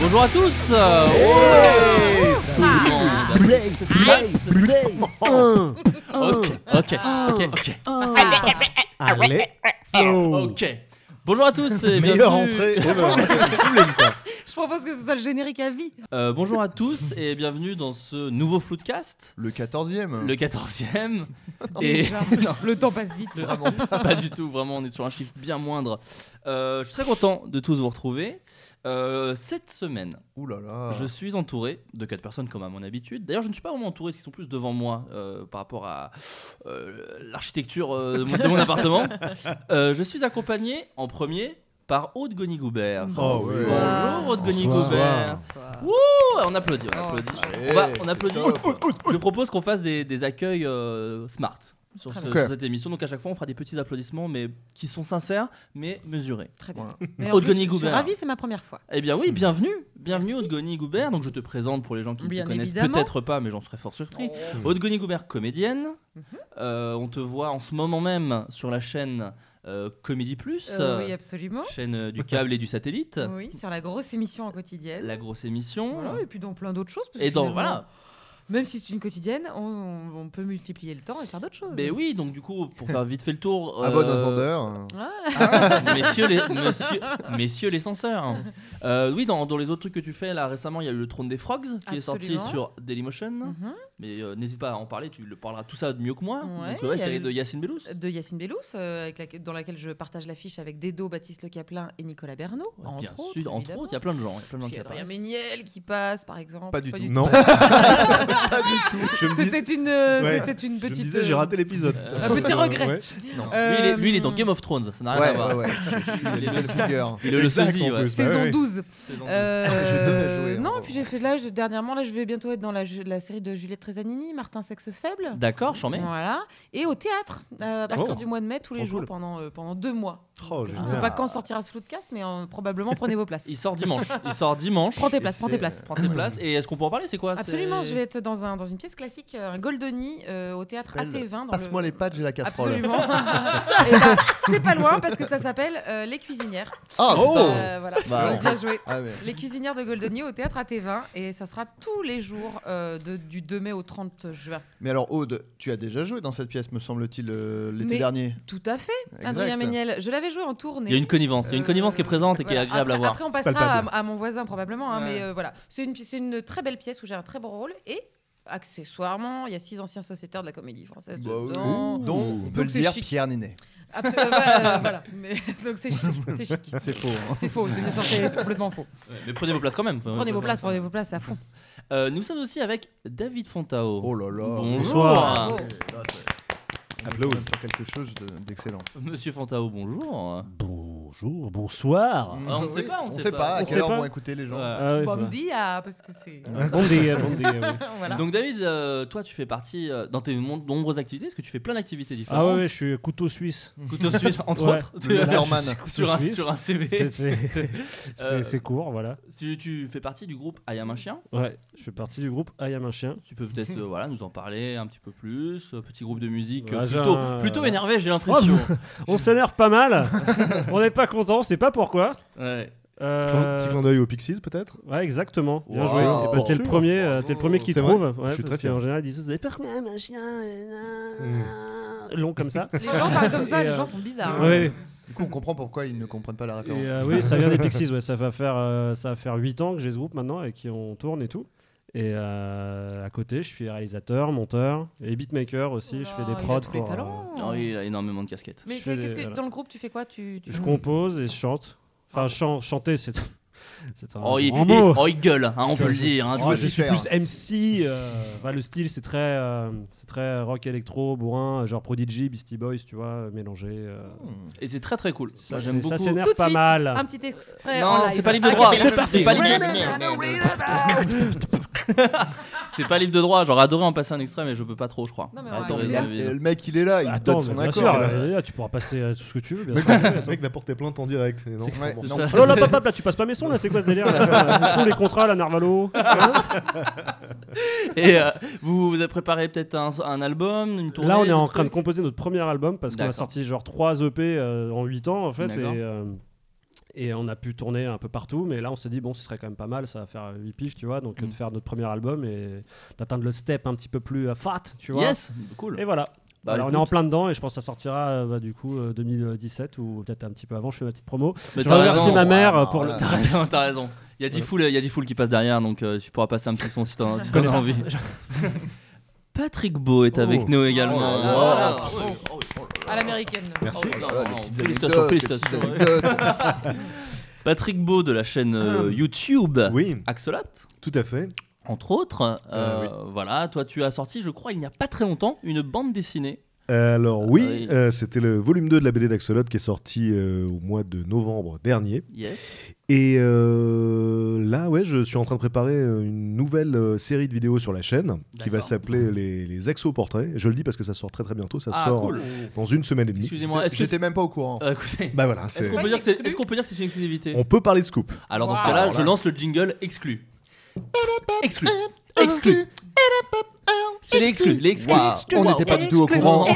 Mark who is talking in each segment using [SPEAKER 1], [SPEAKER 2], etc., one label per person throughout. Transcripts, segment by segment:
[SPEAKER 1] Bonjour à tous euh, oh, tout le monde. Ok, ok, ok, ok,
[SPEAKER 2] Ah
[SPEAKER 3] Allez,
[SPEAKER 1] ok. Bonjour à tous et
[SPEAKER 3] meilleure
[SPEAKER 1] bienvenue.
[SPEAKER 3] entrée.
[SPEAKER 4] Je propose que ce soit le générique à vie.
[SPEAKER 1] Euh, bonjour à tous et bienvenue dans ce nouveau Floodcast,
[SPEAKER 3] Le 14e.
[SPEAKER 1] le 14e. Et
[SPEAKER 4] Déjà.
[SPEAKER 1] non, Ah.
[SPEAKER 4] Le temps passe vite.
[SPEAKER 3] Vraiment pas.
[SPEAKER 1] pas du tout, vraiment, on est sur un chiffre bien moindre. Euh, je suis très content de tous vous retrouver. Euh, cette semaine,
[SPEAKER 3] Ouh là là.
[SPEAKER 4] Ah.
[SPEAKER 1] Je suis entouré de quatre personnes comme à mon habitude. D'ailleurs, je ne suis pas vraiment entouré, parce qu'ils sont plus devant moi euh, par rapport à euh, l'architecture euh, de, mon, de mon appartement. Euh, je suis accompagné en premier par Aude
[SPEAKER 4] Ah
[SPEAKER 1] Gonigoubert.
[SPEAKER 3] Oh, ouais.
[SPEAKER 1] Bonjour Aude Gonigoubert. Oh, on applaudit, on applaudit.
[SPEAKER 4] Ah.
[SPEAKER 3] Allez,
[SPEAKER 1] on, va- on
[SPEAKER 3] Eh, c'est
[SPEAKER 1] applaudit.
[SPEAKER 3] top.
[SPEAKER 1] Je propose qu'on fasse des, des accueils euh, smart. Sur,
[SPEAKER 4] Très
[SPEAKER 1] ce-
[SPEAKER 3] bien.
[SPEAKER 1] sur cette émission, donc à chaque fois on fera des petits applaudissements, mais qui sont sincères, mais mesurés.
[SPEAKER 4] Très bien.
[SPEAKER 3] Voilà.
[SPEAKER 4] Mais en plus,
[SPEAKER 1] Odgoni
[SPEAKER 4] je suis
[SPEAKER 1] Goubert.
[SPEAKER 4] ravie, c'est ma première fois.
[SPEAKER 1] Eh bien oui, bienvenue, bienvenue
[SPEAKER 4] Mm. Merci.
[SPEAKER 1] Aude Goubert. Donc je te présente pour les gens qui ne
[SPEAKER 4] Bien
[SPEAKER 1] te connaissent
[SPEAKER 4] évidemment.
[SPEAKER 1] peut-être pas, mais j'en serais fort surpris.
[SPEAKER 4] Euh, Mmh.
[SPEAKER 1] Aude Goubert, comédienne.
[SPEAKER 4] Mhm.
[SPEAKER 1] Euh, on te voit en ce moment même sur la chaîne euh, Comédie Plus,
[SPEAKER 4] Euh, oui, absolument.
[SPEAKER 1] chaîne euh, du câble et du satellite.
[SPEAKER 4] Oui, sur la grosse émission en quotidienne.
[SPEAKER 1] La grosse émission.
[SPEAKER 4] Voilà, et puis dans plein d'autres choses. parce
[SPEAKER 1] Et
[SPEAKER 4] que
[SPEAKER 1] donc
[SPEAKER 4] finalement,
[SPEAKER 1] voilà.
[SPEAKER 4] Même si c'est une quotidienne, on, on- on peut multiplier le temps et faire d'autres choses.
[SPEAKER 1] Mais oui, donc du coup, pour faire vite fait le tour.
[SPEAKER 3] À
[SPEAKER 1] euh,
[SPEAKER 3] bon entendeur.
[SPEAKER 1] hein, messieurs, les, monsieur- messieurs les censeurs. Euh, oui, dans, dans les autres trucs que tu fais, là récemment, il y a eu le trône des frogs qui est sorti
[SPEAKER 4] Absolument.
[SPEAKER 1] sur Dailymotion.
[SPEAKER 4] Mhm.
[SPEAKER 1] Mais euh, n'hésite pas à en parler, tu le parleras tout ça de mieux que moi.
[SPEAKER 4] Ouais,
[SPEAKER 1] Donc, euh, ouais,
[SPEAKER 4] il y a
[SPEAKER 1] série
[SPEAKER 4] le-
[SPEAKER 1] de Yacine Bellous.
[SPEAKER 4] De Yacine Bellous, euh, avec laquelle- dans laquelle je partage l'affiche avec Dedo, Baptiste Le Caplin et Nicolas Bernot.
[SPEAKER 1] Ouais,
[SPEAKER 4] entre
[SPEAKER 1] bien sûr,
[SPEAKER 4] autres,
[SPEAKER 1] entre
[SPEAKER 4] évidemment.
[SPEAKER 1] autres, il y a plein de gens. Il y a plein de gens qui
[SPEAKER 4] Puis Il y a Adrien
[SPEAKER 1] apparaissent.
[SPEAKER 4] Méniel qui passe, par exemple.
[SPEAKER 3] Pas du tout.
[SPEAKER 2] Non,
[SPEAKER 3] Pas du tout. Je me dis-
[SPEAKER 4] C'était une, euh,
[SPEAKER 2] Ouais.
[SPEAKER 4] c'était une
[SPEAKER 2] je me
[SPEAKER 4] petite.
[SPEAKER 2] disais, j'ai
[SPEAKER 4] euh,
[SPEAKER 2] raté l'épisode.
[SPEAKER 1] un
[SPEAKER 4] petit regret.
[SPEAKER 2] Ouais.
[SPEAKER 1] Lui, il est,
[SPEAKER 4] euh,
[SPEAKER 1] lui, il est dans Game of Thrones, ça n'a rien à
[SPEAKER 3] Ouais, ouais,
[SPEAKER 1] voir.
[SPEAKER 3] ouais. Je je suis
[SPEAKER 1] Il est
[SPEAKER 3] la
[SPEAKER 1] le
[SPEAKER 3] Little
[SPEAKER 1] sac.
[SPEAKER 3] Finger.
[SPEAKER 1] Il est le
[SPEAKER 2] Exact,
[SPEAKER 1] sosie,
[SPEAKER 2] en
[SPEAKER 1] ouais.
[SPEAKER 2] plus.
[SPEAKER 4] Saison
[SPEAKER 2] Ouais, ouais.
[SPEAKER 4] 12.
[SPEAKER 1] Saison
[SPEAKER 4] Euh,
[SPEAKER 3] Je devais jouer,
[SPEAKER 4] non,
[SPEAKER 3] hein.
[SPEAKER 4] puis j'ai fait là, je- dernièrement, là, je vais bientôt être dans la, ju- la série de Juliette Trezanini, Martin Sexe Faible.
[SPEAKER 1] deux. D'accord, j'en mets.
[SPEAKER 4] Voilà. Et au théâtre, euh, à partir
[SPEAKER 2] Oh.
[SPEAKER 4] du mois de mai, tous les
[SPEAKER 2] Trop
[SPEAKER 4] jours,
[SPEAKER 2] cool.
[SPEAKER 4] pendant, euh, pendant deux mois.
[SPEAKER 2] Oh,
[SPEAKER 4] Donc, je ne
[SPEAKER 2] génial.
[SPEAKER 4] sais pas quand sortira ce floodcast, mais euh, probablement prenez vos places.
[SPEAKER 1] Il sort dimanche. Il sort dimanche.
[SPEAKER 4] Prends tes
[SPEAKER 3] Et
[SPEAKER 4] places, prends
[SPEAKER 3] c'est-
[SPEAKER 4] tes places.
[SPEAKER 1] Prends tes places. Et est-ce qu'on peut en parler C'est quoi c'est-
[SPEAKER 2] euh.
[SPEAKER 4] Absolument, je vais être dans, un, dans une pièce classique, euh, un Goldoni, euh, au théâtre
[SPEAKER 3] Ça s'appelle
[SPEAKER 4] AT20. dans
[SPEAKER 3] Passe-moi
[SPEAKER 4] le-
[SPEAKER 3] les pattes, j'ai la casserole.
[SPEAKER 4] Absolument. Et bah, c'est pas loin parce que ça s'appelle euh, Les Cuisinières.
[SPEAKER 3] Ah,
[SPEAKER 2] Oh.
[SPEAKER 3] putain.
[SPEAKER 4] Euh, voilà,
[SPEAKER 3] Bah,
[SPEAKER 4] bien
[SPEAKER 1] oh.
[SPEAKER 4] joué.
[SPEAKER 3] Ah, mais-
[SPEAKER 4] Les cuisinières de Goldoni au théâtre AT20 et ça sera tous les jours euh, de- du 2 mai au 30 juin.
[SPEAKER 3] Mais alors, Aude, tu as déjà joué dans cette pièce, me semble-t-il, euh, l'été
[SPEAKER 4] Mais-
[SPEAKER 3] dernier.
[SPEAKER 4] Tout à fait,
[SPEAKER 3] Exact.
[SPEAKER 4] Adrien Méniel. Je l'avais joué en tournée.
[SPEAKER 1] Il y a une connivence. Il y a une
[SPEAKER 4] Euh,
[SPEAKER 1] connivence qui est présente et qui est
[SPEAKER 4] voilà.
[SPEAKER 1] agréable
[SPEAKER 4] après,
[SPEAKER 1] à voir.
[SPEAKER 4] Après, on passera
[SPEAKER 2] palpable.
[SPEAKER 4] à, à mon voisin probablement, hein,
[SPEAKER 1] Ouais.
[SPEAKER 4] mais euh, voilà. C'est une, pi- c'est une très belle pièce où j'ai un très bon rôle et accessoirement, il y a six anciens sociétaires de la comédie française
[SPEAKER 3] Bah oui.
[SPEAKER 4] dedans.
[SPEAKER 3] Dont on peut le
[SPEAKER 4] c'est
[SPEAKER 3] dire
[SPEAKER 4] chic.
[SPEAKER 3] Pierre Ninet.
[SPEAKER 4] Absol- euh, voilà, voilà. Mais- donc c'est chic, c'est chic.
[SPEAKER 3] C'est faux. hein.
[SPEAKER 4] C'est faux, c'est bien sûr, c'est c'est complètement faux.
[SPEAKER 1] Ouais, Mais prenez vos places quand même. Enfin,
[SPEAKER 4] Prenez vos places, prenez vos places à fond.
[SPEAKER 1] Euh, nous sommes aussi avec David Fontao.
[SPEAKER 3] Oh là là.
[SPEAKER 1] Bonsoir.
[SPEAKER 3] Ouais, là, c'est- on est
[SPEAKER 2] Applause.
[SPEAKER 3] quand même Sur quelque chose de- d'excellent.
[SPEAKER 1] Monsieur Fontao, bonjour.
[SPEAKER 5] Bonjour,
[SPEAKER 1] Ah,
[SPEAKER 5] bonsoir.
[SPEAKER 1] on ne sait
[SPEAKER 3] Oui,
[SPEAKER 1] pas, on
[SPEAKER 3] on
[SPEAKER 1] sait
[SPEAKER 3] sait
[SPEAKER 1] pas.
[SPEAKER 3] pas. À
[SPEAKER 5] On
[SPEAKER 3] quelle
[SPEAKER 5] sait
[SPEAKER 3] heure
[SPEAKER 5] pas.
[SPEAKER 3] vont écouter les gens
[SPEAKER 1] Voilà.
[SPEAKER 5] Ah ouais,
[SPEAKER 4] Bon
[SPEAKER 5] bah.
[SPEAKER 4] dia, parce que c'est.
[SPEAKER 5] Bon dia, bon dia, oui.
[SPEAKER 4] voilà.
[SPEAKER 1] Donc David, euh, toi tu fais partie euh, dans tes mon- nombreuses activités, est-ce que tu fais plein d'activités
[SPEAKER 5] Ah
[SPEAKER 1] différentes
[SPEAKER 5] ouais, ouais, je suis couteau suisse.
[SPEAKER 1] Couteau suisse entre
[SPEAKER 5] Ah Ouais.
[SPEAKER 1] autres.
[SPEAKER 3] Le Leatherman.
[SPEAKER 1] sur, un,
[SPEAKER 5] Suisse.
[SPEAKER 1] sur un Euh, CV.
[SPEAKER 5] C'est- C'est c'est- c'est court, voilà.
[SPEAKER 1] Si tu fais partie du groupe I Am un chien,
[SPEAKER 5] Ouais, je fais partie du groupe I Am un chien.
[SPEAKER 1] tu peux peut-être euh, voilà, nous en parler un petit peu plus. euh, Petit groupe de musique euh,
[SPEAKER 5] Ouais, Bah, j'ai
[SPEAKER 1] plutôt,
[SPEAKER 5] un- Oh,
[SPEAKER 1] plutôt énervé, j'ai l'impression.
[SPEAKER 5] On s'énerve pas mal. On n'est pas content, c'est pas pourquoi.
[SPEAKER 1] Ouais.
[SPEAKER 5] Euh,
[SPEAKER 2] Petit clin d'œil aux Pixies, peut-être
[SPEAKER 5] Ouais, exactement. Bien
[SPEAKER 3] Wow.
[SPEAKER 5] joué. Eh ben,
[SPEAKER 3] Bien
[SPEAKER 5] t'es le
[SPEAKER 3] sûr.
[SPEAKER 5] premier, euh, t'es le premier qui
[SPEAKER 2] C'est vrai.
[SPEAKER 5] trouve. Ouais,
[SPEAKER 2] Je suis
[SPEAKER 5] parce
[SPEAKER 2] très
[SPEAKER 5] qu'en
[SPEAKER 2] fier.
[SPEAKER 5] général, ils disent vous avez peur quand même un chien euh, Long comme ça.
[SPEAKER 4] Les gens parlent comme ça,
[SPEAKER 5] Et,
[SPEAKER 4] les
[SPEAKER 5] euh,
[SPEAKER 4] gens sont bizarres. hein.
[SPEAKER 5] Ouais.
[SPEAKER 3] Du coup, on comprend pourquoi ils ne comprennent pas la
[SPEAKER 5] Et,
[SPEAKER 3] référence.
[SPEAKER 5] euh, oui, ça vient des Pixies, ouais. ça, va faire, euh, ça va faire 8 ans que j'ai ce groupe maintenant et qui on tourne et tout. Et euh, à côté, je suis réalisateur, monteur et beatmaker aussi. je fais
[SPEAKER 4] Oh,
[SPEAKER 5] des
[SPEAKER 4] il a
[SPEAKER 5] prods.
[SPEAKER 4] tous les
[SPEAKER 5] pour, euh,
[SPEAKER 4] talents.
[SPEAKER 1] Oh, il a énormément de casquettes.
[SPEAKER 4] Mais
[SPEAKER 5] je fais
[SPEAKER 4] qu'est-ce que
[SPEAKER 5] des- voilà.
[SPEAKER 4] dans le groupe tu fais quoi tu, tu-
[SPEAKER 5] je compose et je
[SPEAKER 4] Ah.
[SPEAKER 5] chante. Enfin, chan- chanter, c'est c'est un
[SPEAKER 1] Oh, il,
[SPEAKER 5] grand
[SPEAKER 1] il-
[SPEAKER 5] mot.
[SPEAKER 1] oh, il gueule, hein, on
[SPEAKER 5] Ça,
[SPEAKER 1] peut le
[SPEAKER 5] je-
[SPEAKER 1] dire. hein, tu
[SPEAKER 3] vas
[SPEAKER 5] Oh,
[SPEAKER 1] vois.
[SPEAKER 3] ouais,
[SPEAKER 5] je
[SPEAKER 3] t'y
[SPEAKER 5] suis
[SPEAKER 3] faire.
[SPEAKER 5] plus MC. euh, enfin, le style, c'est très, euh, c'est très rock électro, bourrin, genre Prodigy, Beastie Boys, tu vois, mélangé. euh.
[SPEAKER 3] Hmm.
[SPEAKER 1] Et c'est très très cool.
[SPEAKER 5] Ça,
[SPEAKER 1] Moi, j'aime
[SPEAKER 5] c'est- ça,
[SPEAKER 1] beaucoup.
[SPEAKER 5] c'est
[SPEAKER 4] Tout de
[SPEAKER 5] pas
[SPEAKER 4] suite,
[SPEAKER 5] mal.
[SPEAKER 4] un petit extrait
[SPEAKER 1] Non, non,
[SPEAKER 4] en live.
[SPEAKER 1] c'est oh, pas libre de
[SPEAKER 4] Ah,
[SPEAKER 1] droit.
[SPEAKER 4] quel-
[SPEAKER 1] C'est pas, libre. C'est pas libre de droit. J'aurais adoré en passer un extrait, mais je peux pas trop, je crois.
[SPEAKER 4] Non, mais on
[SPEAKER 3] Attends,
[SPEAKER 4] va
[SPEAKER 3] mais
[SPEAKER 1] Désolé,
[SPEAKER 3] là,
[SPEAKER 1] David.
[SPEAKER 3] le mec, il est là, il
[SPEAKER 5] Attends,
[SPEAKER 3] donne
[SPEAKER 5] mais
[SPEAKER 3] son
[SPEAKER 5] bien
[SPEAKER 3] accord.
[SPEAKER 5] sûr,
[SPEAKER 3] là.
[SPEAKER 5] là, tu pourras passer à tout ce que tu veux. Bien
[SPEAKER 3] Mais
[SPEAKER 5] sûr.
[SPEAKER 2] Le mec va porter plainte en direct. Et non,
[SPEAKER 5] C'est-
[SPEAKER 2] bon.
[SPEAKER 3] Ouais,
[SPEAKER 1] C'est
[SPEAKER 3] non,
[SPEAKER 1] ça.
[SPEAKER 3] pas-
[SPEAKER 5] Oh là, papa, là, tu passes pas mes sons, là, c'est quoi ce délire là Où sont les contrats, là, Narvalo
[SPEAKER 1] Et euh, vous, vous avez préparé peut-être un, un album, une tournée
[SPEAKER 5] Là, on est
[SPEAKER 1] des
[SPEAKER 5] en
[SPEAKER 1] trucs
[SPEAKER 5] train de composer notre premier album parce qu'on a
[SPEAKER 1] D'accord.
[SPEAKER 5] sorti genre 3 EP euh, en 8 ans, en fait. Et,
[SPEAKER 1] D'accord.
[SPEAKER 5] euh, Et on a pu tourner un peu partout, mais là on s'est dit, bon, ce serait quand même pas mal, ça va faire 8 piges, tu vois, donc euh,
[SPEAKER 1] Mm.
[SPEAKER 5] de faire notre premier album et d'atteindre le step un petit peu plus euh, fat, tu vois.
[SPEAKER 1] Yes, cool.
[SPEAKER 5] Et voilà.
[SPEAKER 1] Bah,
[SPEAKER 5] Alors, on est
[SPEAKER 1] écoute.
[SPEAKER 5] en plein dedans et je pense que ça sortira euh, bah, du coup euh, 2017 ou peut-être un petit peu avant. Je fais ma petite promo.
[SPEAKER 1] Mais
[SPEAKER 5] je
[SPEAKER 1] t'as
[SPEAKER 5] remercie
[SPEAKER 1] raison.
[SPEAKER 5] ma mère
[SPEAKER 3] Waouh,
[SPEAKER 5] euh, pour le.
[SPEAKER 3] voilà.
[SPEAKER 1] T'as raison, t'as raison. Il y a 10 foules, il y a 10 foules qui passent derrière, donc euh, tu pourras passer un petit son si t'en si t'en as envie. Patrick Beau est avec
[SPEAKER 2] Oh.
[SPEAKER 1] nous également.
[SPEAKER 3] Oh
[SPEAKER 4] là là.
[SPEAKER 1] Wow.
[SPEAKER 4] À l'américaine.
[SPEAKER 2] Merci.
[SPEAKER 1] Oh là là,
[SPEAKER 3] les
[SPEAKER 1] non,
[SPEAKER 3] petites
[SPEAKER 1] Félicitations,
[SPEAKER 3] anecdotes, les petites
[SPEAKER 1] félicitations.
[SPEAKER 3] anecdotes.
[SPEAKER 1] Patrick Beau de la chaîne euh, YouTube
[SPEAKER 2] Oui,
[SPEAKER 1] Axolot,
[SPEAKER 2] tout à fait.
[SPEAKER 1] entre autres. Euh, Voilà, toi tu as sorti, je crois, il n'y a pas très longtemps, une bande dessinée.
[SPEAKER 2] Alors oui,
[SPEAKER 1] Ah oui.
[SPEAKER 2] euh, c'était le volume 2 de la BD d'Axolot qui est sorti euh, au mois de novembre dernier.
[SPEAKER 1] Yes.
[SPEAKER 2] Et euh, là, ouais, je suis en train de préparer euh, une nouvelle euh, série de vidéos sur la chaîne qui
[SPEAKER 1] D'accord.
[SPEAKER 2] va
[SPEAKER 1] Mhm.
[SPEAKER 2] s'appeler les, les Axoportraits. Je le dis parce que ça sort très très bientôt, ça
[SPEAKER 1] ah,
[SPEAKER 2] sort
[SPEAKER 1] cool.
[SPEAKER 2] dans une semaine et demie.
[SPEAKER 1] Excusez-moi, est-ce que-
[SPEAKER 3] J'étais même pas au courant.
[SPEAKER 1] euh, écoutez,
[SPEAKER 2] Bah voilà,
[SPEAKER 1] est-ce
[SPEAKER 2] c'est-
[SPEAKER 1] qu'on
[SPEAKER 4] pas
[SPEAKER 1] peut
[SPEAKER 4] une
[SPEAKER 1] dire que c'est-
[SPEAKER 4] exclue.
[SPEAKER 1] est-ce qu'on peut dire que c'est une exclusivité
[SPEAKER 2] on peut parler de scoop.
[SPEAKER 1] Alors dans ce
[SPEAKER 4] Wow.
[SPEAKER 1] cas-là,
[SPEAKER 3] Alors
[SPEAKER 1] je
[SPEAKER 3] là-
[SPEAKER 1] lance le jingle exclu. Exclu.
[SPEAKER 4] Oh.
[SPEAKER 1] Exclu. C'est les exclus, les exclus.
[SPEAKER 3] Waouh, on n'était pas du tout au courant.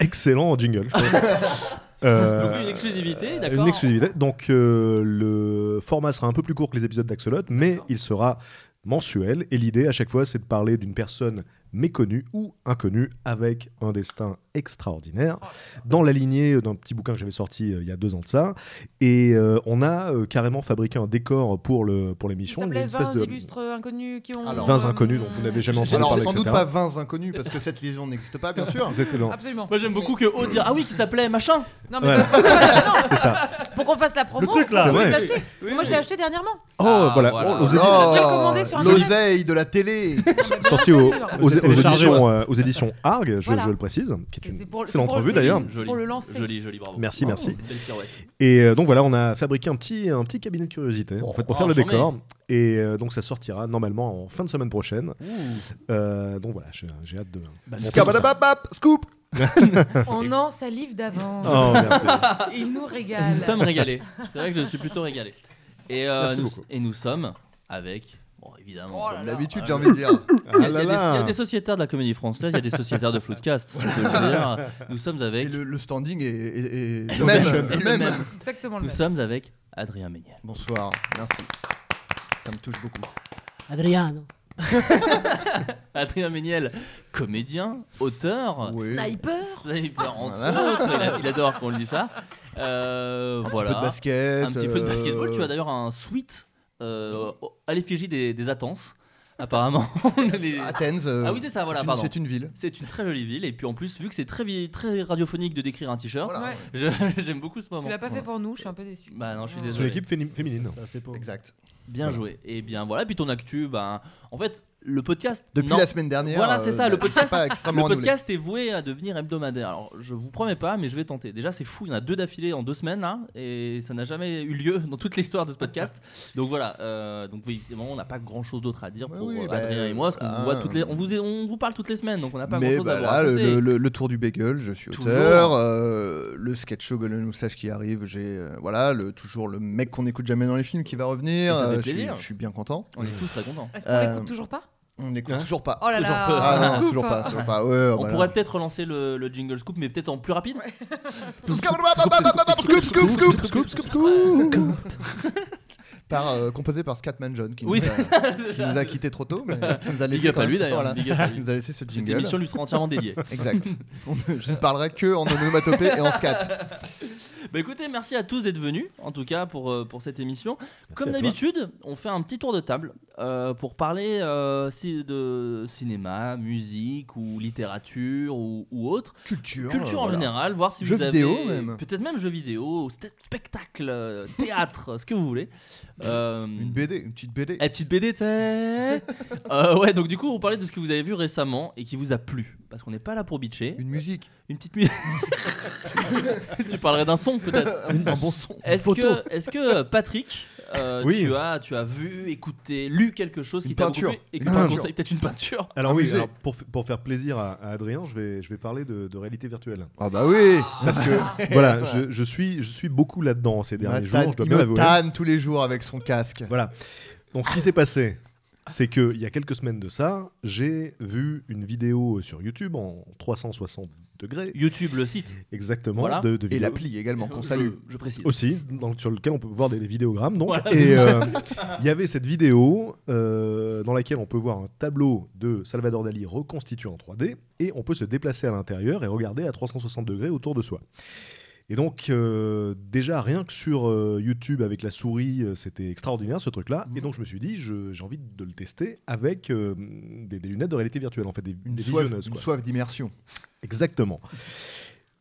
[SPEAKER 2] Excellent jingle. je trouve. Euh,
[SPEAKER 1] Donc une exclusivité, d'accord.
[SPEAKER 2] Une exclusivité. Donc euh, le format sera un peu plus court que les épisodes d'Axolot, mais
[SPEAKER 1] D'accord.
[SPEAKER 2] il sera mensuel. Et l'idée à chaque fois, c'est de parler d'une personne méconnue ou inconnue avec un destin extraordinaire, dans la lignée d'un petit bouquin que j'avais sorti euh, il y a deux ans de ça. Et euh, on a euh, carrément fabriqué un décor pour le pour
[SPEAKER 4] Il
[SPEAKER 2] l'émission,
[SPEAKER 4] s'appelait
[SPEAKER 2] une espèce
[SPEAKER 4] 20
[SPEAKER 2] de
[SPEAKER 4] illustres inconnus qui ont.
[SPEAKER 3] Alors,
[SPEAKER 2] 20
[SPEAKER 4] euh,
[SPEAKER 2] inconnus dont vous n'avez jamais entendu
[SPEAKER 3] Alors,
[SPEAKER 2] parler.
[SPEAKER 3] sans doute
[SPEAKER 2] etc.
[SPEAKER 3] pas 20 inconnus, parce que cette liaison n'existe pas, bien sûr.
[SPEAKER 2] Exactement.
[SPEAKER 4] Absolument.
[SPEAKER 1] Moi j'aime beaucoup que O dire ah oui qui s'appelait machin.
[SPEAKER 4] Non, mais
[SPEAKER 2] Voilà, c'est ça.
[SPEAKER 4] pour qu'on fasse la promo.
[SPEAKER 2] Le truc, là,
[SPEAKER 4] on peut
[SPEAKER 2] ouais.
[SPEAKER 4] les acheter. Parce que moi, je l'ai acheté dernièrement.
[SPEAKER 2] Oh,
[SPEAKER 1] Ah,
[SPEAKER 2] voilà.
[SPEAKER 1] voilà.
[SPEAKER 2] Aux- aux éditions-
[SPEAKER 3] Oh,
[SPEAKER 4] bien commandé sur Internet.
[SPEAKER 3] L'oseille de la télé.
[SPEAKER 2] sorti au-
[SPEAKER 4] Bien
[SPEAKER 2] aux, aux
[SPEAKER 5] sûr.
[SPEAKER 2] éditions, euh, aux éditions ARG, je,
[SPEAKER 4] Voilà.
[SPEAKER 2] je le précise, qui est
[SPEAKER 4] C'est
[SPEAKER 2] une
[SPEAKER 4] pour- c'est
[SPEAKER 2] excellente
[SPEAKER 4] pour le
[SPEAKER 2] revue
[SPEAKER 4] CD.
[SPEAKER 2] d'ailleurs.
[SPEAKER 4] C'est pour le lancer.
[SPEAKER 1] Joli, joli, bravo.
[SPEAKER 2] Merci,
[SPEAKER 1] Bravo,
[SPEAKER 2] merci.
[SPEAKER 1] Belle pirouette.
[SPEAKER 2] Et euh, donc voilà, on a fabriqué un petit, un petit cabinet de curiosité en fait, pour
[SPEAKER 1] oh,
[SPEAKER 2] faire le
[SPEAKER 1] j'en ai.
[SPEAKER 2] décor. Et euh, donc ça sortira normalement en fin de semaine prochaine.
[SPEAKER 1] Ouh.
[SPEAKER 2] Euh, donc voilà, j'ai j'ai hâte de. montrer tout ça.
[SPEAKER 3] Scabadababap, scoop.
[SPEAKER 4] On en salive d'avance.
[SPEAKER 2] Oh, merci.
[SPEAKER 4] Il nous régale.
[SPEAKER 1] Nous sommes régalés. C'est vrai que je suis plutôt régalé. Et, euh,
[SPEAKER 2] Merci
[SPEAKER 1] nous,
[SPEAKER 2] beaucoup.
[SPEAKER 1] et nous sommes avec bon évidemment.
[SPEAKER 4] Oh là
[SPEAKER 1] comme
[SPEAKER 3] Comme
[SPEAKER 1] d'hab-
[SPEAKER 3] D'habitude, j'ai envie de dire.
[SPEAKER 1] Il y, a,
[SPEAKER 2] Ah là
[SPEAKER 1] il y a des, il y a
[SPEAKER 2] là.
[SPEAKER 1] des sociétaires de la comédie française, il y a des sociétaires de Floodcast. c'est ce que je veux dire. Nous sommes
[SPEAKER 3] Et
[SPEAKER 1] avec.
[SPEAKER 3] le, le standing est, est- est
[SPEAKER 1] Et
[SPEAKER 3] le même.
[SPEAKER 1] et
[SPEAKER 3] le
[SPEAKER 1] le
[SPEAKER 3] même.
[SPEAKER 1] même.
[SPEAKER 4] Exactement le
[SPEAKER 1] Nous
[SPEAKER 4] même.
[SPEAKER 1] sommes avec Adrien Méniel.
[SPEAKER 3] Bonsoir, merci. Ça me touche beaucoup.
[SPEAKER 6] Adriano.
[SPEAKER 1] Adrien Méniel, comédien, auteur,
[SPEAKER 3] Oui.
[SPEAKER 4] Sniper.
[SPEAKER 1] sniper, entre
[SPEAKER 3] Voilà.
[SPEAKER 1] autres. Il, a- il adore qu'on le dise ça. Euh,
[SPEAKER 3] Un
[SPEAKER 1] voilà.
[SPEAKER 3] petit peu de basket.
[SPEAKER 1] un petit peu de
[SPEAKER 3] euh,
[SPEAKER 1] basketball. Tu as d'ailleurs un suite euh, au- à l'effigie des, des Athens, apparemment. Les-
[SPEAKER 3] Athènes. euh,
[SPEAKER 1] Ah oui, c'est ça, voilà,
[SPEAKER 3] une-
[SPEAKER 1] pardon.
[SPEAKER 3] C'est une ville.
[SPEAKER 1] C'est une très jolie ville. Et puis en plus, vu que c'est très, vi- très radiophonique de décrire un t-shirt,
[SPEAKER 3] Voilà.
[SPEAKER 4] Ouais.
[SPEAKER 1] je- j'aime beaucoup ce moment.
[SPEAKER 4] Tu l'as pas fait pour nous, je suis un peu déçu.
[SPEAKER 1] Bah non, je suis
[SPEAKER 4] Ouais.
[SPEAKER 2] Sur
[SPEAKER 1] désolé.
[SPEAKER 2] l'équipe féni- féminine.
[SPEAKER 5] C'est assez pauvre.
[SPEAKER 3] Exact.
[SPEAKER 1] Bien
[SPEAKER 2] Voilà.
[SPEAKER 1] joué. Et bien voilà. Puis ton actu, ben, en fait, le podcast.
[SPEAKER 3] Depuis
[SPEAKER 1] non.
[SPEAKER 3] la semaine dernière. euh, bah,
[SPEAKER 1] Voilà, c'est ça, le
[SPEAKER 3] c'est
[SPEAKER 1] podcast-
[SPEAKER 3] pas
[SPEAKER 1] Ah, Le
[SPEAKER 3] extrêmement annulé.
[SPEAKER 1] podcast est voué à devenir hebdomadaire. Alors, je vous promets pas, mais je vais tenter. Déjà, c'est fou, il y en a deux d'affilée en deux semaines là, et ça n'a jamais eu lieu dans toute l'histoire de ce podcast. Donc voilà. euh, donc oui, évidemment, on n'a pas grand chose d'autre à dire
[SPEAKER 3] Ouais,
[SPEAKER 1] pour
[SPEAKER 3] oui,
[SPEAKER 1] euh,
[SPEAKER 3] bah,
[SPEAKER 1] Adrien et moi, parce qu'on
[SPEAKER 3] ah.
[SPEAKER 1] vous voit toutes les, on vous, est- on vous parle toutes les semaines, donc on n'a pas grand
[SPEAKER 3] Mais
[SPEAKER 1] chose
[SPEAKER 3] bah
[SPEAKER 1] à voir.
[SPEAKER 3] là, le, le- le tour du bagel, je suis
[SPEAKER 1] Toujours.
[SPEAKER 3] auteur. euh, le sketch show Golden Moustache qui arrive, j'ai euh, voilà le, toujours le mec qu'on n'écoute jamais dans les films qui va revenir.
[SPEAKER 1] Mais ça fait
[SPEAKER 3] euh, je, suis,
[SPEAKER 1] plaisir.
[SPEAKER 3] je suis bien content.
[SPEAKER 1] On est tous très contents.
[SPEAKER 4] Est-ce qu'on
[SPEAKER 3] Euh,
[SPEAKER 4] l'écoute toujours pas
[SPEAKER 3] On n'écoute
[SPEAKER 2] Hein
[SPEAKER 3] toujours pas.
[SPEAKER 4] Oh là
[SPEAKER 1] toujours
[SPEAKER 4] là.
[SPEAKER 1] peu.
[SPEAKER 3] Ah, non,
[SPEAKER 4] scoop. hein.
[SPEAKER 3] toujours pas, toujours pas. Ouais, oh,
[SPEAKER 1] hein. On
[SPEAKER 3] bah
[SPEAKER 1] pourrait
[SPEAKER 3] là.
[SPEAKER 1] peut-être relancer le, le jingle scoop, mais peut-être en plus rapide. Ah, bah,
[SPEAKER 3] Scoop, scoop, scoop, scoop.
[SPEAKER 2] Scoop, scoop, scoop.
[SPEAKER 3] Par, euh, composé par Scatman John qui,
[SPEAKER 1] Oui,
[SPEAKER 3] nous, a, qui nous a quitté trop tôt, mais qui nous a laissé
[SPEAKER 1] Big up
[SPEAKER 3] quand
[SPEAKER 1] à lui
[SPEAKER 3] même-
[SPEAKER 1] d'ailleurs.
[SPEAKER 3] voilà,
[SPEAKER 1] Big up à
[SPEAKER 3] qui
[SPEAKER 1] lui.
[SPEAKER 3] nous a laissé ce
[SPEAKER 1] Cette
[SPEAKER 3] jingle.
[SPEAKER 1] émission lui sera entièrement dédiée.
[SPEAKER 3] Exact. On ne- je ne parlerai que en onomatopée et en scat.
[SPEAKER 1] Bah écoutez, merci à tous d'être venus, en tout cas pour, euh, pour cette émission. Comme
[SPEAKER 2] à toi.
[SPEAKER 1] d'habitude, on fait un petit tour de table euh, pour parler euh, ci- de cinéma, musique ou littérature ou, ou autre.
[SPEAKER 3] Culture.
[SPEAKER 1] Culture en
[SPEAKER 3] euh, voilà.
[SPEAKER 1] général, voir si
[SPEAKER 3] Jeux
[SPEAKER 1] vous
[SPEAKER 3] vidéo
[SPEAKER 1] avez
[SPEAKER 3] même.
[SPEAKER 1] peut-être même jeux vidéo, st- spectacle, euh, théâtre, ce que vous voulez. Euh,
[SPEAKER 2] Mm.
[SPEAKER 3] Une BD, une petite BD.
[SPEAKER 1] eh, petite BD, tu sais. Euh, ouais, donc du coup, on parlait de ce que vous avez vu récemment et qui vous a plu. Parce qu'on n'est pas là pour bitcher.
[SPEAKER 3] Une musique.
[SPEAKER 1] Une petite musique. tu parlerais d'un son peut-être.
[SPEAKER 3] un bon son.
[SPEAKER 1] Est-ce que, est-ce que Patrick, euh,
[SPEAKER 2] Oui.
[SPEAKER 1] tu, as, tu as vu, écouté, lu quelque chose
[SPEAKER 3] Une
[SPEAKER 1] qui t'a
[SPEAKER 3] peinture.
[SPEAKER 1] beaucoup plu et que
[SPEAKER 3] Une
[SPEAKER 1] tu as
[SPEAKER 3] peinture.
[SPEAKER 1] conseillé Peut-être une peinture
[SPEAKER 2] Alors oui,
[SPEAKER 3] Amusé.
[SPEAKER 2] alors, pour, f- pour faire plaisir à, à Adrien, je vais, je vais parler de, de réalité virtuelle.
[SPEAKER 3] Ah bah oui
[SPEAKER 2] Parce que voilà, je, je suis, je suis beaucoup là-dedans ces
[SPEAKER 1] Bah,
[SPEAKER 2] derniers jours, Ah, je dois
[SPEAKER 3] il
[SPEAKER 2] bien
[SPEAKER 3] me
[SPEAKER 2] l'avouer. Bah,
[SPEAKER 3] tanne tous les jours avec son casque.
[SPEAKER 2] Voilà. Donc ce qui s'est passé, c'est euh, que il y a quelques semaines de ça, j'ai vu une vidéo sur YouTube en 360 degré,
[SPEAKER 1] YouTube le site.
[SPEAKER 2] exactement,
[SPEAKER 1] Voilà.
[SPEAKER 2] de, de
[SPEAKER 3] Et
[SPEAKER 2] vidéos.
[SPEAKER 3] l'appli également, qu'on salue.
[SPEAKER 1] Je, je précise.
[SPEAKER 2] aussi, dans- sur lequel on peut voir des, des vidéogrammes. Donc,
[SPEAKER 1] Voilà.
[SPEAKER 2] et euh, il y avait cette vidéo euh, dans laquelle on peut voir un tableau de Salvador Dali reconstitué en 3D et on peut se déplacer à l'intérieur et regarder à 360 degrés autour de soi. Et donc, euh, déjà, rien que sur euh, YouTube avec la souris, euh, c'était extraordinaire ce truc-là.
[SPEAKER 1] Mhm.
[SPEAKER 2] Et donc, je me suis dit, je- j'ai envie de le tester avec euh, des, des lunettes de réalité virtuelle, en fait, des,
[SPEAKER 3] Une
[SPEAKER 2] des
[SPEAKER 3] soif,
[SPEAKER 2] visionneuses.
[SPEAKER 3] une
[SPEAKER 2] quoi.
[SPEAKER 3] soif d'immersion.
[SPEAKER 2] Exactement.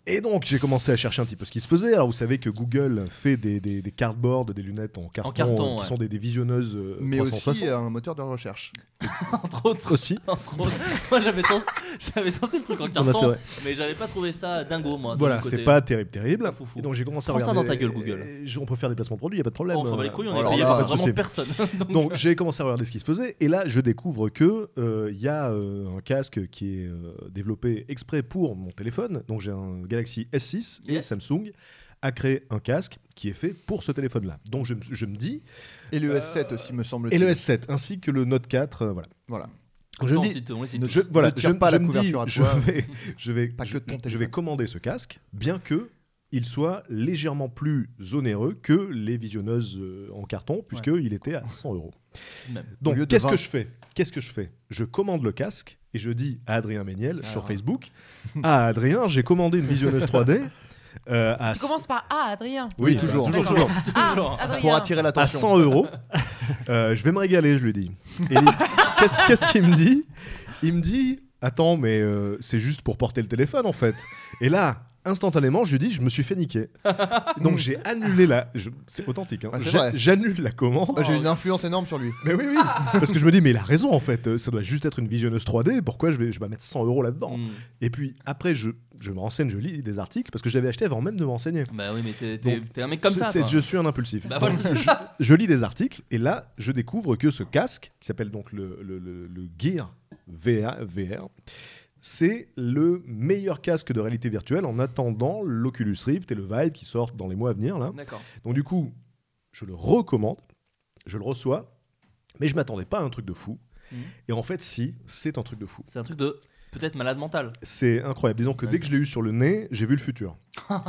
[SPEAKER 2] Et donc, j'ai commencé à chercher un petit peu ce qui se faisait. Alors, vous savez que Google fait des, des, des cardboards, des lunettes en carton,
[SPEAKER 1] carton,
[SPEAKER 2] euh, qui
[SPEAKER 1] ouais.
[SPEAKER 2] sont des, des visionneuses euh,
[SPEAKER 3] Mais aussi
[SPEAKER 2] 360.
[SPEAKER 3] euh, un moteur de recherche.
[SPEAKER 1] Entre autres.
[SPEAKER 2] Aussi.
[SPEAKER 1] Entre autres. moi j'avais tenté, j'avais tenté le truc en
[SPEAKER 2] Ah bah, c'est
[SPEAKER 1] carton,
[SPEAKER 2] vrai.
[SPEAKER 1] mais j'avais pas trouvé ça dingo moi. de
[SPEAKER 2] Voilà,
[SPEAKER 1] mon côté.
[SPEAKER 2] c'est pas terrible, terrible.
[SPEAKER 1] Pas foufou.
[SPEAKER 2] Et donc, j'ai commencé à
[SPEAKER 1] Prends ça
[SPEAKER 2] regarder.
[SPEAKER 1] dans ta gueule, Google.
[SPEAKER 2] Et je- on peut faire des placements de produits, il n'y a pas de problème.
[SPEAKER 1] Oh, On s'en bat les couilles, on
[SPEAKER 3] Alors
[SPEAKER 1] est payé
[SPEAKER 3] là,
[SPEAKER 1] par
[SPEAKER 3] pas de
[SPEAKER 1] vraiment
[SPEAKER 2] souci.
[SPEAKER 1] personne.
[SPEAKER 2] Donc j'ai commencé à regarder ce qui se faisait et là je découvre que euh, il y a euh, un casque qui est euh, développé exprès pour mon téléphone. Donc j'ai un Galaxy S6 et
[SPEAKER 1] Yes.
[SPEAKER 2] Samsung a créé un casque qui est fait pour ce téléphone-là. Donc je, me- je me dis
[SPEAKER 3] Et le
[SPEAKER 2] Euh,
[SPEAKER 3] S7 aussi, me
[SPEAKER 2] et
[SPEAKER 3] semble-t-il.
[SPEAKER 2] le S7 ainsi que le Note 4 euh, voilà.
[SPEAKER 3] Voilà.
[SPEAKER 2] Je
[SPEAKER 1] je
[SPEAKER 2] me dis-
[SPEAKER 1] on les cite
[SPEAKER 3] Ne-
[SPEAKER 1] tous.
[SPEAKER 2] Je, voilà,
[SPEAKER 3] ne tire
[SPEAKER 2] je-
[SPEAKER 3] pas
[SPEAKER 2] je
[SPEAKER 3] la
[SPEAKER 2] me dis,
[SPEAKER 3] couverture à
[SPEAKER 2] je
[SPEAKER 3] toi.
[SPEAKER 2] vais, je vais,
[SPEAKER 3] Pas que
[SPEAKER 2] je,
[SPEAKER 3] ton
[SPEAKER 2] je
[SPEAKER 3] téléphone.
[SPEAKER 2] vais commander ce casque, bien que il soit légèrement plus onéreux que les visionneuses euh, en carton, puisqu'il était à 100 euros.
[SPEAKER 1] Même.
[SPEAKER 3] Au lieu
[SPEAKER 2] Donc,
[SPEAKER 3] de
[SPEAKER 2] qu'est-ce
[SPEAKER 3] 20.
[SPEAKER 2] que je fais Qu'est-ce que je fais Je commande le casque et je dis à Adrien Méniel sur
[SPEAKER 1] Alors.
[SPEAKER 2] Facebook Ah, Adrien, j'ai commandé une visionneuse 3D euh, à,
[SPEAKER 4] Tu commences par A, Adrien.
[SPEAKER 2] Oui,
[SPEAKER 3] Oui, toujours.
[SPEAKER 2] toujours,
[SPEAKER 3] D'accord.
[SPEAKER 2] toujours.
[SPEAKER 4] A,
[SPEAKER 1] Toujours.
[SPEAKER 4] Adrien.
[SPEAKER 3] Pour attirer
[SPEAKER 2] à
[SPEAKER 3] l'attention.
[SPEAKER 2] 100 euros. Euh, je vais me régaler, je lui dis. Et il- qu'est-ce, qu'est-ce qu'il me dit Il me dit Attends, mais euh, c'est juste pour porter le téléphone en fait. Et là, instantanément, je lui dis Je me suis fait niquer. Donc j'ai annulé la. je- C'est authentique. hein.
[SPEAKER 3] Ah, c'est
[SPEAKER 2] J'a-
[SPEAKER 3] vrai.
[SPEAKER 2] J'annule la commande.
[SPEAKER 3] Ah, J'ai une influence énorme sur lui.
[SPEAKER 2] Mais oui, oui. Parce que je me dis, mais il a raison en fait. Euh, Ça doit juste être une visionneuse 3D. Pourquoi je vais, je vais mettre 100 euros là-dedans
[SPEAKER 1] Mm.
[SPEAKER 2] Et puis après, je, je me renseigne, je lis des articles parce que je l'avais acheté avant même de me renseigner.
[SPEAKER 1] Bah oui, mais t'es, t'es-
[SPEAKER 2] Donc,
[SPEAKER 1] t'es un mec comme
[SPEAKER 2] C'est-
[SPEAKER 1] ça.
[SPEAKER 2] c'est-
[SPEAKER 1] toi.
[SPEAKER 2] Je suis un impulsif.
[SPEAKER 1] Bah voilà.
[SPEAKER 2] Donc, je, je lis des articles et là, je découvre que ce casque, qui s'appelle donc le, le, le- le Gear VA VR, c'est le meilleur casque de réalité virtuelle en attendant l'Oculus Rift et le Vive qui sortent dans les mois à venir. Là.
[SPEAKER 1] D'accord.
[SPEAKER 2] Donc du coup, je le recommande, je le reçois, mais je m'attendais pas à un truc de fou.
[SPEAKER 1] Mhm.
[SPEAKER 2] Et en fait, si, c'est un truc de fou.
[SPEAKER 1] C'est un truc de peut-être malade mental.
[SPEAKER 2] C'est incroyable. Disons que dès que je l'ai eu sur le nez, j'ai vu le futur.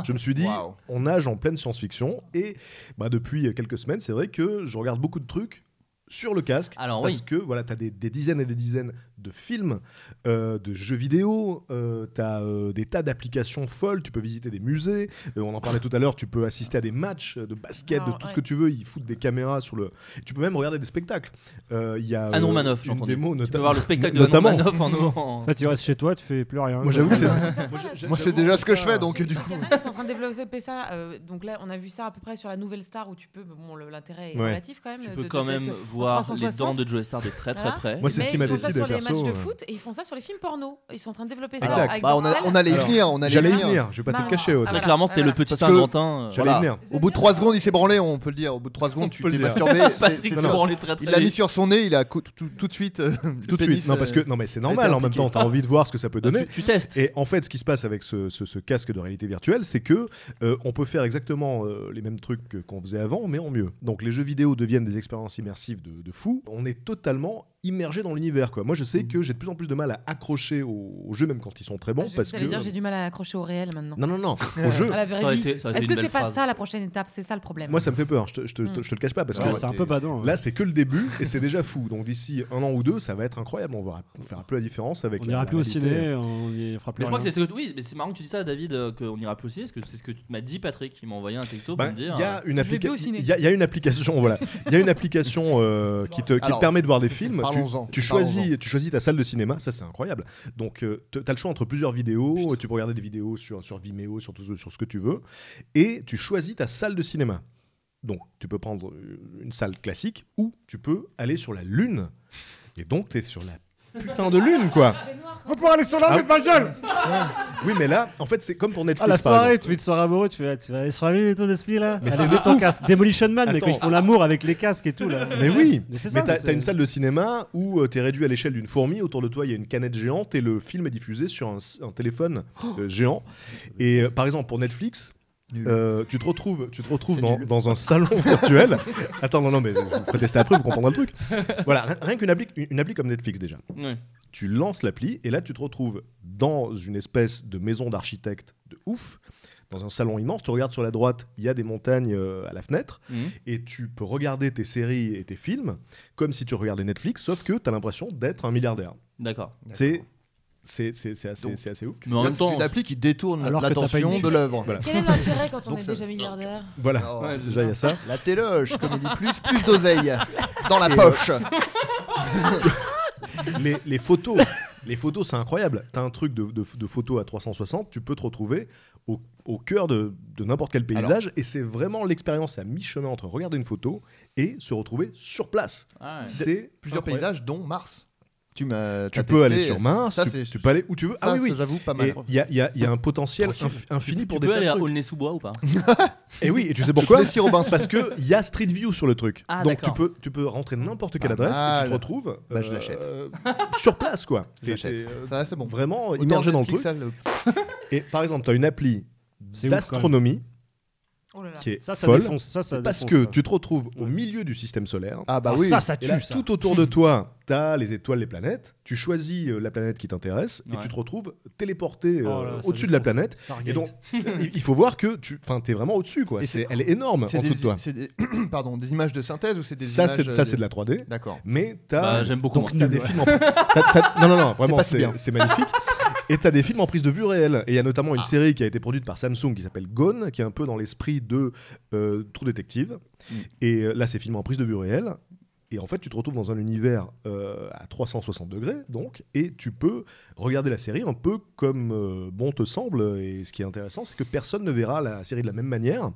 [SPEAKER 2] Je me suis dit,
[SPEAKER 3] Waouh.
[SPEAKER 2] on nage en pleine science-fiction. Et bah, depuis quelques semaines, c'est vrai que je regarde beaucoup de trucs sur le casque.
[SPEAKER 1] Alors
[SPEAKER 2] Parce
[SPEAKER 1] Ah, oui.
[SPEAKER 2] que voilà, tu as des, des dizaines et des dizaines de films, euh, de jeux vidéo, tu as des tas d'applications folles, tu peux visiter des musées, euh, on en parlait tout à l'heure, tu peux assister à des matchs de basket, de
[SPEAKER 4] Alors,
[SPEAKER 2] tout ce
[SPEAKER 4] Ah, ouais.
[SPEAKER 2] que tu veux, ils foutent des caméras sur le... Tu peux même regarder des spectacles. Euh, Il y a
[SPEAKER 1] Anon Manoff, j'ai
[SPEAKER 2] une
[SPEAKER 1] entendu.
[SPEAKER 2] démo
[SPEAKER 1] Tu peux
[SPEAKER 2] nota-
[SPEAKER 1] voir le spectacle de Anon
[SPEAKER 2] notamment.
[SPEAKER 1] Manoff en
[SPEAKER 5] En
[SPEAKER 1] en-
[SPEAKER 5] fait, tu restes chez toi, tu fais plus rien.
[SPEAKER 2] Moi j'avoue, c'est...
[SPEAKER 3] Moi, c'est déjà ce que je fais, donc
[SPEAKER 4] C'est
[SPEAKER 3] du
[SPEAKER 4] sur
[SPEAKER 3] coup.
[SPEAKER 4] Canal, Ils sont en train de développer ça. euh, donc là, on a vu ça à peu près sur la nouvelle star où tu peux. Bon, le- l'intérêt est
[SPEAKER 2] Ouais.
[SPEAKER 4] relatif quand même.
[SPEAKER 1] Tu
[SPEAKER 4] Euh, de-
[SPEAKER 1] peux
[SPEAKER 4] de-
[SPEAKER 1] quand
[SPEAKER 4] de-
[SPEAKER 1] même
[SPEAKER 4] de-
[SPEAKER 1] voir les
[SPEAKER 4] 360.
[SPEAKER 1] dents de Joe Star de très très
[SPEAKER 4] Voilà.
[SPEAKER 1] près.
[SPEAKER 2] Moi, c'est ce
[SPEAKER 4] Mais
[SPEAKER 2] qui m'a
[SPEAKER 4] ils font ça
[SPEAKER 2] décidé,
[SPEAKER 4] sur les
[SPEAKER 2] perso,
[SPEAKER 4] matchs de
[SPEAKER 2] euh.
[SPEAKER 4] foot et ils font ça sur les films porno. Ils sont en train de développer ça.
[SPEAKER 2] Exact.
[SPEAKER 4] Avec
[SPEAKER 3] Bah, on,
[SPEAKER 4] des
[SPEAKER 3] a-
[SPEAKER 4] selles.
[SPEAKER 3] on allait
[SPEAKER 2] Alors,
[SPEAKER 3] venir, on allait
[SPEAKER 2] J'allais y
[SPEAKER 3] venir.
[SPEAKER 2] venir, je vais pas te le
[SPEAKER 4] Marrant.
[SPEAKER 2] cacher.
[SPEAKER 1] Très
[SPEAKER 2] Audrey.
[SPEAKER 4] Bah voilà.
[SPEAKER 1] clairement, c'est le
[SPEAKER 4] Voilà.
[SPEAKER 1] petit euh,
[SPEAKER 3] Parce que-
[SPEAKER 1] Saint-Quentin.
[SPEAKER 2] J'allais y
[SPEAKER 3] Voilà.
[SPEAKER 2] venir.
[SPEAKER 3] Au bout de 3 secondes, il s'est branlé, on peut le dire. Au bout de 3 secondes, tu
[SPEAKER 2] peut
[SPEAKER 3] t'es
[SPEAKER 2] le dire.
[SPEAKER 3] masturbé. c'est-
[SPEAKER 1] Patrick
[SPEAKER 3] c'est
[SPEAKER 1] se
[SPEAKER 3] sûr.
[SPEAKER 1] branlait très très
[SPEAKER 3] Il l'a mis
[SPEAKER 1] vite.
[SPEAKER 3] sur son nez, il a cou- tout, tout- tout de suite. euh,
[SPEAKER 2] Tout de
[SPEAKER 3] le
[SPEAKER 2] suite.
[SPEAKER 3] pénis,
[SPEAKER 2] Non, parce
[SPEAKER 3] euh,
[SPEAKER 2] que non, mais c'est
[SPEAKER 3] a
[SPEAKER 2] normal. hein,
[SPEAKER 3] été
[SPEAKER 2] En même
[SPEAKER 3] impliqué.
[SPEAKER 2] temps, t'as envie de voir ce que ça peut donner.
[SPEAKER 1] Tu, tu testes.
[SPEAKER 2] Et en fait, ce qui se passe avec ce, ce- ce casque de réalité virtuelle, c'est que euh, on peut faire exactement euh, les mêmes trucs que- qu'on faisait avant, mais en mieux. Donc, les jeux vidéo deviennent des expériences immersives de, de fou. On est totalement immergé dans l'univers. Quoi. Moi, je
[SPEAKER 3] Mm.
[SPEAKER 2] sais que j'ai de plus en plus de mal à accrocher aux, aux jeux, même quand ils sont très bons,
[SPEAKER 4] Ah, Je-
[SPEAKER 2] parce que euh,
[SPEAKER 4] J'allais dire, j'ai du mal Ah à accrocher au réel maintenant.
[SPEAKER 2] non, non, non, aux jeux.
[SPEAKER 4] À la vraie
[SPEAKER 1] aurait
[SPEAKER 4] vie.
[SPEAKER 1] été- ça aurait
[SPEAKER 4] Est-ce
[SPEAKER 1] été
[SPEAKER 4] que
[SPEAKER 1] une belle
[SPEAKER 4] c'est pas
[SPEAKER 1] phrase.
[SPEAKER 4] ça la prochaine étape C'est ça le problème.
[SPEAKER 2] Moi, ça me fait peur. Je te, je te- je
[SPEAKER 4] Mm.
[SPEAKER 2] te- je te le cache pas parce
[SPEAKER 5] Ouais,
[SPEAKER 2] que
[SPEAKER 3] Ah Ouais,
[SPEAKER 5] c'est un
[SPEAKER 3] t'es-
[SPEAKER 5] peu badant. hein.
[SPEAKER 2] Là, c'est que le début et c'est déjà fou. Donc d'ici un an ou deux, ça va être incroyable. On verra, on verra plus la différence avec.
[SPEAKER 5] on
[SPEAKER 2] la
[SPEAKER 5] ira plus au
[SPEAKER 2] réalité.
[SPEAKER 5] ciné, on y fera plus
[SPEAKER 1] Mais je
[SPEAKER 5] rien.
[SPEAKER 1] crois que c'est ce que oui, mais c'est marrant que tu dis ça, David, euh, qu'on ira plus aussi, parce que c'est ce que tu m'as dit, Patrick. Il m'a envoyé un texto
[SPEAKER 2] Ben,
[SPEAKER 1] pour me
[SPEAKER 2] Il
[SPEAKER 1] dire.
[SPEAKER 2] y a une
[SPEAKER 4] Je l'ai vu
[SPEAKER 2] application.
[SPEAKER 4] au ciné.
[SPEAKER 2] Il y, a- il y a une application. Voilà. Il y a une application euh, qui te qui te
[SPEAKER 3] Alors,
[SPEAKER 2] permet de voir des films. Tu-
[SPEAKER 3] parlons-en,
[SPEAKER 2] Tu, choisis,
[SPEAKER 3] parlons-en.
[SPEAKER 2] tu choisis ta salle de cinéma. Ça, c'est incroyable. Donc, tu as le choix entre plusieurs vidéos. Tu peux regarder des vidéos sur sur Vimeo, sur tout ce- sur ce que tu veux, et tu choisis ta salle de cinéma. Donc, tu peux prendre euh, une salle classique ou tu peux aller sur la lune. Et donc, tu es sur la putain de lune, quoi.
[SPEAKER 6] On peut aller sur la
[SPEAKER 2] Ah.
[SPEAKER 6] rue de ma gueule
[SPEAKER 2] Oui, mais là, en fait, c'est comme pour Netflix.
[SPEAKER 5] Ah, la
[SPEAKER 2] par
[SPEAKER 5] soirée,
[SPEAKER 2] exemple.
[SPEAKER 5] tu fais une soirée amoureuse, tu fais, tu vas aller sur la lune et tout, d'esprit là.
[SPEAKER 2] Mais
[SPEAKER 5] Elle
[SPEAKER 2] c'est
[SPEAKER 5] est
[SPEAKER 2] de
[SPEAKER 5] ton
[SPEAKER 2] ouf.
[SPEAKER 5] casque. Demolition Man, mais
[SPEAKER 2] Attends.
[SPEAKER 5] quand ils font l'amour avec les casques et tout là.
[SPEAKER 2] Mais oui
[SPEAKER 5] Mais c'est ça.
[SPEAKER 2] Mais t'as
[SPEAKER 5] mais c'est-
[SPEAKER 2] t'as une salle de cinéma où tu t'es réduit à l'échelle d'une fourmi, autour de toi il y a une canette géante et le film est diffusé sur un, s- un téléphone euh, géant. Et euh, par exemple pour Netflix,
[SPEAKER 3] Nul.
[SPEAKER 2] euh, tu te retrouves, tu te retrouves
[SPEAKER 3] C'est
[SPEAKER 2] dans,
[SPEAKER 3] nul.
[SPEAKER 2] dans un salon virtuel. Attends non non mais vous ferez tester après vous comprendrez le truc. Voilà rien, rien qu'une appli, une appli comme Netflix déjà.
[SPEAKER 1] euh, Ouais.
[SPEAKER 2] Tu lances l'appli et là, tu te retrouves dans une espèce de maison d'architecte de ouf, dans un salon immense. Tu regardes sur la droite, il y a des montagnes euh, à la fenêtre
[SPEAKER 1] Mhm.
[SPEAKER 2] et tu peux regarder tes séries et tes films comme si tu regardais Netflix, sauf que tu as l'impression d'être un milliardaire.
[SPEAKER 1] D'accord.
[SPEAKER 2] C'est c'est- c'est- c'est assez,
[SPEAKER 3] Donc,
[SPEAKER 2] c'est assez ouf.
[SPEAKER 1] Mais en même temps,
[SPEAKER 3] une appli qui détourne
[SPEAKER 5] Alors que t'as pas
[SPEAKER 3] l'attention
[SPEAKER 5] une-
[SPEAKER 3] de l'œuvre.
[SPEAKER 2] Voilà.
[SPEAKER 6] Quel est l'intérêt quand on
[SPEAKER 3] Donc
[SPEAKER 6] est
[SPEAKER 3] ça-
[SPEAKER 6] déjà milliardaire
[SPEAKER 2] Voilà,
[SPEAKER 3] Alors,
[SPEAKER 1] Ouais,
[SPEAKER 2] déjà il y a ça.
[SPEAKER 3] La téloge, comme il dit plus, plus d'oseille dans la
[SPEAKER 2] euh,
[SPEAKER 3] poche.
[SPEAKER 2] les, les photos, les photos, c'est incroyable. T'as un truc de, de, de photo à 360, tu peux te retrouver au, au cœur de, de n'importe quel paysage, et c'est vraiment l'expérience à mi-chemin entre regarder une photo et se retrouver sur place.
[SPEAKER 1] Ah, ouais.
[SPEAKER 2] C'est
[SPEAKER 3] Plusieurs
[SPEAKER 2] incroyable.
[SPEAKER 3] paysages, dont Mars. Tu, m'as-
[SPEAKER 2] Tu
[SPEAKER 3] t'as
[SPEAKER 2] peux
[SPEAKER 3] testé.
[SPEAKER 2] aller sur Mars,
[SPEAKER 3] Ça,
[SPEAKER 2] tu,
[SPEAKER 3] c'est-
[SPEAKER 2] tu peux aller où tu veux.
[SPEAKER 3] Ça,
[SPEAKER 2] ah oui,
[SPEAKER 3] ça,
[SPEAKER 2] oui.
[SPEAKER 3] J'avoue, pas
[SPEAKER 2] Et
[SPEAKER 3] mal.
[SPEAKER 2] il y a, il y a- il y a un potentiel
[SPEAKER 1] Tranquille.
[SPEAKER 2] inf- infini pour
[SPEAKER 1] tu
[SPEAKER 2] des
[SPEAKER 1] peux
[SPEAKER 2] tas
[SPEAKER 1] aller
[SPEAKER 2] de
[SPEAKER 1] à
[SPEAKER 2] trucs.
[SPEAKER 1] Aulnay-sous-Bois ou pas
[SPEAKER 2] Et oui, et
[SPEAKER 3] Ah,
[SPEAKER 2] tu sais pourquoi
[SPEAKER 3] Plessis Robinson.
[SPEAKER 2] Parce que il y a Street View sur le truc.
[SPEAKER 1] Ah,
[SPEAKER 2] Donc tu
[SPEAKER 1] d'accord.
[SPEAKER 2] peux, tu peux rentrer n'importe quelle
[SPEAKER 3] Pas
[SPEAKER 2] adresse et tu
[SPEAKER 3] mal.
[SPEAKER 2] te retrouves
[SPEAKER 3] Bah, je l'achète.
[SPEAKER 2] euh, sur place, quoi.
[SPEAKER 3] Je
[SPEAKER 2] T'es-
[SPEAKER 3] l'achète.
[SPEAKER 2] t'es, euh,
[SPEAKER 3] Ça, c'est bon.
[SPEAKER 2] Vraiment
[SPEAKER 3] Autant
[SPEAKER 2] immergé dans le truc.
[SPEAKER 3] Netflix, ça,
[SPEAKER 2] Et par exemple, tu as une appli
[SPEAKER 5] C'est ouf,
[SPEAKER 2] d'astronomie
[SPEAKER 4] Oh là là.
[SPEAKER 2] qui est
[SPEAKER 5] Ça, ça
[SPEAKER 2] folle
[SPEAKER 5] défonce. Ça, ça
[SPEAKER 2] parce
[SPEAKER 5] défonce,
[SPEAKER 2] que
[SPEAKER 5] ça.
[SPEAKER 2] tu te retrouves au
[SPEAKER 5] Ouais.
[SPEAKER 2] milieu du système solaire.
[SPEAKER 3] Ah bah
[SPEAKER 5] Ah,
[SPEAKER 3] oui.
[SPEAKER 5] ça, ça
[SPEAKER 2] Et
[SPEAKER 5] tue,
[SPEAKER 2] là,
[SPEAKER 5] ça.
[SPEAKER 2] tout autour de toi, tu as les étoiles, les planètes. Tu choisis euh, la planète qui t'intéresse et
[SPEAKER 1] Ouais.
[SPEAKER 2] tu te retrouves téléporté euh,
[SPEAKER 5] Oh là là, ça
[SPEAKER 2] au-dessus de la
[SPEAKER 5] défonce.
[SPEAKER 2] planète.
[SPEAKER 5] Stargate.
[SPEAKER 2] Et donc, il il faut voir que tu es vraiment au-dessus. quoi.
[SPEAKER 3] Et
[SPEAKER 2] C'est-
[SPEAKER 3] c'est-
[SPEAKER 2] Elle est énorme en
[SPEAKER 3] c'est
[SPEAKER 2] dessous
[SPEAKER 3] des,
[SPEAKER 2] de toi.
[SPEAKER 3] c'est des- pardon, des images de synthèse ou c'est des
[SPEAKER 2] Ça,
[SPEAKER 3] images
[SPEAKER 2] c'est ça,
[SPEAKER 3] euh,
[SPEAKER 2] c'est de la 3D.
[SPEAKER 3] D'accord.
[SPEAKER 2] Mais
[SPEAKER 1] Bah,
[SPEAKER 2] t'as
[SPEAKER 1] J'aime beaucoup.
[SPEAKER 2] Donc
[SPEAKER 1] moi.
[SPEAKER 2] t'as des films en... t'as- t'as- Non, non, non, vraiment,
[SPEAKER 3] pas si
[SPEAKER 2] c'est
[SPEAKER 3] bien.
[SPEAKER 2] c'est magnifique. Et t'as des films en prise de vue réelle. Et il y a notamment une
[SPEAKER 1] Ah.
[SPEAKER 2] série qui a été produite par Samsung qui s'appelle Gone, qui est un peu dans l'esprit de euh, True Detective.
[SPEAKER 1] Mm.
[SPEAKER 2] Et euh, là, c'est filmé en prise de vue réelle. Et en fait, tu te retrouves dans un univers euh, à 360 degrés, donc, et tu peux regarder la série un peu comme euh, bon te semble. Et ce qui est intéressant, c'est que personne ne verra la série de la même manière.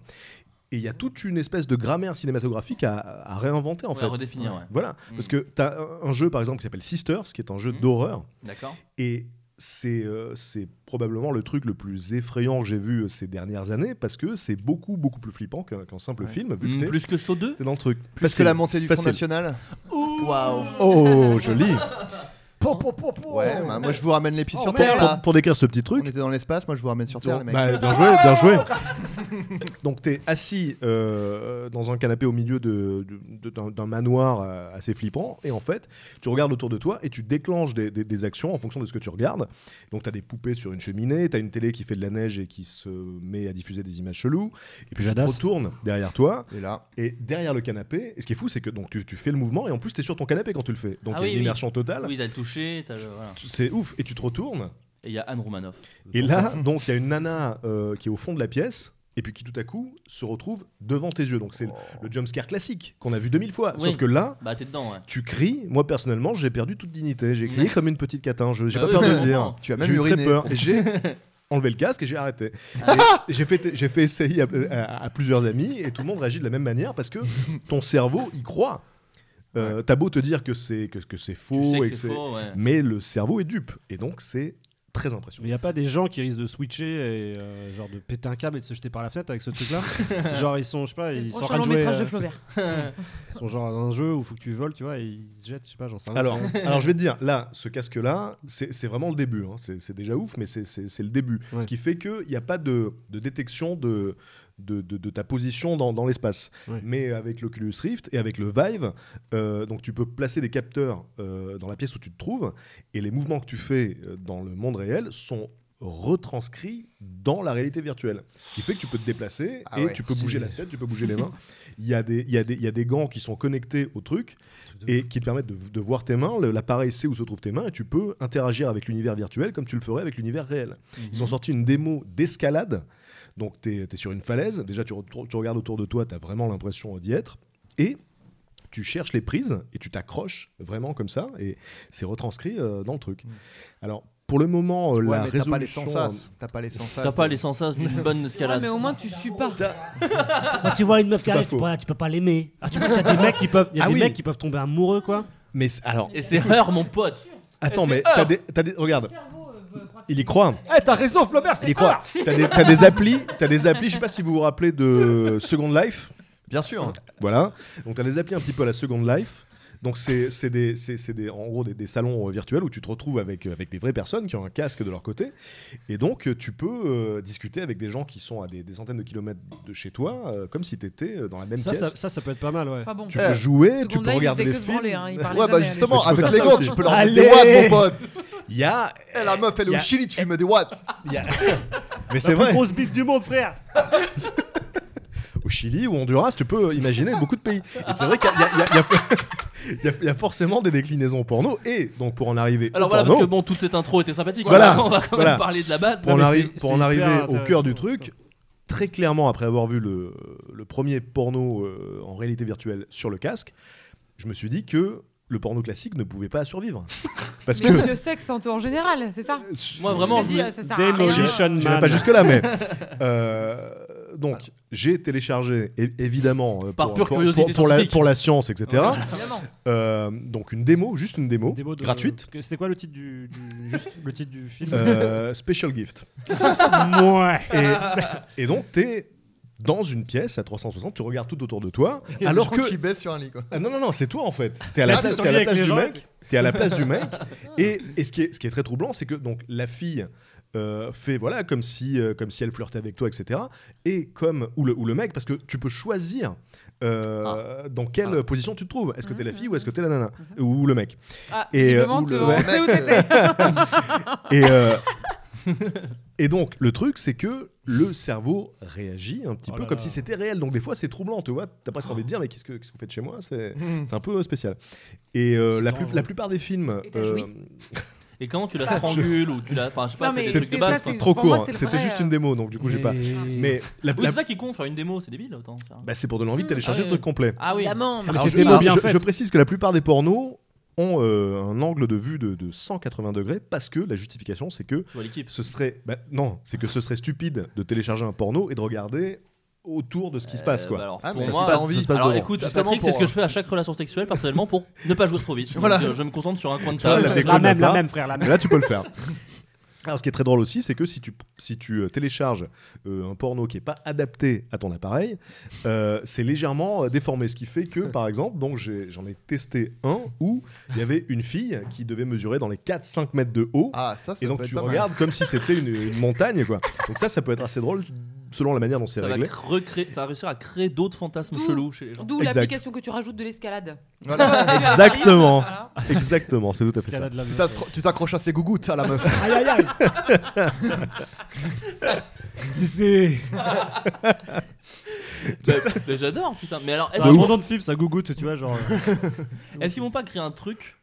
[SPEAKER 2] Et il y a toute une espèce de grammaire cinématographique à, à réinventer, en
[SPEAKER 1] Ouais,
[SPEAKER 2] fait.
[SPEAKER 1] à redéfinir, ouais.
[SPEAKER 2] Voilà,
[SPEAKER 1] Mm.
[SPEAKER 2] parce que tu as un jeu par exemple qui s'appelle Sisters, qui est un jeu
[SPEAKER 1] Mm.
[SPEAKER 2] d'horreur,
[SPEAKER 1] D'accord.
[SPEAKER 2] et c'est euh, c'est probablement le truc le plus effrayant que j'ai vu euh, ces dernières années, parce que c'est beaucoup, beaucoup plus flippant qu'un qu'un simple
[SPEAKER 3] Ouais.
[SPEAKER 2] film, vu
[SPEAKER 1] Mm,
[SPEAKER 2] que t'es-
[SPEAKER 1] plus que Saut 2
[SPEAKER 2] t'es dans le truc.
[SPEAKER 3] Plus que la montée du Front
[SPEAKER 2] facile.
[SPEAKER 3] National. Waouh.
[SPEAKER 2] Oh, joli
[SPEAKER 5] Po, po, po, po.
[SPEAKER 3] Ouais, bah, moi je vous ramène les pieds
[SPEAKER 5] Oh,
[SPEAKER 3] sur
[SPEAKER 5] merde.
[SPEAKER 3] terre
[SPEAKER 2] pour,
[SPEAKER 3] là.
[SPEAKER 2] pour- pour décrire ce petit
[SPEAKER 3] On
[SPEAKER 2] truc,
[SPEAKER 3] était dans l'espace, moi je vous ramène sur terre les mecs.
[SPEAKER 2] bah, bien joué, bien joué Donc t'es assis euh, dans un canapé au milieu de- de- de- d'un d'un manoir euh, assez flippant, et en fait, tu regardes autour de toi et tu déclenches des, des- des actions en fonction de ce que tu regardes. Donc t'as des poupées sur une cheminée, t'as une télé qui fait de la neige et qui se met à diffuser des images cheloues, et puis tu te
[SPEAKER 5] Badass.
[SPEAKER 2] retournes derrière toi,
[SPEAKER 3] Et là,
[SPEAKER 2] et derrière le canapé, et ce qui est fou, c'est que donc, tu, tu fais le mouvement, et en plus t'es sur ton canapé quand tu le fais. Donc
[SPEAKER 1] Ah
[SPEAKER 2] il y a
[SPEAKER 1] oui,
[SPEAKER 2] une
[SPEAKER 1] oui.
[SPEAKER 2] immersion totale.
[SPEAKER 1] Oui, t'as le touché, t'as le. Voilà.
[SPEAKER 2] C'est ouf, et tu te retournes,
[SPEAKER 1] Et il y a Anne Roumanoff.
[SPEAKER 2] et là, donc, il y a une nana euh, qui est au fond de la pièce et puis qui tout à coup se retrouve devant tes yeux. Donc, c'est le
[SPEAKER 3] Oh.
[SPEAKER 2] le jumpscare classique qu'on a vu 2000 fois.
[SPEAKER 1] Oui.
[SPEAKER 2] Sauf que là,
[SPEAKER 1] Bah, t'es dedans, ouais.
[SPEAKER 2] tu cries. Moi, personnellement, j'ai perdu toute dignité. J'ai crié
[SPEAKER 1] Ouais.
[SPEAKER 2] comme une petite catin. Je- J'ai
[SPEAKER 1] Bah
[SPEAKER 2] pas
[SPEAKER 1] oui,
[SPEAKER 2] peur de
[SPEAKER 1] je
[SPEAKER 2] le dire.
[SPEAKER 1] comprends.
[SPEAKER 3] tu as
[SPEAKER 2] J'ai
[SPEAKER 3] même
[SPEAKER 2] eu très
[SPEAKER 3] uriné.
[SPEAKER 2] peur. Et j'ai enlevé le casque et j'ai arrêté.
[SPEAKER 1] Ah
[SPEAKER 2] Et j'ai fait, j'ai fait essayer à, à- à plusieurs amis et tout le monde réagit de la même manière parce que ton cerveau y croit. Euh, T'as beau te dire que c'est que, que c'est
[SPEAKER 1] Tu
[SPEAKER 2] faux,
[SPEAKER 1] sais que
[SPEAKER 2] et que
[SPEAKER 1] c'est
[SPEAKER 2] c'est-
[SPEAKER 1] faux, ouais.
[SPEAKER 2] mais le cerveau est dupe. Et donc, c'est très impressionnant.
[SPEAKER 5] Mais y a pas des gens qui risquent de switcher et euh, genre de péter un câble et de se jeter par la fenêtre avec ce truc-là Genre ils sont, je sais pas,
[SPEAKER 4] C'est le
[SPEAKER 5] ils sont en
[SPEAKER 4] prochain
[SPEAKER 5] train de
[SPEAKER 4] long
[SPEAKER 5] jouer,
[SPEAKER 4] métrage
[SPEAKER 5] euh,
[SPEAKER 4] de Flaubert.
[SPEAKER 5] ils sont genre dans un jeu où faut que tu voles, tu vois, et ils se jettent, je sais pas, j'en sais rien.
[SPEAKER 2] Alors, alors je vais te dire, là, ce casque-là, c'est c'est vraiment le début. hein. C'est c'est déjà ouf, mais c'est- c'est c'est le début.
[SPEAKER 5] Ouais.
[SPEAKER 2] Ce qui fait qu'il n'y a pas de, de détection de, de, de- de ta position dans, dans l'espace.
[SPEAKER 5] Ouais.
[SPEAKER 2] Mais avec l'Oculus Rift et avec le Vive, euh, donc tu peux placer des capteurs euh, dans la pièce où tu te trouves, et les mouvements que tu fais euh, dans le monde réel sont retranscrits dans la réalité virtuelle. Ce qui fait que tu peux te déplacer
[SPEAKER 3] Ah
[SPEAKER 2] et
[SPEAKER 3] ouais.
[SPEAKER 2] tu peux
[SPEAKER 3] C'est-
[SPEAKER 2] bouger la tête, tu peux bouger les mains. Il y, a des- il y, a des- il y a des gants qui sont connectés au truc
[SPEAKER 5] Truc de-
[SPEAKER 2] et qui te permettent de, de voir tes mains. le- L'appareil sait où se trouvent tes mains et tu peux interagir avec l'univers virtuel comme tu le ferais avec l'univers réel.
[SPEAKER 3] Mhm.
[SPEAKER 2] Ils ont sorti une démo d'escalade. Donc, tu es, sur une falaise. Déjà, tu, re- tu regardes autour de toi, tu as vraiment l'impression euh, d'y être. Et tu cherches les prises et tu t'accroches vraiment comme ça. Et c'est retranscrit euh, dans le truc. Alors, pour le moment, euh,
[SPEAKER 3] Mhm. Ouais,
[SPEAKER 2] la
[SPEAKER 3] mais t'as pas les
[SPEAKER 2] résolution.
[SPEAKER 3] sensas. T'as pas les sensas.
[SPEAKER 1] T'as pas
[SPEAKER 3] de-
[SPEAKER 1] les sensations d'une bonne
[SPEAKER 4] Ouais,
[SPEAKER 1] escalade.
[SPEAKER 4] mais au moins tu sues pas.
[SPEAKER 5] Ah,
[SPEAKER 7] Quand tu vois une meuf
[SPEAKER 2] C'est
[SPEAKER 7] qui
[SPEAKER 2] pas
[SPEAKER 7] arrive, tu
[SPEAKER 2] faux.
[SPEAKER 7] peux pas- tu peux pas l'aimer. Ah, tu vois qu'il y a des mecs qui peuvent, il y a
[SPEAKER 2] Ah
[SPEAKER 7] des
[SPEAKER 2] oui.
[SPEAKER 7] mecs qui peuvent tomber amoureux, quoi.
[SPEAKER 2] Mais c'est- alors,
[SPEAKER 1] Et c'est rare, mon pote.
[SPEAKER 2] attends, mais
[SPEAKER 1] c'est
[SPEAKER 2] t'as
[SPEAKER 1] hors.
[SPEAKER 2] des, t'as des- regarde,
[SPEAKER 4] cerveau, euh,
[SPEAKER 2] il y croit.
[SPEAKER 5] Eh, t'as raison, Flaubert, c'est
[SPEAKER 2] Il y croit. T'as des, t'as des applis, t'as des applis. Je sais pas si vous vous rappelez de Second Life.
[SPEAKER 3] Bien sûr.
[SPEAKER 2] Voilà. Donc, tu as des applis un petit peu à la Second Life. Donc c'est c'est des, c'est- c'est des- en gros des, des salons euh, virtuels où tu te retrouves avec, euh, avec des vraies personnes qui ont un casque de leur côté. Et donc euh, tu peux euh, discuter avec des gens qui sont à des, des centaines de kilomètres de chez toi, euh, comme si tu étais dans la même
[SPEAKER 5] Ça, ça,
[SPEAKER 2] pièce.
[SPEAKER 5] ça, ça peut être pas mal, ouais.
[SPEAKER 4] Enfin bon.
[SPEAKER 2] Tu
[SPEAKER 3] Eh,
[SPEAKER 2] peux jouer,
[SPEAKER 4] Seconde
[SPEAKER 2] tu peux
[SPEAKER 4] là, Euh, il
[SPEAKER 2] regarder
[SPEAKER 4] faisait
[SPEAKER 2] des
[SPEAKER 4] que se branler,
[SPEAKER 2] films.
[SPEAKER 4] hein, il parlait
[SPEAKER 3] Ouais, bah
[SPEAKER 4] jamais,
[SPEAKER 3] justement,
[SPEAKER 2] Tu peux
[SPEAKER 3] avec
[SPEAKER 2] faire
[SPEAKER 3] les
[SPEAKER 2] ça
[SPEAKER 3] gants,
[SPEAKER 2] aussi.
[SPEAKER 3] tu peux leur mettre
[SPEAKER 7] Allez
[SPEAKER 3] des watts, mon pote.
[SPEAKER 2] Il y a,
[SPEAKER 3] Eh, la meuf, elle est
[SPEAKER 7] Y
[SPEAKER 3] au
[SPEAKER 7] a-
[SPEAKER 3] Chili, tu lui mets des watts.
[SPEAKER 7] Il y a
[SPEAKER 2] mais c'est
[SPEAKER 7] la plus
[SPEAKER 2] vrai,
[SPEAKER 7] grosse bite du monde, frère.
[SPEAKER 2] au Chili ou Honduras, tu peux imaginer beaucoup de pays. Et c'est vrai qu'il y a, il y a- il y a- il y a- il y a forcément des déclinaisons porno. Et donc pour en arriver au
[SPEAKER 1] Alors voilà, parce
[SPEAKER 2] porno,
[SPEAKER 1] que bon, toute cette intro était sympathique.
[SPEAKER 2] Voilà.
[SPEAKER 1] mais On va quand
[SPEAKER 2] Voilà.
[SPEAKER 1] même parler de la base.
[SPEAKER 2] pour,
[SPEAKER 1] Non,
[SPEAKER 2] en,
[SPEAKER 1] mais
[SPEAKER 2] arri-
[SPEAKER 1] c'est-
[SPEAKER 2] pour
[SPEAKER 5] c'est
[SPEAKER 2] en arriver
[SPEAKER 5] hyper
[SPEAKER 2] au cœur du
[SPEAKER 5] intéressant,
[SPEAKER 2] truc, très clairement, après avoir vu le, le premier porno euh, en réalité virtuelle sur le casque, je me suis dit que le porno classique ne pouvait pas survivre. Parce
[SPEAKER 4] Mais
[SPEAKER 2] que.
[SPEAKER 4] le sexe en tout en général, c'est ça
[SPEAKER 1] Moi vraiment,
[SPEAKER 4] Je
[SPEAKER 1] je
[SPEAKER 4] te dis,
[SPEAKER 1] voulais-
[SPEAKER 4] ça Ah, euh, sert à rien.
[SPEAKER 5] Demolition Man.
[SPEAKER 2] J'irai pas jusque-là, mais. euh, donc, j'ai téléchargé, é- évidemment, euh,
[SPEAKER 1] Par
[SPEAKER 2] pour,
[SPEAKER 1] pure
[SPEAKER 2] pour-
[SPEAKER 1] curiosité
[SPEAKER 2] pour- pour la,
[SPEAKER 1] scientifique.
[SPEAKER 2] pour la science, etc.
[SPEAKER 4] Évidemment.
[SPEAKER 2] Euh, donc, une démo, juste une démo,
[SPEAKER 5] Une démo de-
[SPEAKER 2] gratuite.
[SPEAKER 5] que- C'était quoi le titre du, du- juste le titre du film
[SPEAKER 2] euh, special gift.
[SPEAKER 7] Mouais.
[SPEAKER 3] Ah.
[SPEAKER 2] Et, et donc, t'es dans une pièce à 360, tu regardes tout autour de toi,
[SPEAKER 3] Il y a
[SPEAKER 2] alors
[SPEAKER 3] des gens
[SPEAKER 2] que.
[SPEAKER 3] qui baissent sur un lit, quoi.
[SPEAKER 2] Ah non, non, non, c'est toi en fait. T'es à la,
[SPEAKER 3] Ah,
[SPEAKER 2] place-
[SPEAKER 3] t'es sur
[SPEAKER 2] t'es à
[SPEAKER 7] le
[SPEAKER 2] la
[SPEAKER 7] lit avec
[SPEAKER 2] place
[SPEAKER 7] les
[SPEAKER 2] du
[SPEAKER 7] gens.
[SPEAKER 2] mec. T'es à la place du mec. Et, et ce, qui est, ce qui est très troublant, c'est que donc la fille euh, fait voilà comme si euh, comme si elle flirtait avec toi, etc. Et comme ou le, ou le mec, parce que tu peux choisir. euh, Dans quelle
[SPEAKER 1] Ah.
[SPEAKER 2] position tu te trouves Est-ce que t'es la
[SPEAKER 4] Mhm.
[SPEAKER 2] fille ou est-ce que t'es la nana
[SPEAKER 3] Mm-hmm.
[SPEAKER 2] Ou le mec
[SPEAKER 4] Ah,
[SPEAKER 2] Et,
[SPEAKER 4] et
[SPEAKER 2] euh,
[SPEAKER 3] Ou le
[SPEAKER 4] on sait où
[SPEAKER 3] mec,
[SPEAKER 4] t'étais.
[SPEAKER 2] et, euh, et donc, le truc, c'est que le cerveau réagit un petit
[SPEAKER 5] Oh
[SPEAKER 2] peu
[SPEAKER 5] là
[SPEAKER 2] comme
[SPEAKER 5] là.
[SPEAKER 2] si c'était réel. Donc, des fois, c'est troublant, tu vois. T'as presque envie de dire, mais qu'est-ce que, qu'est-ce que vous faites chez moi C'est
[SPEAKER 3] euh,
[SPEAKER 2] c'est un peu spécial. Et euh,
[SPEAKER 5] C'est
[SPEAKER 2] la, plus-
[SPEAKER 5] dangereux.
[SPEAKER 2] la plupart des films. euh,
[SPEAKER 4] Et t'as joui
[SPEAKER 1] Et comment tu la strangules ou tu la. Enfin, je sais pas,
[SPEAKER 4] Non,
[SPEAKER 1] c'est
[SPEAKER 4] mais
[SPEAKER 1] des trucs de
[SPEAKER 4] c'est
[SPEAKER 1] base.
[SPEAKER 4] ça,
[SPEAKER 1] quoi.
[SPEAKER 4] c'est-
[SPEAKER 2] trop
[SPEAKER 4] pour moi,
[SPEAKER 2] court.
[SPEAKER 4] c'est le
[SPEAKER 2] C'était
[SPEAKER 4] vrai,
[SPEAKER 2] juste
[SPEAKER 4] euh,
[SPEAKER 2] une démo, donc du coup, j'ai pas. Mais la,
[SPEAKER 1] Oui,
[SPEAKER 2] la-
[SPEAKER 1] c'est ça qui compte, faire une démo, c'est débile autant. faire un-
[SPEAKER 2] bah, c'est pour donner envie de
[SPEAKER 4] Mm,
[SPEAKER 2] télécharger
[SPEAKER 1] ah oui.
[SPEAKER 2] le truc complet.
[SPEAKER 1] Ah oui,
[SPEAKER 4] Évidemment. mais-
[SPEAKER 5] Alors,
[SPEAKER 2] Alors,
[SPEAKER 5] c'est
[SPEAKER 2] je,
[SPEAKER 5] bien
[SPEAKER 2] je-
[SPEAKER 5] fait.
[SPEAKER 2] je précise que la plupart des pornos ont euh, un angle de vue de, de 180 degrés parce que la justification, c'est que
[SPEAKER 1] tu vois l'équipe.
[SPEAKER 2] ce serait bah, non c'est que ce serait stupide de télécharger un porno et de regarder autour de ce qui se passe
[SPEAKER 1] Euh,
[SPEAKER 2] quoi
[SPEAKER 1] bah alors,
[SPEAKER 3] Ah, mais
[SPEAKER 1] pour
[SPEAKER 3] ça se
[SPEAKER 1] moi,
[SPEAKER 3] passe- ça se passe
[SPEAKER 1] alors
[SPEAKER 2] devant.
[SPEAKER 1] écoute,
[SPEAKER 3] Justement
[SPEAKER 1] Patrick, c'est ce
[SPEAKER 3] pour,
[SPEAKER 1] que je fais à chaque relation sexuelle personnellement pour ne pas jouer trop vite. Donc,
[SPEAKER 3] Voilà.
[SPEAKER 1] euh, je me concentre sur un coin de
[SPEAKER 5] Ah,
[SPEAKER 2] vois, la
[SPEAKER 1] table.
[SPEAKER 2] déco-
[SPEAKER 7] La
[SPEAKER 2] Déconne
[SPEAKER 7] même,
[SPEAKER 2] pas.
[SPEAKER 7] la même, frère, la
[SPEAKER 2] mais
[SPEAKER 7] même.
[SPEAKER 2] là tu peux le faire alors ce qui est très drôle aussi c'est que si tu si tu euh, télécharges euh, un porno qui est pas adapté à ton appareil euh, c'est légèrement euh, déformé ce qui fait que par exemple donc j'ai- j'en ai, testé un où il y avait une fille qui devait mesurer dans les 4 5 mètres de haut
[SPEAKER 3] Ah, ça, ça
[SPEAKER 2] et donc
[SPEAKER 3] peut être
[SPEAKER 2] tu
[SPEAKER 3] pas mal.
[SPEAKER 2] regardes comme si c'était une, une montagne quoi donc ça ça peut être assez drôle selon la manière dont c'est
[SPEAKER 1] Ça va,
[SPEAKER 2] réglé
[SPEAKER 1] recréer, ça va réussir à créer d'autres fantasmes
[SPEAKER 4] D'où-
[SPEAKER 1] chelous chez les gens.
[SPEAKER 4] D'où
[SPEAKER 2] Exact.
[SPEAKER 4] l'application que tu rajoutes de l'escalade.
[SPEAKER 3] Voilà.
[SPEAKER 2] Exactement.
[SPEAKER 4] Voilà.
[SPEAKER 2] exactement c'est tout à fait ça
[SPEAKER 5] Escalade la
[SPEAKER 3] Tu
[SPEAKER 5] meuf.
[SPEAKER 3] t'attro- Tu t'accroches à ses gougouttes, à la meuf.
[SPEAKER 7] Aïe, aïe, aïe. C'est- C'est.
[SPEAKER 1] Mais- mais Bah, J'adore, putain. Mais alors,
[SPEAKER 5] C'est
[SPEAKER 1] est-ce
[SPEAKER 5] un
[SPEAKER 1] qu'ils
[SPEAKER 5] bon
[SPEAKER 1] vont-
[SPEAKER 5] nom de film, ça gougoute, tu vois, genre.
[SPEAKER 1] est-ce qu'ils vont pas créer un truc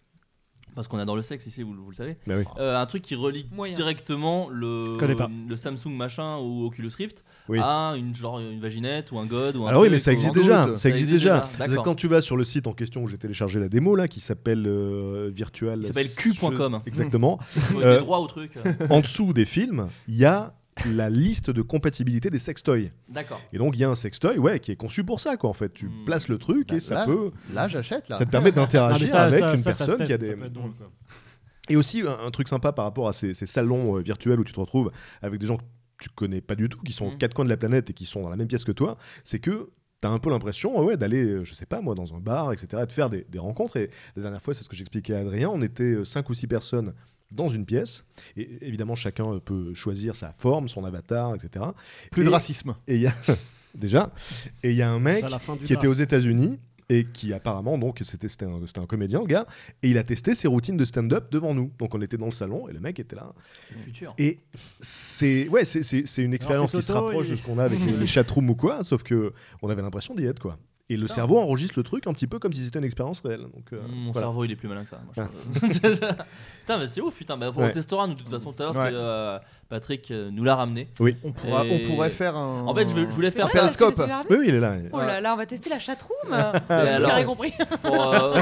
[SPEAKER 1] Parce qu'on adore le sexe ici, vous, vous le savez.
[SPEAKER 2] Bah oui.
[SPEAKER 1] Euh, un truc qui relie
[SPEAKER 4] Moyen.
[SPEAKER 1] directement le,
[SPEAKER 5] Connais pas.
[SPEAKER 1] le Samsung machin ou Oculus Rift
[SPEAKER 2] Oui.
[SPEAKER 1] à une, genre, une vaginette ou un god ou un
[SPEAKER 2] Alors oui,
[SPEAKER 1] truc
[SPEAKER 2] mais ça
[SPEAKER 1] ou-
[SPEAKER 2] existe
[SPEAKER 3] un
[SPEAKER 2] déjà.
[SPEAKER 3] doute.
[SPEAKER 2] Ça existe déjà.
[SPEAKER 1] D'accord.
[SPEAKER 2] Quand tu vas sur le site en question où j'ai téléchargé la démo là, qui s'appelle euh, Virtual,
[SPEAKER 1] Il s'appelle Q.com.
[SPEAKER 2] Exactement.
[SPEAKER 1] Faut
[SPEAKER 2] Euh,
[SPEAKER 1] des droits au truc. euh.
[SPEAKER 5] Hmm.
[SPEAKER 2] en dessous des films, il y a la liste de compatibilité des sextoys.
[SPEAKER 1] D'accord.
[SPEAKER 2] Et donc il y a un sextoy, ouais, qui est conçu pour ça quoi. En fait, tu
[SPEAKER 1] Hmm.
[SPEAKER 2] places le truc
[SPEAKER 3] Bah,
[SPEAKER 2] et ça
[SPEAKER 3] là.
[SPEAKER 2] peut,
[SPEAKER 3] Là, j'achète, là.
[SPEAKER 2] ça te permet
[SPEAKER 5] Non,
[SPEAKER 2] d'interagir
[SPEAKER 5] mais ça,
[SPEAKER 2] avec
[SPEAKER 5] ça-
[SPEAKER 2] une
[SPEAKER 5] ça, ça se
[SPEAKER 2] personne qui a
[SPEAKER 5] teste,
[SPEAKER 2] des.
[SPEAKER 5] ça peut être drôle, quoi.
[SPEAKER 2] Et aussi un, un truc sympa par rapport à ces, ces salons euh, virtuels où tu te retrouves avec des gens que tu connais pas du tout, qui sont aux
[SPEAKER 1] Mm.
[SPEAKER 2] quatre coins de la planète et qui sont dans la même pièce que toi, c'est que t'as un peu l'impression euh, ouais, d'aller, euh, je sais pas moi, dans un bar, etc., et de faire des, des rencontres. Et la dernière fois, c'est ce que j'expliquais à Adrien, on était euh, cinq ou six personnes dans une pièce, et évidemment chacun euh, peut choisir sa forme, son avatar, etc.
[SPEAKER 3] Plus de
[SPEAKER 2] Et-
[SPEAKER 3] racisme.
[SPEAKER 2] Et il y a déjà, et il y a un mec
[SPEAKER 5] C'est à la fin du
[SPEAKER 2] qui était
[SPEAKER 5] bar.
[SPEAKER 2] aux États-Unis et qui apparemment donc c'était c'était un, c'était un comédien le gars et il a testé ses routines de stand-up devant nous donc on était dans le salon et le mec était là
[SPEAKER 1] Le futur.
[SPEAKER 2] et euh, c'est ouais c'est- c'est c'est une expérience
[SPEAKER 5] c'est
[SPEAKER 2] qui se
[SPEAKER 5] Toto,
[SPEAKER 2] rapproche
[SPEAKER 5] il-
[SPEAKER 2] de ce qu'on a avec les, les chatrooms ou quoi sauf que on avait l'impression d'y être quoi et le cerveau enregistre le truc un petit peu comme si c'était une expérience réelle donc euh,
[SPEAKER 1] Mm, Mon
[SPEAKER 2] voilà.
[SPEAKER 1] cerveau il est plus malin que ça. moi, je
[SPEAKER 2] Ah.
[SPEAKER 1] trouve. putain, mais c'est ouf, putain. Bah, faut-
[SPEAKER 2] Ouais.
[SPEAKER 1] On testera nous de toute façon tout à l'heure.
[SPEAKER 3] Ouais.
[SPEAKER 1] parce que, euh, Patrick euh, nous l'a ramené.
[SPEAKER 3] On, pourra-
[SPEAKER 1] Et-
[SPEAKER 3] on pourrait faire un.
[SPEAKER 1] En fait, je, veux- je voulais
[SPEAKER 4] C'est
[SPEAKER 1] faire
[SPEAKER 4] vrai,
[SPEAKER 1] ça.
[SPEAKER 4] parce que
[SPEAKER 3] Periscope.
[SPEAKER 4] tu l'as ramené
[SPEAKER 2] oui oui il est là
[SPEAKER 4] Oh là là, on va tester la chatroom.
[SPEAKER 1] alors
[SPEAKER 4] Vous avez compris.
[SPEAKER 1] pour, euh,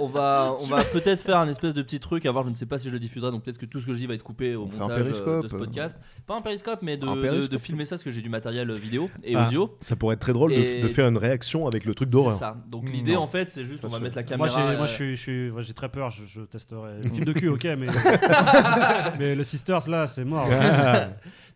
[SPEAKER 1] on va, on va peut-être faire un espèce de petit truc. À voir, je ne sais pas si je le diffuserai. Donc peut-être que tout ce que je dis va être coupé au
[SPEAKER 3] On fait un
[SPEAKER 1] montage euh, de
[SPEAKER 3] périscope,
[SPEAKER 1] ce
[SPEAKER 3] euh.
[SPEAKER 1] podcast. Pas un périscope, mais de,
[SPEAKER 3] Un
[SPEAKER 1] de-
[SPEAKER 3] périscope.
[SPEAKER 1] de filmer ça parce que j'ai du matériel euh, vidéo et
[SPEAKER 2] Ah.
[SPEAKER 1] audio.
[SPEAKER 2] ça pourrait être très drôle de,
[SPEAKER 1] Et-
[SPEAKER 2] de faire une réaction avec le truc
[SPEAKER 1] C'est
[SPEAKER 2] d'horreur
[SPEAKER 1] ça. Donc
[SPEAKER 3] Mm,
[SPEAKER 1] l'idée
[SPEAKER 3] non.
[SPEAKER 1] en fait, c'est juste
[SPEAKER 3] Ça,
[SPEAKER 1] on va
[SPEAKER 3] c'est-
[SPEAKER 1] mettre la caméra.
[SPEAKER 5] Moi, j'ai, moi,
[SPEAKER 1] euh,
[SPEAKER 5] je suis, je suis- moi, j'ai très peur. Je, je testerai. Le film de cul, ok, mais mais le sisters là, c'est mort.
[SPEAKER 2] Ah.
[SPEAKER 1] euh,